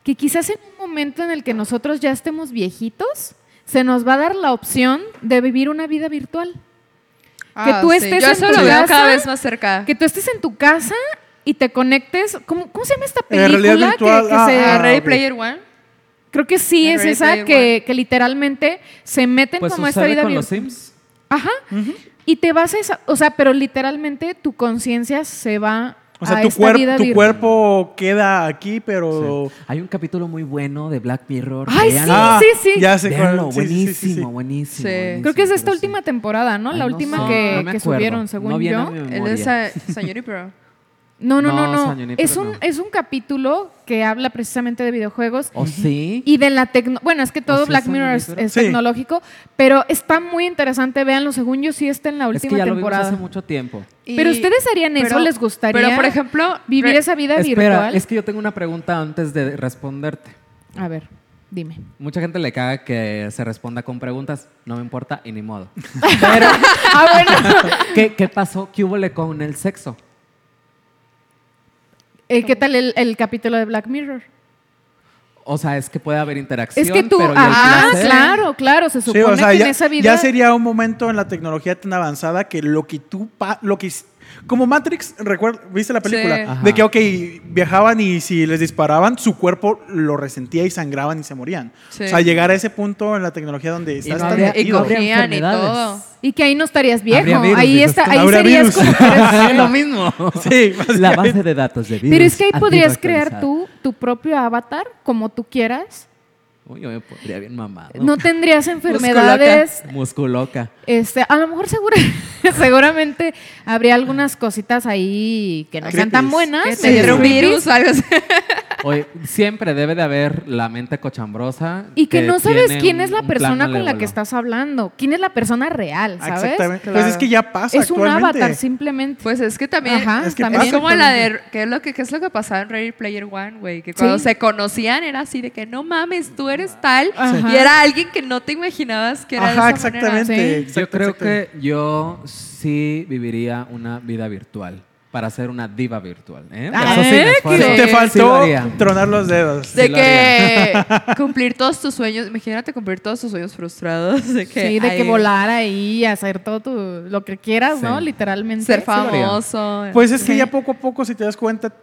Speaker 1: que quizás en un momento en el que nosotros ya estemos viejitos, se nos va a dar la opción de vivir una vida virtual.
Speaker 2: Ah,
Speaker 1: tú
Speaker 2: sí.
Speaker 1: estés
Speaker 2: Yo
Speaker 1: en
Speaker 2: eso
Speaker 1: tu
Speaker 2: lo veo
Speaker 1: casa,
Speaker 2: cada vez más cerca.
Speaker 1: Que tú estés en tu casa y te conectes. ¿Cómo, cómo se llama esta
Speaker 4: Eh, realidad
Speaker 1: película? que-
Speaker 4: virtual,
Speaker 1: que
Speaker 4: ah,
Speaker 1: se-
Speaker 2: Ah, Ready
Speaker 4: ok.
Speaker 2: Player One.
Speaker 1: Creo que sí
Speaker 2: En
Speaker 1: es
Speaker 2: Ready
Speaker 1: esa
Speaker 2: Player
Speaker 1: que, que literalmente se meten
Speaker 3: Pues
Speaker 1: como a esta
Speaker 3: sucede
Speaker 1: vida
Speaker 3: con los
Speaker 1: virtual.
Speaker 3: Sims.
Speaker 1: Ajá. Y te vas a esa, o sea, pero literalmente tu conciencia se va
Speaker 4: O sea,
Speaker 1: a
Speaker 4: tu,
Speaker 1: esta
Speaker 4: cuerp-
Speaker 1: vida
Speaker 4: tu
Speaker 1: virtual.
Speaker 4: cuerpo queda aquí, pero.
Speaker 3: Hay un capítulo muy bueno de Black Mirror.
Speaker 1: Ay,
Speaker 3: véanlo.
Speaker 4: Oh. Ah,
Speaker 1: sí, sí, sí.
Speaker 4: Ya sé cuál.
Speaker 3: Véanlo,
Speaker 4: Sí, sí, sí,
Speaker 3: buenísimo,
Speaker 4: sí, sí.
Speaker 3: buenísimo.
Speaker 2: Sí.
Speaker 3: buenísimo,
Speaker 1: Creo que es de
Speaker 3: pero
Speaker 1: esta
Speaker 3: sí.
Speaker 1: última temporada, ¿no?
Speaker 3: Ay,
Speaker 1: La
Speaker 3: no
Speaker 1: última
Speaker 3: sé,
Speaker 1: que,
Speaker 3: no me
Speaker 1: que
Speaker 3: acuerdo.
Speaker 1: subieron, según
Speaker 3: No viene a
Speaker 1: yo.
Speaker 3: mi
Speaker 2: El
Speaker 3: memoria.
Speaker 2: de Sa- Sayuri Pro.
Speaker 1: No, no, no,
Speaker 3: No,
Speaker 1: no.
Speaker 3: Sanyo, ni
Speaker 1: es,
Speaker 3: pero
Speaker 1: un,
Speaker 3: no.
Speaker 1: es un capítulo que habla precisamente de videojuegos
Speaker 3: ¿O sí?
Speaker 1: Y de la tecno... Bueno, es que todo
Speaker 3: O sea,
Speaker 1: Black
Speaker 3: es
Speaker 1: Mirror es,
Speaker 3: tecnológico.
Speaker 1: es
Speaker 4: Sí.
Speaker 1: tecnológico, pero está muy interesante. Véanlo, según yo sí está en la
Speaker 3: es
Speaker 1: última
Speaker 3: que ya lo vimos
Speaker 1: temporada.
Speaker 3: hace mucho tiempo.
Speaker 2: Y-
Speaker 1: Pero ustedes harían eso,
Speaker 2: pero-
Speaker 1: les gustaría
Speaker 2: Pero, por ejemplo,
Speaker 1: vivir
Speaker 2: re-
Speaker 1: esa vida
Speaker 3: Espera,
Speaker 1: virtual.
Speaker 3: es que yo tengo una pregunta antes de responderte.
Speaker 1: A ver, dime.
Speaker 3: Mucha gente le caga que se responda con preguntas. No me importa y ni modo.
Speaker 1: ah, bueno.
Speaker 3: ¿Qué, qué pasó? ¿Qué hubo le con el sexo?
Speaker 1: Eh, ¿Qué tal el, el capítulo de Black Mirror?
Speaker 3: O sea, es que puede haber interacción,
Speaker 1: Es que tú...
Speaker 3: pero ¿y el
Speaker 1: Ah,
Speaker 3: placer?
Speaker 1: claro, claro. Se
Speaker 4: Sí,
Speaker 1: supone
Speaker 4: o sea,
Speaker 1: que
Speaker 4: ya,
Speaker 1: en esa vida...
Speaker 4: ya sería un momento en la tecnología tan avanzada que lo que tú. pa- lo que, s- como Matrix, recuerda, ¿viste la película?
Speaker 2: Sí.
Speaker 3: Ajá.
Speaker 4: De que, ok, viajaban y si les disparaban, su cuerpo lo resentía y sangraban y se morían.
Speaker 2: Sí.
Speaker 4: O sea, llegar a ese punto en la tecnología donde
Speaker 3: Y
Speaker 4: estás
Speaker 3: no
Speaker 4: tan
Speaker 3: habría, y
Speaker 4: metido.
Speaker 3: no habría
Speaker 2: Cogían y
Speaker 3: enfermedades.
Speaker 2: todo.
Speaker 1: Y que ahí no estarías viejo.
Speaker 3: Habría virus,
Speaker 1: ahí
Speaker 3: dices
Speaker 1: está,
Speaker 3: tú.
Speaker 1: ahí
Speaker 4: Habría
Speaker 1: serías
Speaker 4: virus.
Speaker 1: como que eres-
Speaker 3: Es lo mismo.
Speaker 4: Sí,
Speaker 3: La base de datos de virus.
Speaker 1: Pero es que ahí
Speaker 3: ha sido
Speaker 1: podrías crear
Speaker 3: actualizada.
Speaker 1: tú tu propio avatar como tú quieras.
Speaker 3: Uy, yo me podría bien mamado.
Speaker 1: No tendrías enfermedades.
Speaker 3: Musculoca.
Speaker 1: Este, a lo mejor segura- seguramente habría algunas cositas ahí que no sean tan
Speaker 4: Creepies.
Speaker 1: buenas.
Speaker 2: que
Speaker 1: medio
Speaker 2: tendré un
Speaker 1: creepies,
Speaker 2: virus o algo así.
Speaker 3: Oye, siempre debe de haber la mente cochambrosa.
Speaker 1: Y que, no sabes
Speaker 3: tiene
Speaker 1: quién
Speaker 3: un-
Speaker 1: es la
Speaker 3: un plan
Speaker 1: persona con la
Speaker 3: malévolo.
Speaker 1: que estás hablando, quién es la persona real, ¿sabes?
Speaker 4: Exactamente.
Speaker 2: Claro.
Speaker 4: Pues es que ya pasa
Speaker 1: Es un
Speaker 4: actualmente.
Speaker 1: avatar simplemente.
Speaker 2: Pues es que también.
Speaker 1: Ajá,
Speaker 4: Es que
Speaker 1: también.
Speaker 2: Es como la de. ¿qué es, lo que, ¿Qué es lo que pasaba en Ready Player One, güey? Que cuando
Speaker 1: Sí.
Speaker 2: se conocían era así de que no mames, tú eres tal.
Speaker 1: Ajá.
Speaker 2: Y era alguien que no te imaginabas que era de
Speaker 4: Ajá,
Speaker 2: esa manera.
Speaker 4: exactamente.
Speaker 1: Sí.
Speaker 4: exacto,
Speaker 3: yo creo
Speaker 4: exactamente.
Speaker 3: que yo sí viviría una vida virtual. para ser una diva virtual. ¿eh?
Speaker 1: Ah,
Speaker 3: Eso sí me
Speaker 1: ¿eh?
Speaker 3: esfuerzo.
Speaker 2: Sí.
Speaker 4: Te
Speaker 3: Sí lo
Speaker 4: faltó
Speaker 3: haría.
Speaker 4: tronar los dedos.
Speaker 2: De
Speaker 3: lo
Speaker 2: que cumplir todos tus sueños, imagínate cumplir todos tus sueños frustrados. De que,
Speaker 1: Sí, de
Speaker 2: ay,
Speaker 1: que volar ahí, hacer todo tu- lo que quieras,
Speaker 3: Sí.
Speaker 1: ¿no? Literalmente.
Speaker 2: Ser
Speaker 1: Sí,
Speaker 3: haría.
Speaker 2: famoso.
Speaker 4: Pues es que
Speaker 2: Sí.
Speaker 4: ya poco a poco, si te das cuenta,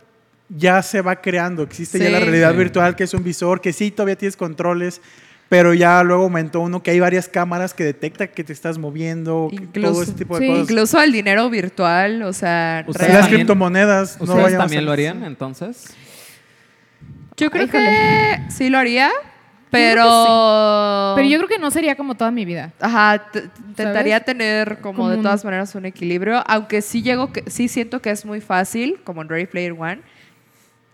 Speaker 4: ya se va creando. Existe ya la
Speaker 2: Sí.
Speaker 4: realidad
Speaker 3: Sí.
Speaker 4: virtual, que es un visor, que sí, todavía tienes controles, pero ya luego aumentó uno que hay varias cámaras que detecta que te estás moviendo, que todo ese tipo de
Speaker 1: sí,
Speaker 4: cosas.
Speaker 2: Incluso el dinero virtual, o sea,
Speaker 3: Ustedes
Speaker 4: Las
Speaker 2: real.
Speaker 3: también-
Speaker 4: criptomonedas, no
Speaker 3: ¿Ustedes
Speaker 4: vayamos
Speaker 3: también
Speaker 4: a-
Speaker 3: lo harían entonces?
Speaker 2: yo creo que
Speaker 1: Híjole.
Speaker 2: sí lo haría,
Speaker 1: creo
Speaker 2: pero...
Speaker 1: que Pero yo creo que no sería como toda mi vida.
Speaker 2: Ajá, t- intentaría tener como,
Speaker 1: Como
Speaker 2: de
Speaker 1: un-
Speaker 2: todas maneras un equilibrio, aunque sí llego, que, sí siento que es muy fácil, como en Ready Player One,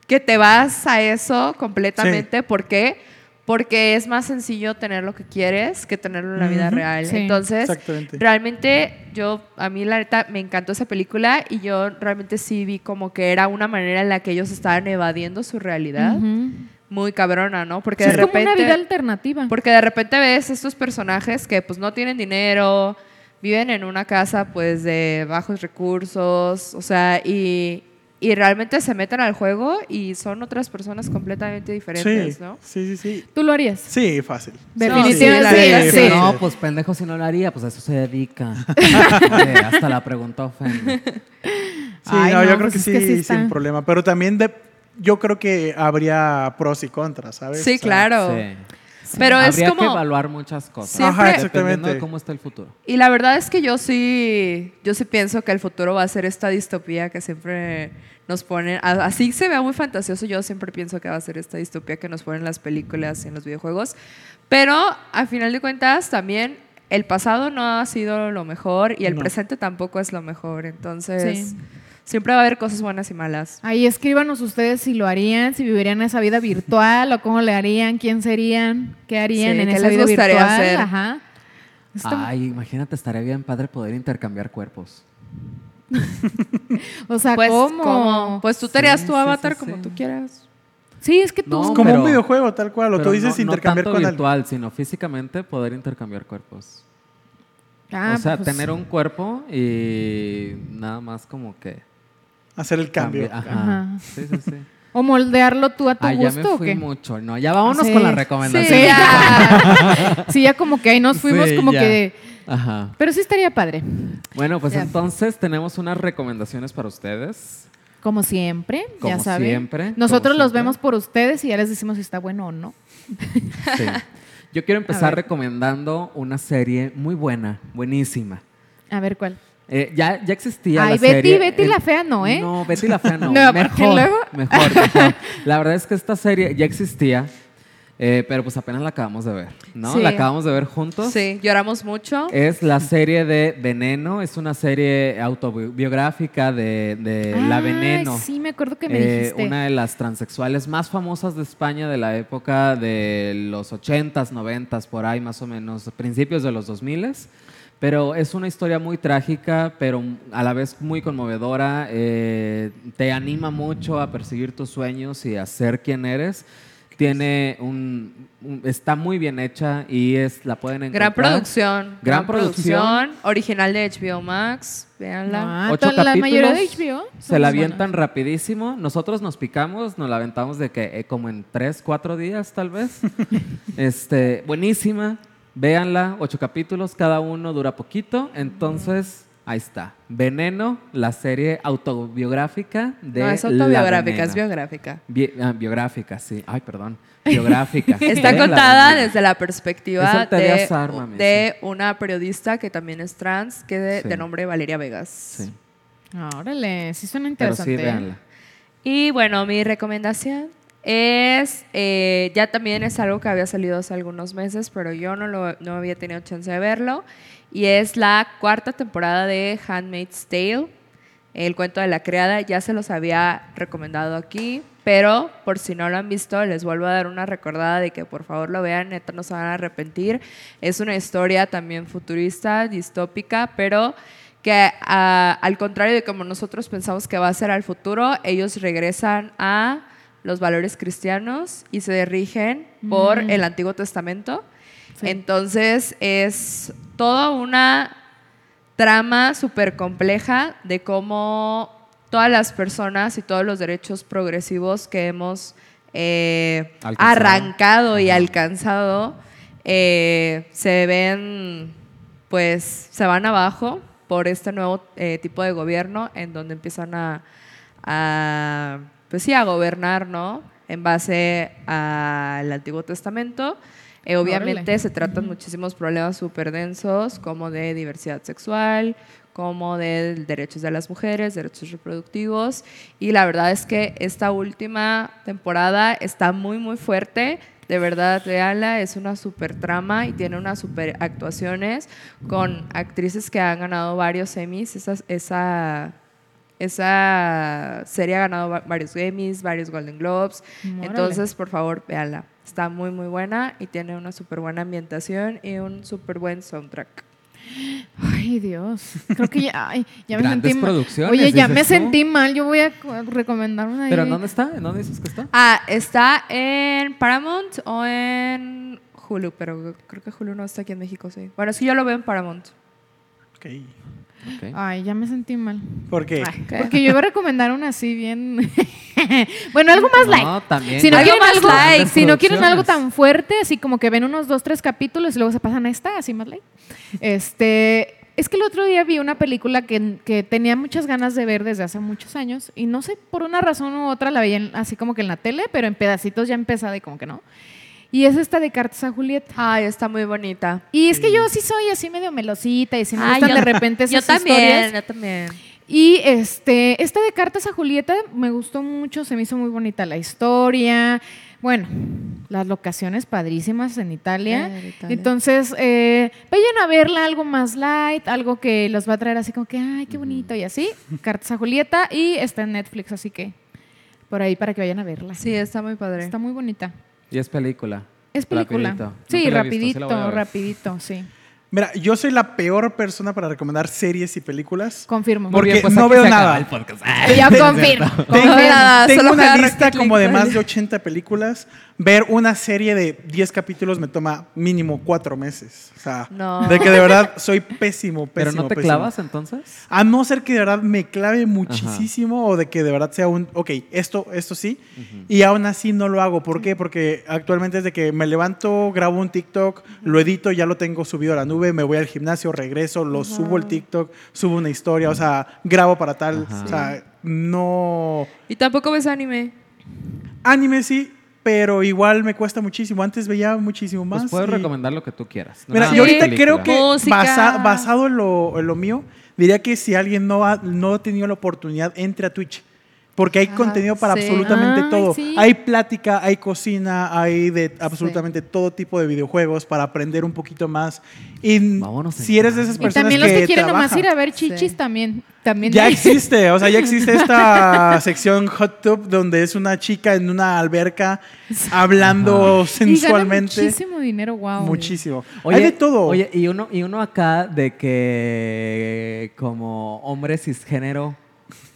Speaker 2: que te vas a eso completamente, ¿por qué? Porque es más sencillo tener lo que quieres que tenerlo en la vida
Speaker 4: Ujú.
Speaker 2: real.
Speaker 1: Sí.
Speaker 2: Entonces,
Speaker 4: Exactamente.
Speaker 2: realmente yo, a mí la neta, me encantó esa película y yo realmente sí vi como que era una manera en la que ellos estaban evadiendo su realidad,
Speaker 1: Ujú.
Speaker 2: muy cabrona, ¿no? Porque
Speaker 1: Sí,
Speaker 2: de
Speaker 1: es como
Speaker 2: repente...
Speaker 1: una vida alternativa.
Speaker 2: Porque de repente ves estos personajes que pues no tienen dinero, viven en una casa pues de bajos recursos, o sea, y, y realmente se meten al juego y son otras personas completamente diferentes,
Speaker 4: Sí,
Speaker 2: ¿no?
Speaker 4: sí, sí, sí.
Speaker 1: ¿Tú lo harías?
Speaker 4: Sí, fácil.
Speaker 1: Definitivamente.
Speaker 2: sí, la
Speaker 1: sí,
Speaker 2: neta,
Speaker 1: sí.
Speaker 4: sí.
Speaker 3: No, pues pendejo si no lo haría, pues a eso se dedica. Eh, hasta la preguntó ofende.
Speaker 4: Sí,
Speaker 1: Ay, no,
Speaker 4: no, yo creo
Speaker 1: pues
Speaker 4: que
Speaker 1: es
Speaker 4: sí,
Speaker 1: que sí está.
Speaker 4: sin problema. Pero también de- yo creo que habría pros y contras, ¿sabes?
Speaker 2: Sí,
Speaker 4: O sea,
Speaker 2: claro.
Speaker 3: Sí.
Speaker 2: Pero es
Speaker 3: Habría que
Speaker 2: como-
Speaker 3: evaluar muchas cosas.
Speaker 2: Siempre-
Speaker 4: Ajá,
Speaker 3: Dependiendo de
Speaker 4: exactamente.
Speaker 3: cómo está el futuro.
Speaker 2: Y la verdad es que yo sí, yo sí pienso que el futuro va a ser esta distopía que siempre nos ponen, a- así se vea muy fantasioso, yo siempre pienso que va a ser esta distopía que nos ponen en las películas y en los videojuegos, pero al final de cuentas también el pasado no ha sido lo mejor y el
Speaker 4: No.
Speaker 2: presente tampoco es lo mejor, entonces
Speaker 1: Sí.
Speaker 2: siempre va a haber cosas buenas y malas.
Speaker 1: Ahí escríbanos ustedes si lo harían, si vivirían esa vida virtual o cómo le harían, quién serían, qué harían
Speaker 2: Sí,
Speaker 1: en
Speaker 2: ¿qué
Speaker 1: esa
Speaker 2: les
Speaker 1: vida
Speaker 2: gustaría
Speaker 1: virtual.
Speaker 2: hacer?
Speaker 1: Ajá. Está-
Speaker 3: Ay, imagínate, estaría bien padre poder intercambiar cuerpos.
Speaker 1: o sea,
Speaker 2: Pues,
Speaker 1: ¿cómo?
Speaker 2: como- pues tú te harías
Speaker 3: Ah, Sí,
Speaker 2: tu
Speaker 3: sí, sí,
Speaker 2: avatar como
Speaker 3: sí.
Speaker 2: tú quieras.
Speaker 1: sí, es que tú
Speaker 3: No,
Speaker 4: Es como
Speaker 3: pero-
Speaker 4: un videojuego, tal cual. O tú
Speaker 3: Pero
Speaker 4: dices
Speaker 3: no,
Speaker 4: intercambiar
Speaker 3: no tanto
Speaker 4: con alguien.
Speaker 3: virtual, sino físicamente poder intercambiar cuerpos.
Speaker 1: Ah,
Speaker 3: o sea,
Speaker 1: pues,
Speaker 3: tener un cuerpo y nada más como que...
Speaker 4: Hacer el cambio.
Speaker 3: cambiar.
Speaker 1: Ajá.
Speaker 3: Ajá. Sí, sí, sí.
Speaker 1: o moldearlo tú a tu
Speaker 3: Ay, Ah, ya
Speaker 1: gusto
Speaker 3: me
Speaker 1: o
Speaker 3: fui
Speaker 1: qué. Ah,
Speaker 3: mucho. No, ya vámonos
Speaker 1: Sí.
Speaker 3: con la
Speaker 2: Sí,
Speaker 3: recomendación.
Speaker 2: ya.
Speaker 1: Sí, ya como que ahí nos fuimos
Speaker 3: Sí,
Speaker 1: como
Speaker 3: ya.
Speaker 1: que
Speaker 3: Ajá.
Speaker 1: pero sí estaría padre.
Speaker 3: Bueno, pues
Speaker 1: Ya.
Speaker 3: entonces tenemos unas recomendaciones para ustedes.
Speaker 1: Como siempre,
Speaker 3: Como
Speaker 1: ya saben.
Speaker 3: siempre, como
Speaker 1: Nosotros los
Speaker 3: siempre.
Speaker 1: vemos por ustedes y ya les decimos si está bueno o no.
Speaker 3: Sí. Yo quiero empezar
Speaker 1: ver.
Speaker 3: recomendando una serie muy buena, buenísima.
Speaker 1: A ver cuál.
Speaker 3: Eh, ya, ya existía
Speaker 1: Ay,
Speaker 3: la
Speaker 1: Betty,
Speaker 3: serie.
Speaker 1: Betty
Speaker 3: El-
Speaker 1: la fea no, ¿eh?
Speaker 3: No, Betty la fea no.
Speaker 1: No, porque
Speaker 3: mejor,
Speaker 1: luego-
Speaker 3: mejor, mejor. La verdad es que esta serie ya existía, eh, pero pues apenas la acabamos de ver, ¿no?
Speaker 1: Sí.
Speaker 3: La acabamos de ver juntos.
Speaker 2: Sí, lloramos mucho.
Speaker 3: Es la serie de Veneno, es una serie autobiográfica de, de Eh, La
Speaker 1: Ah,
Speaker 3: Veneno.
Speaker 1: Sí, me acuerdo que me
Speaker 3: Eh,
Speaker 1: dijiste.
Speaker 3: Una de las transexuales más famosas de España de la época de los 80s, 90s, por ahí más o menos, principios de los 2000s. Pero es una historia muy trágica, pero a la vez muy conmovedora. eh, te anima mucho a perseguir tus sueños y a ser quien eres. Tiene un, un- está muy bien hecha y es la pueden encontrar.
Speaker 2: Gran producción.
Speaker 3: Gran
Speaker 2: Original de HBO Max. Veanla.
Speaker 1: Ah,
Speaker 3: Ocho
Speaker 1: toda la mayoría de
Speaker 3: capítulos,
Speaker 1: HBO.
Speaker 3: Se
Speaker 1: somos
Speaker 3: la avientan rapidísimo. Nosotros nos picamos, nos la aventamos de que eh, como en tres, cuatro días tal vez. este, buenísima. Véanla, ocho capítulos, cada uno dura poquito. Entonces, ahí está. Veneno, la serie autobiográfica de...
Speaker 2: no, es
Speaker 3: La
Speaker 2: autobiográfica, es
Speaker 3: Veneno.
Speaker 2: biográfica.
Speaker 3: Bi- ah, biográfica, sí. Ay, perdón. Biográfica.
Speaker 2: Está
Speaker 3: de La
Speaker 2: contada
Speaker 3: Veneno.
Speaker 2: desde la
Speaker 3: Es
Speaker 2: perspectiva
Speaker 3: Alteria
Speaker 2: de,
Speaker 3: Sarma, me
Speaker 2: de una periodista que también es trans, que de,
Speaker 3: Sí.
Speaker 2: de nombre Valeria Vegas.
Speaker 3: Sí,
Speaker 1: buenas. Ah, Órale, sí suena
Speaker 3: pero sí,
Speaker 1: interesante. ¿eh?
Speaker 3: véanla.
Speaker 2: Y bueno, mi recomendación es, eh, ya también es algo que había salido hace algunos meses, pero yo no, lo, no había tenido chance de verlo, y es la cuarta temporada de Handmaid's Tale, el cuento de la criada, ya se los había recomendado aquí, pero por si no lo han visto, les vuelvo a dar una recordada de que por favor lo vean, neta no se van a arrepentir, es una historia también futurista, distópica, pero que ah, al contrario de como nosotros pensamos que va a ser al futuro, ellos regresan a los valores cristianos y se rigen por
Speaker 1: Mm.
Speaker 2: el Antiguo Testamento.
Speaker 1: Sí.
Speaker 2: Entonces es toda una trama súper compleja de cómo todas las personas y todos los derechos progresivos que hemos eh,
Speaker 3: Alcanzado.
Speaker 2: arrancado y
Speaker 3: Ajá.
Speaker 2: alcanzado eh, se ven, pues, se van abajo por este nuevo eh, tipo de gobierno en donde empiezan a, a, pues sí, a gobernar, ¿no? En base al Antiguo Testamento. Eh, obviamente
Speaker 1: Órale.
Speaker 2: se tratan muchísimos problemas súper densos, como de diversidad sexual, como de derechos de las mujeres, derechos reproductivos. Y la verdad es que esta última temporada está muy, muy fuerte. De verdad, Leala es una super trama y tiene unas super actuaciones con actrices que han ganado varios Emmys. Esas- esa, esa serie ha ganado va- varios Emmys, varios Golden Globes.
Speaker 1: Órale.
Speaker 2: Entonces, por favor, véanla. Está muy, muy buena y tiene una súper buena ambientación y un súper buen soundtrack.
Speaker 1: Ay, Dios. Creo que ya, ay, ya me
Speaker 3: Grandes
Speaker 1: sentí mal.
Speaker 3: producciones,
Speaker 1: Oye, ya
Speaker 3: dices
Speaker 1: me
Speaker 3: tú.
Speaker 1: sentí mal. Yo voy a co- recomendar una.
Speaker 3: ¿Pero
Speaker 1: ahí.
Speaker 3: en dónde está? ¿En dónde dices que está?
Speaker 2: Ah, está en Paramount o en Hulu, pero creo que Hulu no está aquí en México, sí. Bueno, es que yo lo veo en Paramount.
Speaker 3: ah.
Speaker 4: Ok.
Speaker 3: Ok.
Speaker 1: Ay, ya me sentí mal.
Speaker 4: ¿Por qué?
Speaker 1: Ay, Porque yo iba a recomendar una así bien. bueno, algo más
Speaker 3: No,
Speaker 1: light.
Speaker 3: también.
Speaker 1: Si no,
Speaker 2: Algo
Speaker 1: quieren
Speaker 2: más
Speaker 1: algo,
Speaker 2: light.
Speaker 1: si no quieren algo
Speaker 3: Producciones.
Speaker 1: tan fuerte, así como que ven unos dos, tres capítulos y luego se pasan a esta, así más light. Este, es que el otro día vi una película que, que tenía muchas ganas de ver desde hace muchos años y no sé, por una razón u otra la veía en- así como que en la tele, pero en pedacitos ya empezada y como que no. Y es esta de Cartas a Julieta.
Speaker 2: Ay, está muy bonita.
Speaker 1: Y es que yo sí soy así medio melosita y si me
Speaker 2: Ay,
Speaker 1: gustan
Speaker 2: yo-
Speaker 1: de repente esas
Speaker 2: Yo también,
Speaker 1: historias.
Speaker 2: yo también.
Speaker 1: Y este, esta de cartas a Julieta me gustó mucho, se me hizo muy bonita la historia. Bueno, las locaciones padrísimas en Italia.
Speaker 2: Claro, Eh, Italia.
Speaker 1: Entonces, eh, vayan a verla algo más light, algo que los va a traer así como que, ay, qué bonito y así. Cartas a Julieta y está en Netflix, así que por ahí para que vayan a verla.
Speaker 2: Sí, está muy padre.
Speaker 1: Está muy bonita.
Speaker 3: Y es película.
Speaker 1: Es película.
Speaker 3: Rapidito.
Speaker 1: Sí,
Speaker 3: Nunca la he visto, sí
Speaker 1: rapidito,
Speaker 3: la voy a ver.
Speaker 1: rapidito, sí.
Speaker 4: Mira, yo soy la peor persona para recomendar series y películas.
Speaker 1: Confirmo.
Speaker 4: Por- Porque
Speaker 3: pues
Speaker 4: no
Speaker 3: aquí
Speaker 4: veo
Speaker 3: se acaba
Speaker 4: nada.
Speaker 3: el podcast.
Speaker 1: Yo confirmo.
Speaker 4: Tengo,
Speaker 2: Nada,
Speaker 4: tengo
Speaker 2: solo
Speaker 4: una
Speaker 2: cada
Speaker 4: lista
Speaker 2: ratito
Speaker 4: como de
Speaker 2: igual.
Speaker 4: más de 80 películas. Ver una serie de 10 capítulos me toma mínimo 4 meses. O sea,
Speaker 2: No.
Speaker 4: de que de verdad soy pésimo, pésimo.
Speaker 3: ¿Pero no te
Speaker 4: pésimo.
Speaker 3: clavas entonces?
Speaker 4: A no ser que de verdad me clave muchísimo o de que de verdad sea un, ok, esto, esto sí, y aún así no lo hago. ¿Por qué? Porque actualmente es de que me levanto, grabo un TikTok, lo edito, ya lo tengo subido a la nube, me voy al gimnasio, regreso, lo subo el TikTok, subo una historia, o sea, grabo para tal,
Speaker 3: Ajá.
Speaker 4: o sea, no...
Speaker 2: Y tampoco ves anime.
Speaker 4: Anime sí, pero igual me cuesta muchísimo. Antes veía muchísimo más.
Speaker 3: Pues puedes
Speaker 4: y-
Speaker 3: recomendar lo que tú quieras.
Speaker 4: Mira,
Speaker 1: Ah,
Speaker 2: Sí.
Speaker 4: yo ahorita creo
Speaker 3: película.
Speaker 4: que
Speaker 2: Música.
Speaker 4: basa- basado en lo, en lo mío, diría que si alguien no ha, no ha tenido la oportunidad, entre a Twitch. Porque hay
Speaker 2: Ajá,
Speaker 4: contenido para
Speaker 2: sí.
Speaker 4: absolutamente
Speaker 1: Ay,
Speaker 4: todo.
Speaker 1: sí.
Speaker 4: Hay plática, hay cocina, hay de absolutamente todo tipo de videojuegos para aprender un poquito más. Y
Speaker 3: Vámonos
Speaker 4: si eres de esas
Speaker 1: y
Speaker 4: personas
Speaker 1: también los que, quieren nomás
Speaker 4: trabajan-
Speaker 1: ir a ver chichis
Speaker 2: Sí.
Speaker 1: también. también
Speaker 4: ya
Speaker 1: hay.
Speaker 4: existe, o sea, ya existe esta sección hot tub donde es una chica en una alberca hablando
Speaker 1: Y ganan
Speaker 4: sensualmente. muchísimo.
Speaker 1: muchísimo dinero, wow.
Speaker 4: Hay de todo.
Speaker 3: Oye, y uno, y uno acá de que como hombre cisgénero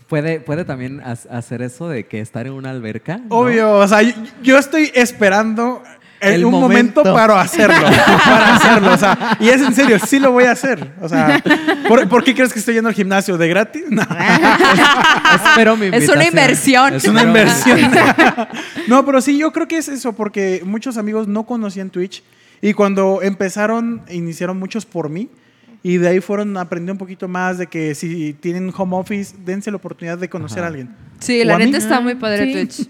Speaker 3: puede, puede también has- hacer eso de que estar en una alberca. ¿no?
Speaker 4: Obvio, o sea, yo, yo estoy esperando el-
Speaker 3: El
Speaker 4: un momento.
Speaker 3: momento.
Speaker 4: para hacerlo, para hacerlo, o sea, y es en serio, sí lo voy a hacer, o sea, ¿por, por qué crees que estoy yendo al gimnasio de gratis? No,
Speaker 3: Ah, Espero mi
Speaker 2: Es una
Speaker 3: invitación.
Speaker 2: inversión.
Speaker 4: es una
Speaker 3: Espero-
Speaker 4: inversión. no, pero sí, yo creo que es eso, porque muchos amigos no conocían Twitch y cuando empezaron, iniciaron muchos por mí. Y de ahí fueron aprendiendo un poquito más de que si tienen home office, dense la oportunidad de conocer
Speaker 3: Ajá.
Speaker 4: a alguien.
Speaker 2: Sí,
Speaker 4: ¿O
Speaker 2: la
Speaker 4: a mí?
Speaker 2: neta está muy padre
Speaker 1: Sí.
Speaker 2: Twitch.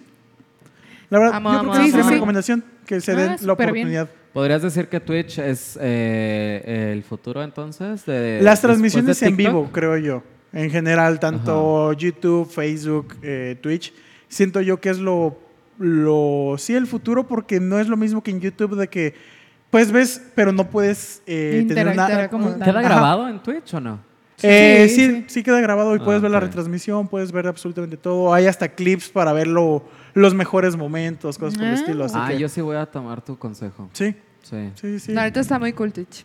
Speaker 4: La verdad,
Speaker 2: Amo,
Speaker 4: yo
Speaker 2: amo,
Speaker 4: creo
Speaker 1: amo.
Speaker 4: que esa es
Speaker 1: Sí,
Speaker 4: mi
Speaker 1: sí.
Speaker 4: recomendación, que se
Speaker 1: Ah,
Speaker 4: den la
Speaker 1: súper bien.
Speaker 4: oportunidad.
Speaker 3: ¿Podrías decir que Twitch es eh, el futuro entonces? de-
Speaker 4: Las
Speaker 3: después
Speaker 4: transmisiones
Speaker 3: de
Speaker 4: en
Speaker 3: TikTok?
Speaker 4: vivo, creo yo. En general, tanto YouTube, Facebook, eh, Twitch. Siento yo que es lo, lo. Sí, el futuro, porque no es lo mismo que en YouTube de que. Pues ves, pero no puedes eh, tener
Speaker 1: Interactuar
Speaker 4: una.
Speaker 1: como tal.
Speaker 3: ¿Queda
Speaker 4: Ajá.
Speaker 3: grabado en Twitch o no?
Speaker 4: Eh,
Speaker 1: Sí,
Speaker 4: sí,
Speaker 1: sí.
Speaker 4: sí, queda grabado y
Speaker 3: Ah,
Speaker 4: puedes ver la
Speaker 3: ok.
Speaker 4: retransmisión, puedes ver absolutamente todo. Hay hasta clips para ver lo- los mejores momentos, cosas por
Speaker 1: Ah.
Speaker 4: el estilo. Así
Speaker 3: ah,
Speaker 4: que-
Speaker 3: yo sí voy a tomar tu consejo.
Speaker 4: Sí,
Speaker 3: Sí.
Speaker 4: sí, sí.
Speaker 2: La neta está muy cool Twitch.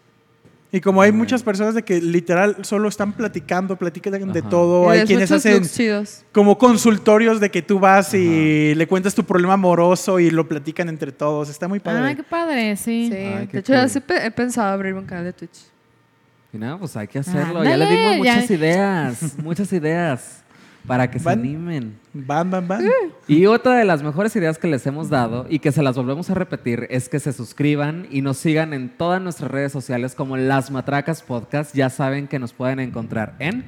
Speaker 4: Y como hay muchas personas de que literal solo están platicando, platican de
Speaker 3: Ajá.
Speaker 4: todo,
Speaker 2: Y
Speaker 4: hay
Speaker 2: ves
Speaker 4: quienes
Speaker 2: muchos
Speaker 4: hacen
Speaker 2: looks chidos.
Speaker 4: como consultorios de que tú vas y le cuentas tu problema amoroso y lo platican entre todos. Está muy
Speaker 1: Ah,
Speaker 4: padre.
Speaker 1: qué padre, sí.
Speaker 2: Sí.
Speaker 3: Ay, qué
Speaker 2: de hecho, ya
Speaker 3: cool.
Speaker 2: sí pe- he pensado abrirme un canal de Twitch.
Speaker 3: Y nada, pues hay que hacerlo.
Speaker 1: Ándale,
Speaker 3: ya le dimos
Speaker 1: ya.
Speaker 3: muchas ideas, muchas ideas. para que
Speaker 4: Van-
Speaker 3: se animen.
Speaker 4: Van, van, van.
Speaker 1: Mm.
Speaker 3: Y otra de las mejores ideas que les hemos dado y que se las volvemos a repetir es que se suscriban y nos sigan en todas nuestras redes sociales como Las Matracas Podcast. Ya saben que nos pueden encontrar en...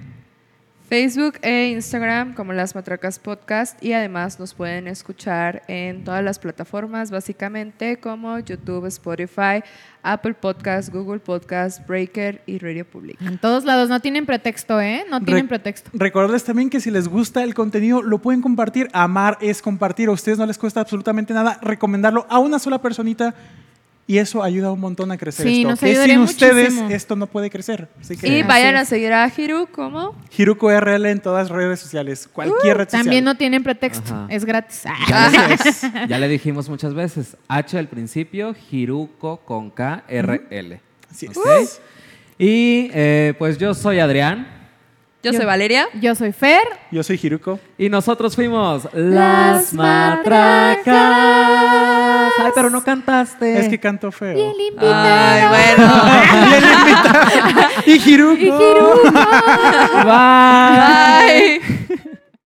Speaker 2: Facebook e Instagram como Las Matracas Podcast y además nos pueden escuchar en todas las plataformas básicamente como YouTube, Spotify, Apple Podcast, Google Podcast, Breaker y Radio Public.
Speaker 1: En todos lados, no tienen pretexto, ¿eh? No tienen
Speaker 4: Re-
Speaker 1: pretexto.
Speaker 4: Recordarles también que si les gusta el contenido, lo pueden compartir. Amar es compartir. A ustedes no les cuesta absolutamente nada recomendarlo a una sola personita. Y eso ayuda un montón a crecer
Speaker 1: Sí,
Speaker 4: esto.
Speaker 1: nos
Speaker 4: que
Speaker 1: ayudaría
Speaker 4: sin ustedes
Speaker 1: muchísimo.
Speaker 4: esto no puede crecer. Así que
Speaker 2: Y
Speaker 1: Así
Speaker 2: vayan a
Speaker 1: es.
Speaker 2: seguir a Hiru como
Speaker 4: Hiruko RL en todas redes sociales. Cualquier red social.
Speaker 1: Uh, También no tienen pretexto,
Speaker 3: Ajá.
Speaker 1: es gratis. Ah.
Speaker 3: Ya le, ya le dijimos muchas veces, H al principio, Hiruko con K, R, L.
Speaker 4: Así es.
Speaker 3: ¿Ok? Y eh, pues yo soy Adrián
Speaker 2: Yo
Speaker 1: Yo-
Speaker 2: soy Valeria.
Speaker 1: Yo soy Fer.
Speaker 4: Yo soy Hiruko.
Speaker 3: y nosotros fuimos
Speaker 1: Las Matracas.
Speaker 3: Ay, pero no cantaste.
Speaker 4: Es que canto feo.
Speaker 1: Eh. Y el
Speaker 2: Ay,
Speaker 1: invitado.
Speaker 2: bueno.
Speaker 4: Y el invitado. y Hiruko.
Speaker 1: Y Hiruko.
Speaker 3: Bye.
Speaker 2: Bye.